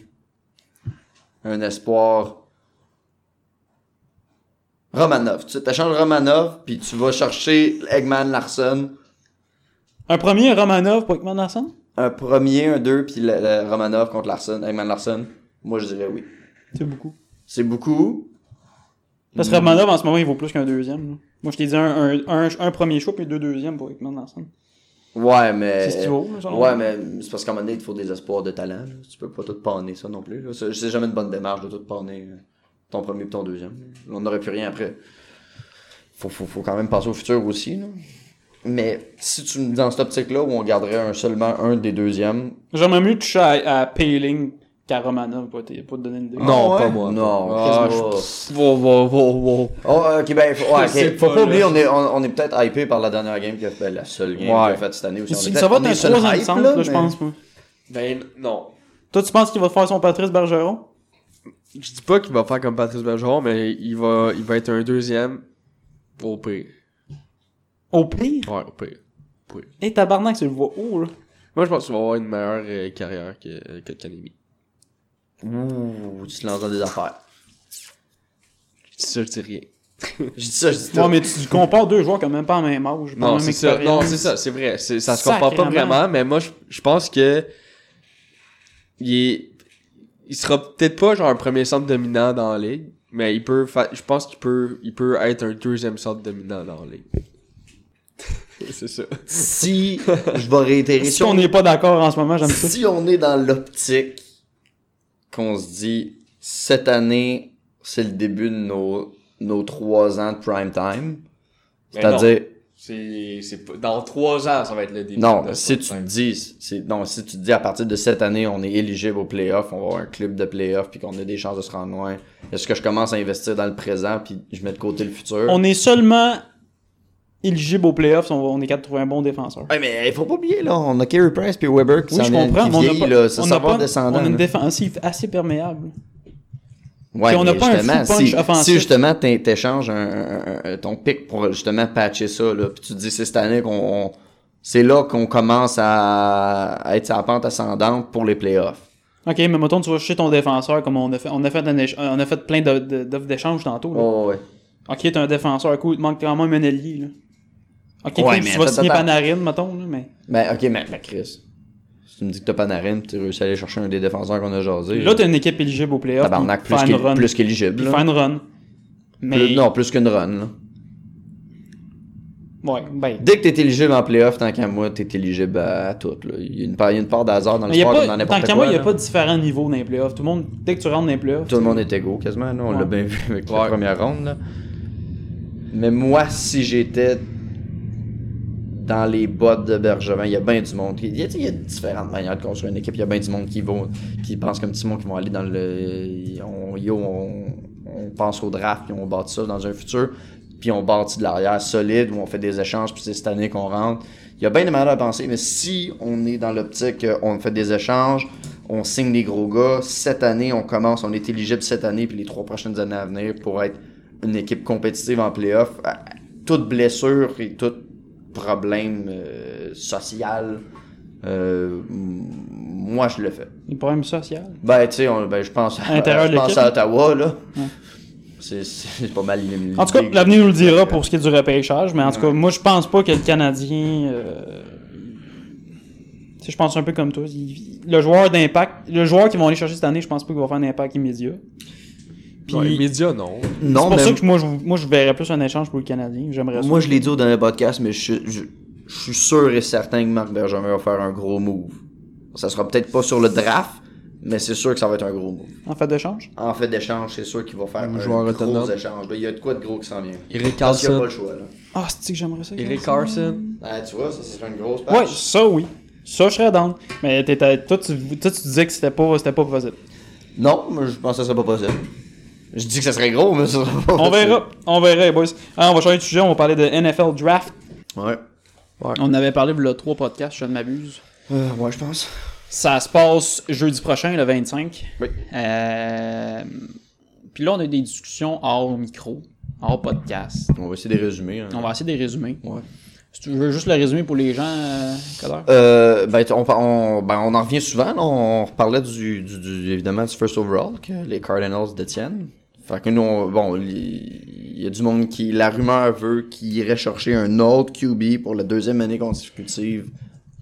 Un espoir. Romanov. Tu t'échanges Romanov, puis tu vas chercher Eggman Larson.
Un premier, Romanov pour Ekman Larson?
Un premier, un deux, puis le- le Romanov contre Larson. Eggman Larson. Moi, je dirais oui.
C'est beaucoup.
C'est beaucoup.
Parce que Romanov, en ce moment, il vaut plus qu'un deuxième. là. Moi, je t'ai dit un, un, un, un premier choix, puis deux deuxièmes pour Ekman Larson.
Ouais, mais.
C'est ce qu'il vaut, là, selon
Ouais,
moi.
mais c'est parce qu'à un moment donné, il te faut des espoirs de talent. là. Tu peux pas tout panner ça non plus. là. C'est c'est jamais une bonne démarche de tout panner euh, ton premier et ton deuxième. On n'aurait plus rien après. Faut, faut, faut quand même penser au futur aussi. là. Mais si tu me dis dans cette optique-là où on garderait un- seulement un des deuxièmes.
J'aimerais mieux toucher à, à Paling qu'à Romanov pour te, pour te donner une idée.
Non,
Ah ouais?
pas moi.
Non,
Ah,
quasiment
je-
pas.
Wow, wow, wow, wow.
Oh, ok, ben, faut, ouais, ok.
sais
faut
pas,
pas,
là.
oublier, on est, on, on est peut-être hypé par la dernière game qu'il a fait, la seule game
Ouais.
qu'il a faite cette année aussi. On est
Ça va
peut-être-
être
on
un
est sur le
troisième
hype,
centre,
là,
là, je
mais-
pense. moi.
Ben non.
Toi, tu penses qu'il va faire son Patrice Bergeron?
Je dis pas qu'il va faire comme Patrice Bergeron, mais il va, il va être un deuxième au pire.
Au pire?
Ouais, au pire.
Eh, tabarnak, tu le vois haut, là.
Moi, je pense qu'il va avoir une meilleure euh, carrière que, que Kanemi.
Ouh, tu te lances dans des affaires.
Je dis ça, je dis rien.
Je dis ça, je dis tout.
Ouais, mais tu compares deux joueurs qui ont même pas en même âge. pas la
Non,
même
c'est ça. Non,
expérience.
c'est ça, c'est vrai. C'est- Ça se compare pas
Sacrément.
vraiment, mais moi, je, je pense que il est- il sera peut-être pas genre un premier centre dominant dans la ligue, mais il peut fa- je pense qu'il peut il peut être un deuxième centre dominant dans la (laughs) ligue. c'est ça.
si je vais réitérer
Si on n'est pas d'accord en ce moment, j'aime ça.
si on est dans l'optique qu'on se dit cette année c'est le début de nos nos trois ans de prime time c'est-à-dire
C'est c'est pas- dans trois ans, ça va être le début.
non
de
si
ça.
tu te dis c'est non si tu te dis à partir de cette année on est éligible aux playoffs on va avoir un club de playoffs puis qu'on a des chances de se rendre loin est-ce que je commence à investir dans le présent puis je mets de côté le futur
On est seulement éligible aux playoffs si on, va- on est capable de trouver un bon défenseur.
Ouais, mais il faut pas oublier là on a Carey Price puis Weber qui
Oui,
s'en
je
viennent,
comprends,
qui
mais on n'a
vieillent,
pas,
là, ça
on
s'en
n'a
va
pas-
en descendant,
on a
là.
une défensive assez perméable.
Ouais,
Puis on n'a
mais
pas un
justement,
fou punch
si,
offensif.
si justement t'in- t'échanges un, un- un- ton pic pour justement patcher ça, là, puis tu te dis c'est cette année qu'on on- c'est là qu'on commence à, à être sur la pente ascendante pour les playoffs.
Ok, mais mettons, tu vas chercher ton défenseur comme on a fait, on a fait, un éche- on a fait plein de- de- d'offres d'échange tantôt. là.
Oh, ouais.
Ok, t'es un défenseur, cool, il te manque quand même un ailier. Là. Ok,
Ouais,
cool,
mais
tu vas
attends,
signer
attends. Ben,
Panarin, mettons, là, mais
Mais ok, mais, mais Chris. Si tu me dis que t'as Panarin, puis t'es réussi à aller chercher un des défenseurs qu'on a jasé.
Là, t'as une équipe éligible au playoff.
Tabarnak,
puis
plus
faire une
qu'é-
run.
plus qu'éligible.
Puis
là.
faire une run. Mais.
Plus- Non, plus qu'une run. là.
Ouais, ben.
Dès que t'es éligible en playoff, tant qu'à moi, t'es éligible à, à tout. là. Il y a une part, il y a une part d'hasard dans le
Mais y a
sport comme
pas,
dans
tant
n'importe
qu'à
quoi.
moi, il n'y a
là.
pas différents niveaux dans les playoffs. Tout le monde, dès que tu rentres dans les playoffs.
Tout le monde est égaux quasiment, là. on
Ouais.
l'a bien vu avec
Ouais.
la première ronde. là. Mais moi, si j'étais dans les bottes de Bergevin, il y a bien du monde. qui- Il y, a- tu sais, il y a différentes manières de construire une équipe. Il y a bien du monde qui vont, qui pense comme Timon, qui vont aller dans le. On, yo, on, on pense au draft, puis on bâtit ça dans un futur, puis on bâtit de l'arrière solide, où on fait des échanges, puis c'est cette année qu'on rentre. Il y a bien des manières à penser, mais si on est dans l'optique, euh, on fait des échanges, on signe des gros gars, cette année, on commence, on est éligible cette année, puis les trois prochaines années à venir pour être une équipe compétitive en playoff, à- à- toute blessure et toute problème euh, social, euh, m- moi je le fais.
Les problèmes sociaux.
Ben tu sais, on- ben, je pense, à,
l'intérieur
je
de
pense
l'équipe.
à Ottawa là. C'est- C'est pas mal éliminé.
En tout cas, l'avenir nous le dira pour ce qui est du repêchage, mais en tout cas, moi, je pense pas que le Canadien. euh, tu sais, je pense un peu comme toi. il- Le joueur d'impact, le joueur qu'ils vont aller chercher cette année, je pense pas qu'il va faire un impact immédiat. Puis,
Ouais, les médias, non.
c'est
Non,
pour
mais
ça que moi je, moi, je verrais plus un échange pour le Canadien. J'aimerais ça.
moi je l'ai dit au dernier podcast, mais je, je, je suis sûr et certain que Marc Bergevin va faire un gros move. Ça sera peut-être pas sur le draft, mais c'est sûr que ça va être un gros move.
En fait d'échange.
En fait d'échange, c'est sûr qu'il va faire
Un
un,
joueur
gros
autonome.
échange. là. Il y a de quoi de gros qui s'en vient.
Eric
Parce qu'il n'y a pas
Carlson.
le choix là.
Ah, c'est que j'aimerais ça.
Eric
Carson.
Carlson.
Ah, tu vois, ça ce serait une grosse patch.
Ouais, ça oui. Ça, je serais down. Mais t'étais- toi, tu, toi, tu disais que c'était pas, c'était pas possible.
Non, moi, je pense que ça serait pas possible. Je dis que ça serait gros, mais ça serait pas
On
possible.
verra. On verra, les boys. Ah, on va changer de sujet. On va parler de NFL Draft.
Ouais.
On avait parlé de trois podcasts, je ne m'abuse.
Euh, ouais, je pense.
Ça se passe jeudi prochain, le 25.
Oui.
Euh, Puis là, on a des discussions hors micro, hors podcast.
On va essayer de résumer. hein.
On va essayer de résumer.
Ouais.
Si tu veux juste le résumer pour les gens, euh, Coder?
Euh, ben, t- on, par- on- ben, on en revient souvent. là. On parlait du, du- du- évidemment du first overall que les Cardinals détiennent. Fait que nous, on- bon, il y a du monde qui. La rumeur veut qu'il irait chercher un autre QB pour la deuxième année consécutive.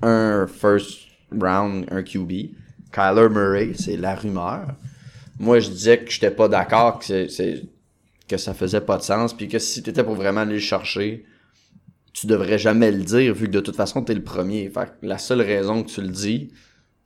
Un first round, un QB. Kyler Murray, c'est la rumeur. Moi, je disais que j'étais pas d'accord, que, c'est- c'est- que ça faisait pas de sens, puis que si t'étais pour vraiment aller le chercher, tu devrais jamais le dire vu que de toute façon t'es le premier. Fait que la seule raison que tu le dis,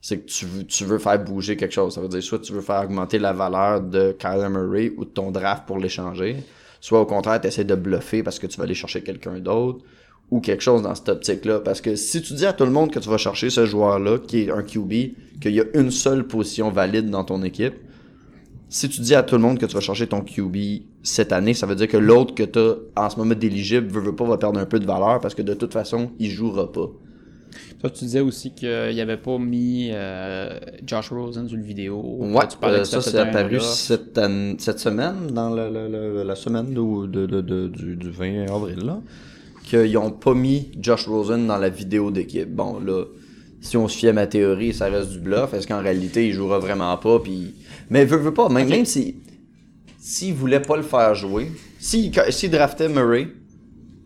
c'est que tu veux, tu veux faire bouger quelque chose. Ça veut dire soit tu veux faire augmenter la valeur de Kyler Murray ou de ton draft pour l'échanger, soit au contraire tu essaies de bluffer parce que tu vas aller chercher quelqu'un d'autre ou quelque chose dans cette optique-là. Parce que si tu dis à tout le monde que tu vas chercher ce joueur-là, qui est un QB, qu'il y a une seule position valide dans ton équipe, si tu dis à tout le monde que tu vas chercher ton QB cette année, ça veut dire que l'autre que tu en ce moment d'éligible veut, veut pas va perdre un peu de valeur parce que de toute façon, il jouera pas.
Toi, tu disais aussi qu'il avait pas mis euh, Josh Rosen sur le vidéo.
Ouais,
Tu parlais
euh,
que
ça
c'était
c'est
un
apparu
gars.
cette, an- cette semaine, dans le- le- le- la semaine de- de- de- de- du, du 20 avril, là, qu'ils ont pas mis Josh Rosen dans la vidéo d'équipe. Bon, là, si on se fie à ma théorie, ça reste du bluff. Est-ce qu'en réalité, il jouera vraiment pas? Puis... Mais veut, veut pas, même, même si s'il voulait pas le faire jouer, s'il s'il draftait Murray,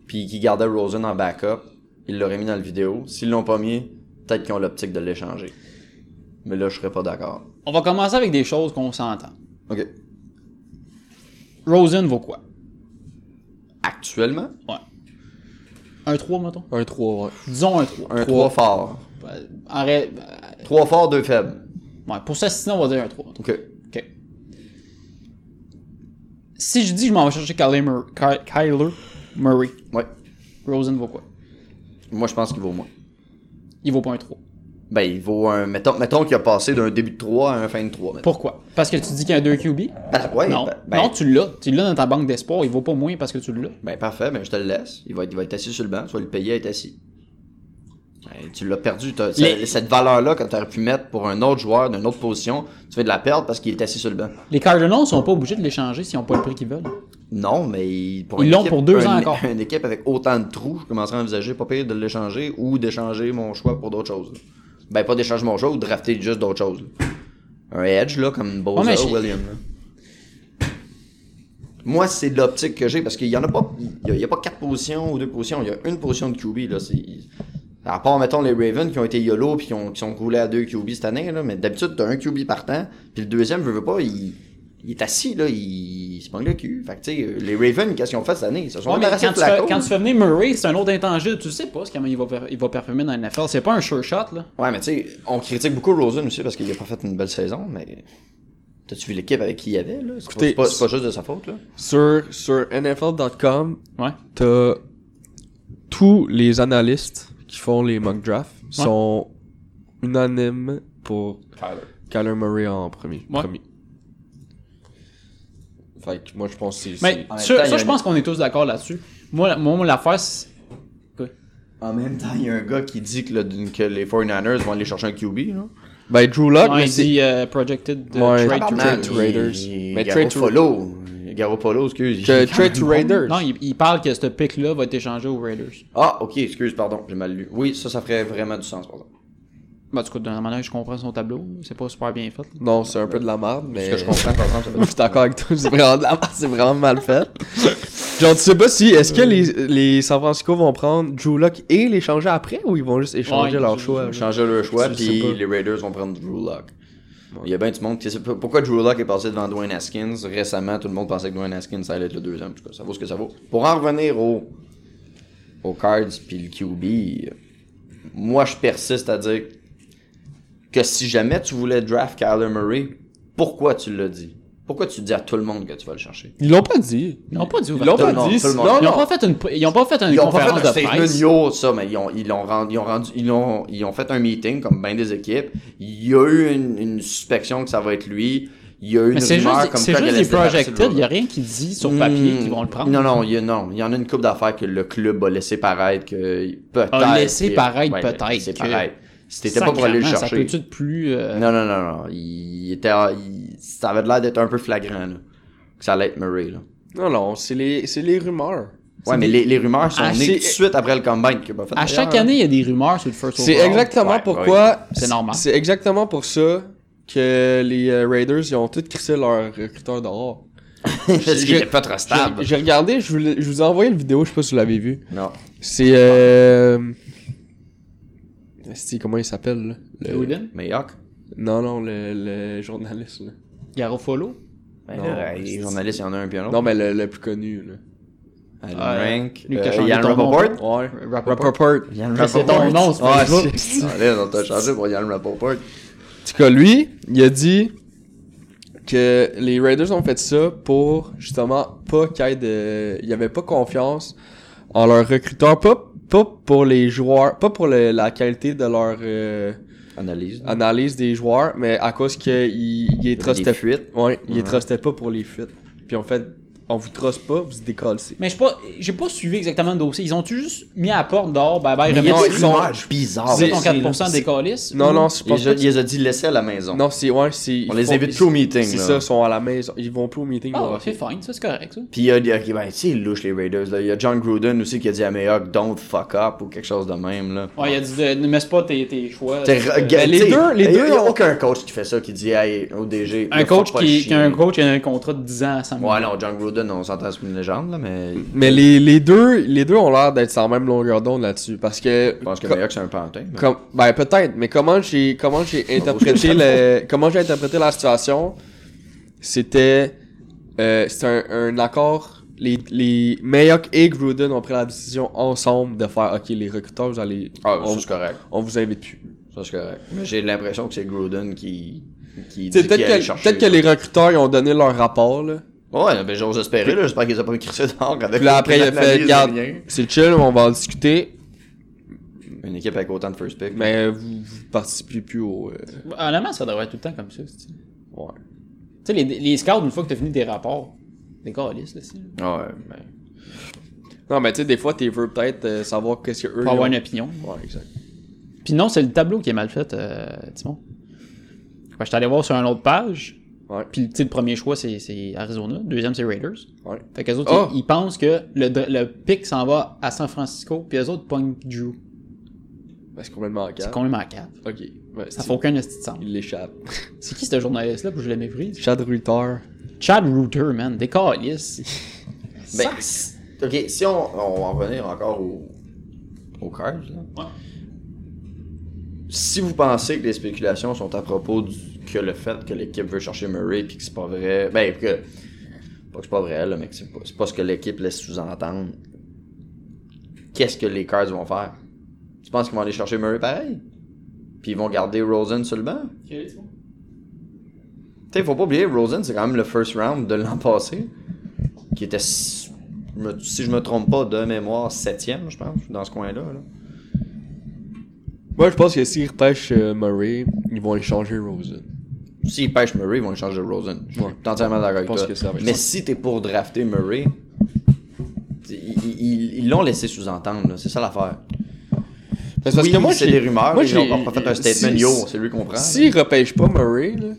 puis qu'il gardait Rosen en backup, il l'aurait mis dans la vidéo. S'ils l'ont pas mis, peut-être qu'ils ont l'optique de l'échanger. Mais là, je serais pas d'accord.
On va commencer avec des choses qu'on s'entend.
OK.
Rosen vaut quoi?
Actuellement,
Ouais. Un 3, mettons.
Un 3, ouais.
Disons un 3.
un 3 fort.
Arrête.
3 fort, 2 faible.
Ouais, pour ça, sinon, on va dire un 3.
OK.
OK. Si je dis que je m'en vais chercher Kyler, Mur- Ky- Kyler Murray,
Ouais.
Rosen vaut quoi?
Moi, je pense qu'il vaut moins.
Il vaut pas un 3.
Ben, il vaut un. Mettons, mettons qu'il a passé d'un début de 3 à un fin de 3. Mettons.
Pourquoi? Parce que tu dis qu'il y a deux QB?
Ben, ouais,
non.
ben, ben,
non, tu l'as. Tu l'as dans ta banque d'espoir. Il vaut pas moins parce que tu l'as.
ben, parfait, ben, je te le laisse. Il va, être, il va être assis sur le banc. Tu vas le payer à être assis. Ben, tu l'as perdu. t'as- ça-
Les-
Cette valeur-là que tu aurais pu mettre pour un autre joueur d'une autre position, tu fais de la perdre parce qu'il est assis sur le banc.
Les Cardinals sont pas obligés de l'échanger s'ils ont pas le prix qu'ils veulent.
Non, mais il- pour
Ils
une
l'ont
équipe-
pour deux
un-
ans encore.
(laughs) Une équipe avec autant de trous, je commencerai à envisager pas pire de l'échanger ou d'échanger mon choix pour d'autres choses. Ben, pas d'échanger mon choix ou de drafter juste d'autres choses. Un edge, là, comme Boza
mais je-
William. là. Moi, c'est l'optique que j'ai parce qu'il y en a pas. Il y a, il y a pas quatre positions ou deux positions. Il y a une position de QB, là. c'est- À part, mettons, les Ravens qui ont été YOLO puis qui, ont, qui sont roulés à deux QB cette année, là, mais d'habitude, t'as un QB partant, puis le deuxième, veut, veut pas, il, il est assis, là, il, il se manque le cul. Fait que, tu sais, les Ravens, qu'est-ce qu'ils ont fait cette année? Ils se sont
Ouais, mais
débarrassés
quand,
de
tu fais,
Flacco.
quand tu fais venir Murray, c'est un autre intangible. Tu sais pas ce- comment il va, per- il va performer dans la NFL. C'est pas un sure shot, là.
Ouais, mais tu sais, on critique beaucoup Rosen aussi parce qu'il a pas fait une belle saison, mais t'as-tu vu l'équipe avec qui il y avait, là? C'est pas-
Écoutez,
c'est pas, c'est pas juste de sa faute, là.
Sur, sur NFL.com,
Ouais.
t'as tous les analystes qui font les mock drafts sont unanimes pour Kyler Murray en premier.
Ouais.
premier. Fait que moi je pense que c'est. c'est-
Mais ça,
temps,
ça,
il y a
je
une-
pense qu'on est tous d'accord là-dessus. Moi, la- moi l'affaire, c'est-
En même temps, il y a un gars qui dit que, le- que les 49ers vont aller chercher un QB, là.
Ben Drew Lock,
Ouais,
mais
il
c'est-
dit euh, projected de
Ouais.
trade to
Tabarnak.
Raiders.
Trade to Raiders.
Mais
Mais
Trade
trade
to
to-
Garoppolo. Garoppolo, excuse.
que Trade to Raiders.
Non, il, il parle que ce pick-là va être échangé aux Raiders.
Ah, ok, excuse, pardon, j'ai mal lu. Oui, ça, ça ferait vraiment du sens, par exemple.
Bah, du coup, d'un moment donné, je comprends son tableau. C'est pas super bien fait. là.
Non, c'est un peu de la merde, mais.
Ce que je comprends, par
(laughs)
exemple, ça fait
Je suis d'accord avec toi, c'est vraiment de la merde, c'est vraiment mal fait. Genre, tu sais pas si, est-ce que les, les San Francisco vont prendre Drew Lock et l'échanger après ou ils vont juste échanger
Ouais,
leur
ils-
choix? là?
changer leur choix,
Je sais
puis
pas.
les Raiders vont prendre Drew Lock. Il y a bien du monde qui sait pas pourquoi Drew Lock est passé devant Dwayne Haskins. Récemment, tout le monde pensait que Dwayne Haskins allait être le deuxième. En tout cas, ça vaut ce que ça vaut. Pour en revenir au, aux Cards puis le QB, euh, moi, je persiste à dire que si jamais tu voulais draft Kyler Murray, pourquoi tu l'as dit? Pourquoi tu dis à tout le monde que tu vas le chercher?
Ils l'ont pas dit.
Ils n'ont pas dit
Ils l'ont pas
Non,
ouvertement.
dit.
tout le monde.
Non,
Ils
non.
n'ont pas fait une, pr- ils ont pas fait une
Ils ont pas fait
conférence
un
de
statement
presse.
yo, ça, mais ils ont, ils l'ont rendu, ils ont rendu, ils l'ont, ils ont fait un meeting comme bien des équipes. Il y a eu une, une suspicion que ça va être lui. Il y a eu une
Mais c'est
rumeur
juste,
comme
c'est
quoi
juste
qu'elle
des
était partie
projected. Il
de
n'y a
là.
rien qui dit sur papier qu'ils vont le prendre.
Hmm. Non, non, il y, a- non, il y en a une coupe d'affaires que le club a laissé paraître que peut-être.
A laissé paraître
ouais,
peut-être
laissé
que-
paraître. Si t'étais pas pour aller le
Sacrément,
chercher.
Ça peut-tu de plus. euh,
Non, non, non, non. Il était, il- ça avait l'air d'être un peu flagrant, là. Que ça allait être Murray, là.
Non, non, c'est les, c'est les rumeurs.
Ouais, mais les, les rumeurs sont
Ah,
nées
c'est- Ah,
tout de suite après le combine qu'il a pas fait.
À chaque année, il y a des rumeurs sur le first
C'est
overall.
exactement
Ouais,
pourquoi.
C'est normal.
C'est exactement pour ça que les euh, Raiders, ils ont tous crissé leurs recruteurs dehors.
Parce qu'il était pas trop stable.
J'ai- J'ai regardé, je vous, l'ai- je vous ai envoyé une vidéo, je sais pas si vous l'avez vu.
Non.
C'est. Euh... esti, comment il s'appelle, là? Le-
Gruden,
Mayock?
Non, non, le, le journaliste, là.
Garofalo.
Ben
Non,
là, les journalistes, il y en a un piano.
Non, mais le, le plus connu, là.
Alan
euh,
Rank.
lui qui a
euh,
changé
Yann
ton
Rappaport.
nom.
Ouais.
Rappaport.
Rappaport.
Yann
Mais C'est ton nom, c'est pas
Ah,
Facebook.
c'est-
Allez, on t'a changé pour Yann Rappaport.
En tout cas, lui, il a dit que les Raiders ont fait ça pour justement pas qu'il y ait de. Il y avait pas confiance en leurs recruteurs, pas, pas pour les joueurs, pas pour le- la qualité de leur euh,
Analyse.
analyse des joueurs, mais à cause qu'ils les
Des
trustaient.
fuites.
Ouais, ils les trustaient pas pour les fuites. Puis en fait, on vous truste pas, vous décollez.
Mais je sais pas- j'ai pas suivi exactement le dossier. Ils ont-tu juste mis à la porte dehors, bye bye,
Mais il y
remettez
a
non,
des
ils sont-
rumeurs bizarres.
ton
c'est-
4% des calices.
Non,
ou-
non, je
Il
pense
les a-
pas.
il les a dit laisser à la maison.
Non, c'est ouais, c'est.
On
ils
les
font-
invite
ils-
plus au meeting,
C'est
là.
ça, ils sont à la maison. Ils vont plus au meeting.
Ah,
ils vont-
ouais, c'est fine, ça c'est correct. Ça.
Puis il y a des- ok, ben, tu sais, ils louchent les Raiders. là. Il y a John Gruden aussi qui a dit à Mayock, don't fuck up ou quelque chose de même. là.
Ouais, il a dit de, ne mets pas tes, tes choix.
T'es
Euh,
regardé-
les deux- les
il y a-
deux
Il y a
ont-
aucun coach qui fait ça, qui dit hey, au DG.
un
là,
coach
fuck pas le
qui, qui
chien.
a un coach qui a un contrat de 10 ans à 100
Ouais, non, John Gruden, on s'entend, c'est une légende, là, mais.
Mais les, les deux, les deux ont l'air d'être sur la même longueur d'onde là-dessus. Parce que.
Je pense que
co-
Mayock, c'est un pantin. mais-
com- ben peut-être, mais comment j'ai comment j'ai
Ah,
interprété le comment j'ai interprété la situation, c'était euh, c'était un, un accord. Les, les Mayock et Gruden ont pris la décision ensemble de faire ok les recruteurs vous allez
Ah,
on,
ça, c'est correct.
on vous invite plus.
Ça, c'est correct. Mais j'ai l'impression que c'est Gruden qui. qui dit qu'il
C'est peut-être
allait
que,
chercher,
peut-être que
là.
les recruteurs ils ont donné leur rapport là.
Ouais, ben j'ose espérer, là. J'espère qu'ils ont pas écrit ça dehors avec.
Puis là après il a
aucune analyse
fait
de
regarde
rien.
c'est chill on va en discuter
Une équipe avec autant de first pick.
mais vous, vous participez plus au euh,
Honnêtement, ça devrait être tout le temps comme ça. c'est-tu. Tu
ouais.
sais, les, les scouts, une fois que t'as fini tes rapports, des calices, là, c'est.
Ouais, ben.
Non, mais tu sais, des fois, tu veux peut-être euh, savoir qu'est-ce que eux. ils
Pour avoir
ont.
une opinion.
Ouais, exact.
Puis non, c'est le tableau qui est mal fait, euh, Timon. je suis allé voir sur une autre page.
Ouais.
Puis, tu sais, le premier choix, c'est- c'est Arizona. Le deuxième, c'est Raiders.
Ouais.
Fait qu'eux autres,
Ah!
ils, ils pensent que le, dr- le pick s'en va à San Francisco, puis eux autres pognent Drew.
Ben, c'est complètement en
C'est
quatre.
complètement à quatre.
Ok. Ouais,
Ça
c'est-
fait aucun esti de sens.
Il l'échappe.
C'est qui ce journaliste-là pour que je le méprise?
Chad Rutter.
Chad Rooter, man. Des calices.
Ben, ok, si on, on va en revenir encore au, au Cards, là. si vous pensez que les spéculations sont à propos du- que le fait que l'équipe veut chercher Murray puis que c'est pas vrai, ben que pas que c'est pas vrai là, mais que c'est pas, c'est pas ce que l'équipe laisse sous-entendre. Qu'est-ce que les Cards vont faire Tu penses qu'ils vont aller chercher Murray pareil Puis ils vont garder Rosen sur le banc Tu sais, faut pas oublier Rosen, c'est quand même le first round de l'an passé qui était si je me- si je me trompe pas de mémoire septième, je pense, dans ce coin-là. là.
Moi, je pense que s'ils repêchent euh, Murray, ils vont échanger Rosen.
S'ils pêchent Murray, ils vont changer Rosen. Je suis
Ouais.
entièrement d'accord avec
pense
toi.
que ça va être
Mais
ça.
si t'es pour drafter Murray, t'sais, ils- ils ils l'ont laissé sous-entendre. là. C'est ça l'affaire.
Mais c'est parce
Oui,
que moi,
c'est
j'ai-
des rumeurs.
moi,
ils
j'ai- euh,
ont pas fait un statement.
si-
Yo, c'est lui qu'on prend.
S'ils repêchent pas Murray, là,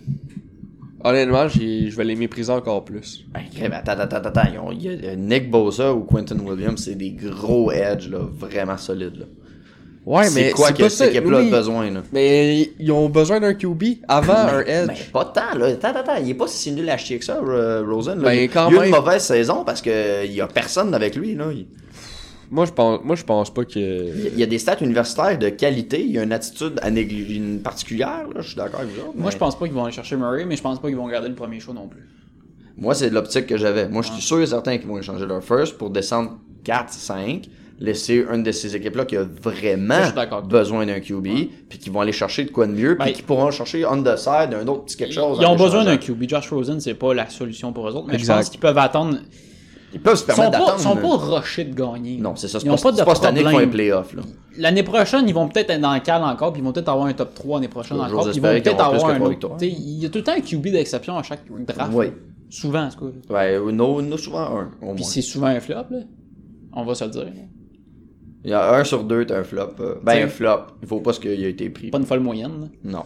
honnêtement, j'ai- je vais les mépriser encore plus.
Ben, crème, attends, attends, attends, attends. Ils ont- il y a euh, Nick Bosa ou Quentin Williams, c'est des gros edge là, vraiment solides. là.
Ouais,
c'est quoi que cette équipe-là a besoin? Là?
Mais ils ont besoin d'un QB avant un edge.
Mais pas tant, là. Attends, attends, il est pas si nul à chier que ça, Ro- Rosen. là.
Ben,
il,
quand
il a eu
même.
une mauvaise saison parce qu'il y a personne avec lui. Là. Il-
Moi, je pense, moi, je pense pas que.
Il y a des stats universitaires de qualité, il y a une attitude à négliger- une particulière, là, je suis d'accord avec vous. autres,
Moi,
mais
je pense pas qu'ils vont aller chercher Murray, mais je pense pas qu'ils vont garder le premier show non plus.
Moi, c'est l'optique que j'avais. Moi, je
Ah.
suis sûr et certain qu'ils vont échanger leur first pour descendre 4, 5, laisser une de ces équipes-là qui a
je
vraiment
suis d'accord avec toi.
besoin d'un QB, puis qui vont aller chercher de quoi de mieux,
Ben,
puis qui pourront chercher on the side, un autre petit quelque
Ils
chose.
ils
en
ont besoin d'un
échangeant.
QB. Josh Rosen, c'est pas la solution pour eux autres, mais
Exact.
je pense qu'ils peuvent attendre.
Ils peuvent se
Ils sont
permettre
pas,
d'attendre.
sont pas
là.
rushés de gagner.
Non, c'est ça. C'est
Ils ont
pas,
pas de
c'est pas cette année qu'ils font les
problème.
playoffs. Là.
L'année prochaine, ils vont peut-être être dans le cal encore, puis ils vont peut-être avoir un top 3 l'année prochaine
J'ose
encore, puis ils vont
espérer qu'ils
peut-être
auront plus
avoir
que
un
trois
autre.
victoires.
T'sais, Il y a tout le temps un QB d'exception à chaque draft.
Oui.
Souvent, en tout cas.
Ouais, nous, nous, souvent un, au moins.
Puis c'est souvent un flop, là. On va se le dire.
Il y a un sur deux, t'as un flop. euh, Ben,
T'sais.
un flop. Il faut pas ce qu'il a été pris.
Pas une folle moyenne. là.
Non.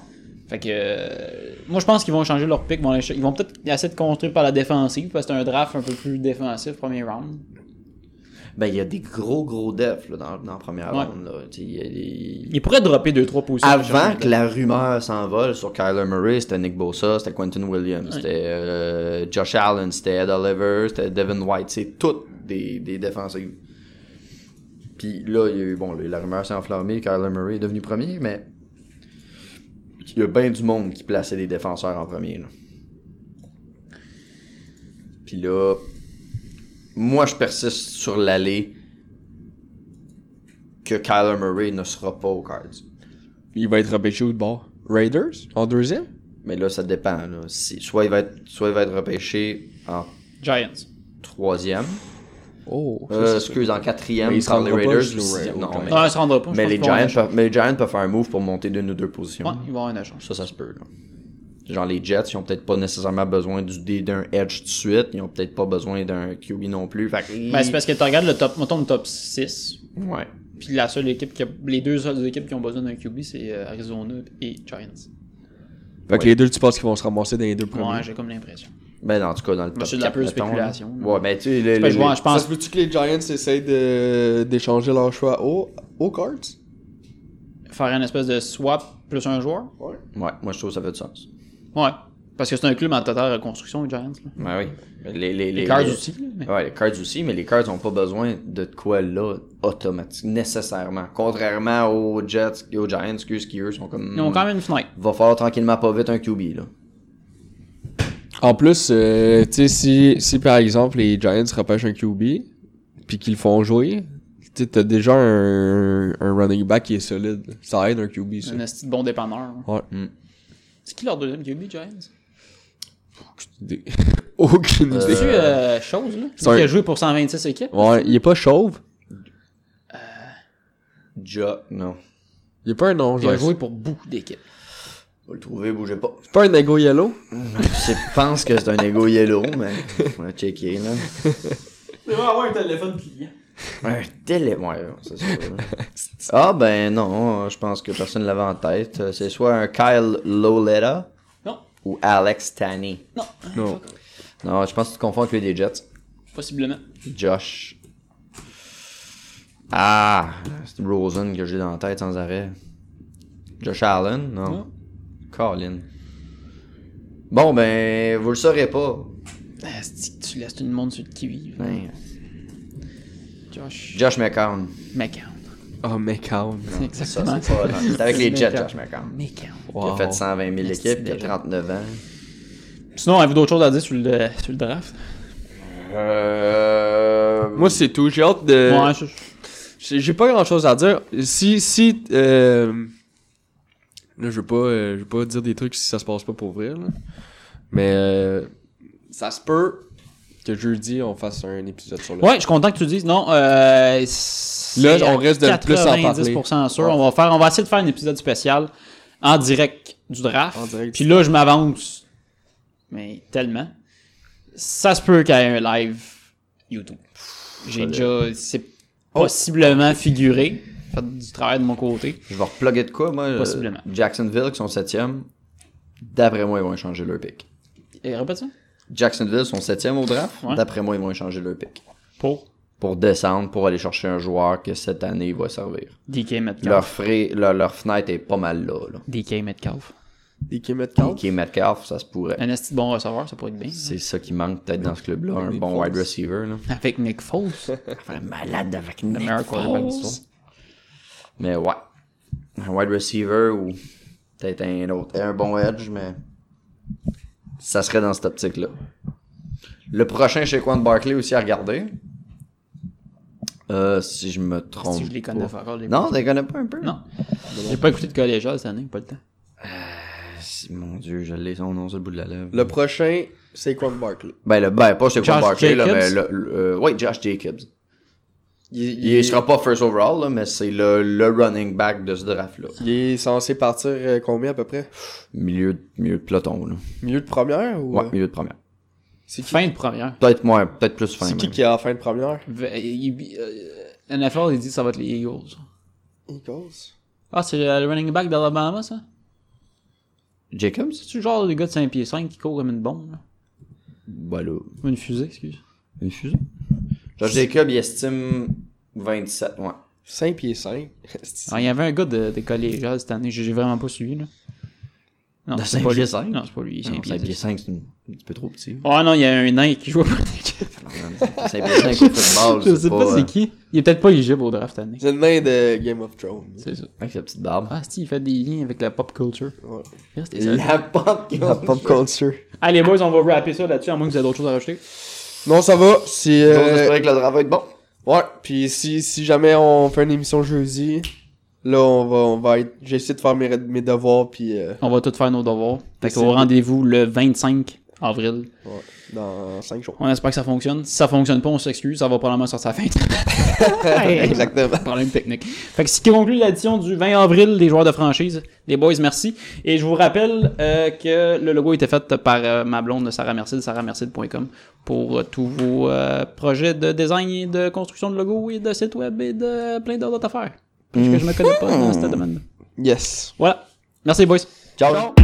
Fait que. euh, moi, je pense qu'ils vont changer leur pick. Ils vont, aller ch- ils vont peut-être essayer de construire par la défensive, parce que c'est un draft un peu plus défensif, premier round.
Ben, il y a des gros, gros defs là, dans, dans la première
Ouais.
ronde. Là. Tu sais, il y a des-
Ils pourraient dropper 2-3 positions. euh,
Avant que la rumeur s'envole sur Kyler Murray, c'était Nick Bosa, c'était Quentin Williams, c'était euh, Josh Allen, c'était Ed Oliver, c'était Devin White. C'est toutes des, des défensives. Puis là, il y a eu, bon, la rumeur s'est enflammée, Kyler Murray est devenu premier, mais il y a bien du monde qui plaçait des défenseurs en premier. là. Puis là, moi, je persiste sur l'allée que Kyler Murray ne sera pas aux Cards.
Il va être repêché au bord. Raiders en deuxième
Mais là, ça dépend. là. Si- soit, il va être, soit il va être repêché en
Giants.
troisième.
Oh.
Euh, excuse, en quatrième
Mais il se
par les
rendra pas
Raiders.
jusqu'au
sixième.
Ra- au
Non,
Giants.
mais,
Non, ils se rendra pas. Ah, je
mais
pense
les
qu'ils vont avoir
Giants
un échange.
peuvent, mais les Giants peuvent faire un move pour monter d'une ou deux positions.
Ouais, ils vont avoir un échange.
Ça, ça se peut. là. Genre, les Jets, ils ont peut-être pas nécessairement besoin du D d'un edge tout de suite. Ils ont peut-être pas besoin d'un QB non plus. Fait que-
Ben, c'est parce que tu regardes le top, mettons le top 6,
Ouais.
puis la seule équipe qui a, les deux seules équipes qui ont besoin d'un QB, c'est euh, Arizona et Giants.
Fait que les deux, tu penses qu'ils vont se ramasser dans les deux premiers.
Ouais, j'ai comme l'impression.
Ben, en tout cas, dans le top
c'est de la
quatre,
pure
mettons, là.
spéculation, là.
Ouais, ben, tu sais, les-
Ben,
les-
je vois- je
Ça
pense
se peut-tu que les Giants essayent de- d'échanger leur choix aux, aux Cards
faire une espèce de swap plus un joueur.
Ouais, moi, je trouve que ça fait du sens.
Ouais. Parce que c'est un club en totale reconstruction, les Giants. là.
Ben oui. Les, les,
Les Cards aussi. là, mais-
Ouais, les cards aussi, mais les cards n'ont pas besoin de de quoi là, automatique, nécessairement. Contrairement aux Jets et aux Giants, excuse, qui eux sont comme.
Ils ont quand même une fenêtre.
Va falloir tranquillement pas vite un QB, là.
En plus, euh, tu sais, si, si par exemple les Giants repêchent un QB, puis qu'ils le font jouer, tu sais, t'as déjà un, un running back qui est solide. Ça aide un QB, ça.
C'est un esti de bon dépanneur. hein. là.
Ouais.
C'est qui leur deuxième QB, Giants
Des- (laughs) Aucune idée.
C'est-tu euh, Chose, là
c'est un-
Qui a joué pour 126 équipes
Ouais, il est pas chauve.
Ja, non.
Il est pas un nom,
Il a
genre.
joué pour beaucoup d'équipes.
Vous le trouvez, bougez pas.
C'est pas un ego yellow.
Je pense que c'est un ego yellow, mais. On va checker, là.
Il va avoir un téléphone client.
Un télé. Ouais, c'est ça.
(laughs)
là. Ah, ben non, je pense que personne ne l'avait en tête. C'est soit un Kyle Loletta
Non,
ou Alex Tanny.
non,
Non.
Non, je pense que tu te confonds avec lui des Jets.
possiblement.
Josh. Ah, c'est Rosen que j'ai dans la tête sans arrêt. Josh Allen, non. Colin. Bon, ben, vous le saurez pas.
Ah, c'est-tu que tu laisses tout le monde sur le qui vive.
Ben,
Josh
Josh McCown.
McCown.
Oh, McCown.
Ça,
Exactement.
c'est pas. C'est avec les Jets, Josh
McCown.
McCown. Il
Wow.
a fait 120 000
Merci
équipes, il a
déjà.
39 ans.
Sinon, avez-vous d'autres choses à dire sur le, sur le draft?
Euh...
Moi, c'est tout. J'ai hâte de.
Ouais, je-
J'ai j'ai pas grand chose à dire. Si. si euh, Là, je veux, pas, euh, je veux pas dire des trucs si ça se passe pas pour vrai. là. Mais euh, ça se peut que jeudi, on fasse un épisode sur le.
Ouais, je suis content que tu le dises. Non, euh, c'est
Là, on risque de plus en parler.
90% sûr.
Ouais.
On, va faire, on va essayer de faire un épisode spécial en direct du draft.
En direct.
Puis là, je m'avance. Mais tellement. Ça se peut qu'il y ait un live YouTube. J'ai déjà. C'est possiblement figuré. Fait du travail de mon côté.
Je vais reploguer de quoi, moi euh,
Possiblement.
Jacksonville, qui sont 7e. D'après moi, ils vont échanger leur pick.
Et répète ça.
Jacksonville sont 7e au draft.
Ouais.
D'après moi, ils vont échanger leur pick.
Pour
Pour descendre, pour aller chercher un joueur que cette année va servir.
DK Metcalf.
Leur, frais, leur, leur fenêtre est pas mal là. là.
DK Metcalf.
Des
Qui est Metcalf, ça se pourrait.
Un esti de bon receveur, ça pourrait être bien.
C'est ça qui manque peut-être dans ce club-là, un
Nick
bon
Foles.
wide receiver. Là.
Avec Nick
(laughs)
Foles.
Enfin, malade avec
Le meilleur quarterback d'histoire.
Mais ouais. Un wide receiver ou peut-être un autre. Un bon edge, mais ça serait dans cette optique-là. Le prochain chez Quan Barkley aussi à regarder. Euh, si je me trompe.
Si je les connais
pas.
pas encore, les
Non, tu les connais pas un peu?
Non. J'ai pas écouté de collégial cette année, pas le temps.
Si- Mon dieu, je l'ai son nom sur le bout de la lèvre.
Le prochain, c'est Quan Barkley.
Ben, le, ben, pas chez Quan
Josh
Barkley, là,
Jacobs?
mais le, le- euh, ouais, Josh Jacobs. Il, sera pas first overall, là, mais c'est le, le running back de ce draft-là.
Il est censé partir euh, combien à peu près
Milieu, de- milieu de peloton, là.
Milieu de première ou.
Ouais,
euh,
milieu de première.
C'est qui,
Fin de première.
Peut-être moins, peut-être plus fin.
c'est qui
même.
qui est en fin de première
V- il- euh, NFL, il dit que ça va être les Eagles.
Eagles.
Ah, c'est le le running back d'Alabama, ça?
Jacobs?
C'est-tu le genre de gars de 5 pieds 5 qui court comme une bombe? là?
Ben là,
Ou une fusée, excuse.
une fusée. Josh Jacobs, il estime 27, ouais.
5 pieds (laughs) 5.
Alors, Ah, il y avait un gars de, de collégial cette année, j'ai vraiment pas suivi, là. Non,
De
c'est
cinq
pas lui.
pieds cinq?
Non, c'est pas lui, c'est
5
un pied.
pieds
six.
5, c'est une- un petit peu trop petit.
(laughs) Ah non, il y a un nain qui joue pour l'équipe.
5 pieds 5 au football,
Je sais pas,
euh,
c'est qui. Il est peut-être pas éligible au draft cette année.
C'est le nain de Game of Thrones.
C'est ça.
Avec sa petite barbe.
Ah, si, il fait des liens avec la pop culture.
Ouais.
Yes, t'es sérieux.
pop
Pop culture.
Allez, boys, on va rapper ça là-dessus, à moins que vous ayez d'autres choses à rajouter.
Non, ça va. C'est. euh,
J'espère que le draft va être bon.
Ouais, puis si, si jamais on fait une émission jeudi, là, on va, on va être... J'essaie de faire mes, mes devoirs, puis euh,
On va tout faire nos devoirs. Fait
Merci.
qu'au rendez-vous le 25 avril.
ouais, dans 5 jours.
On espère que ça fonctionne. Si ça fonctionne pas, on s'excuse. Ça va probablement sortir à la fin.
Exactement.
Problème technique. Fait que ce qui conclut l'édition du 20 avril des joueurs de franchise. Les boys, merci. Et je vous rappelle euh, que le logo était fait par euh, ma blonde Sarah Mercide, sarahmercide.com pour euh, tous vos euh, projets de design et de construction de logo et de site web et de plein d'autres
Hmm.
affaires. Parce que je me connais pas dans ce domaine
Yes.
Voilà. Merci, boys.
Ciao.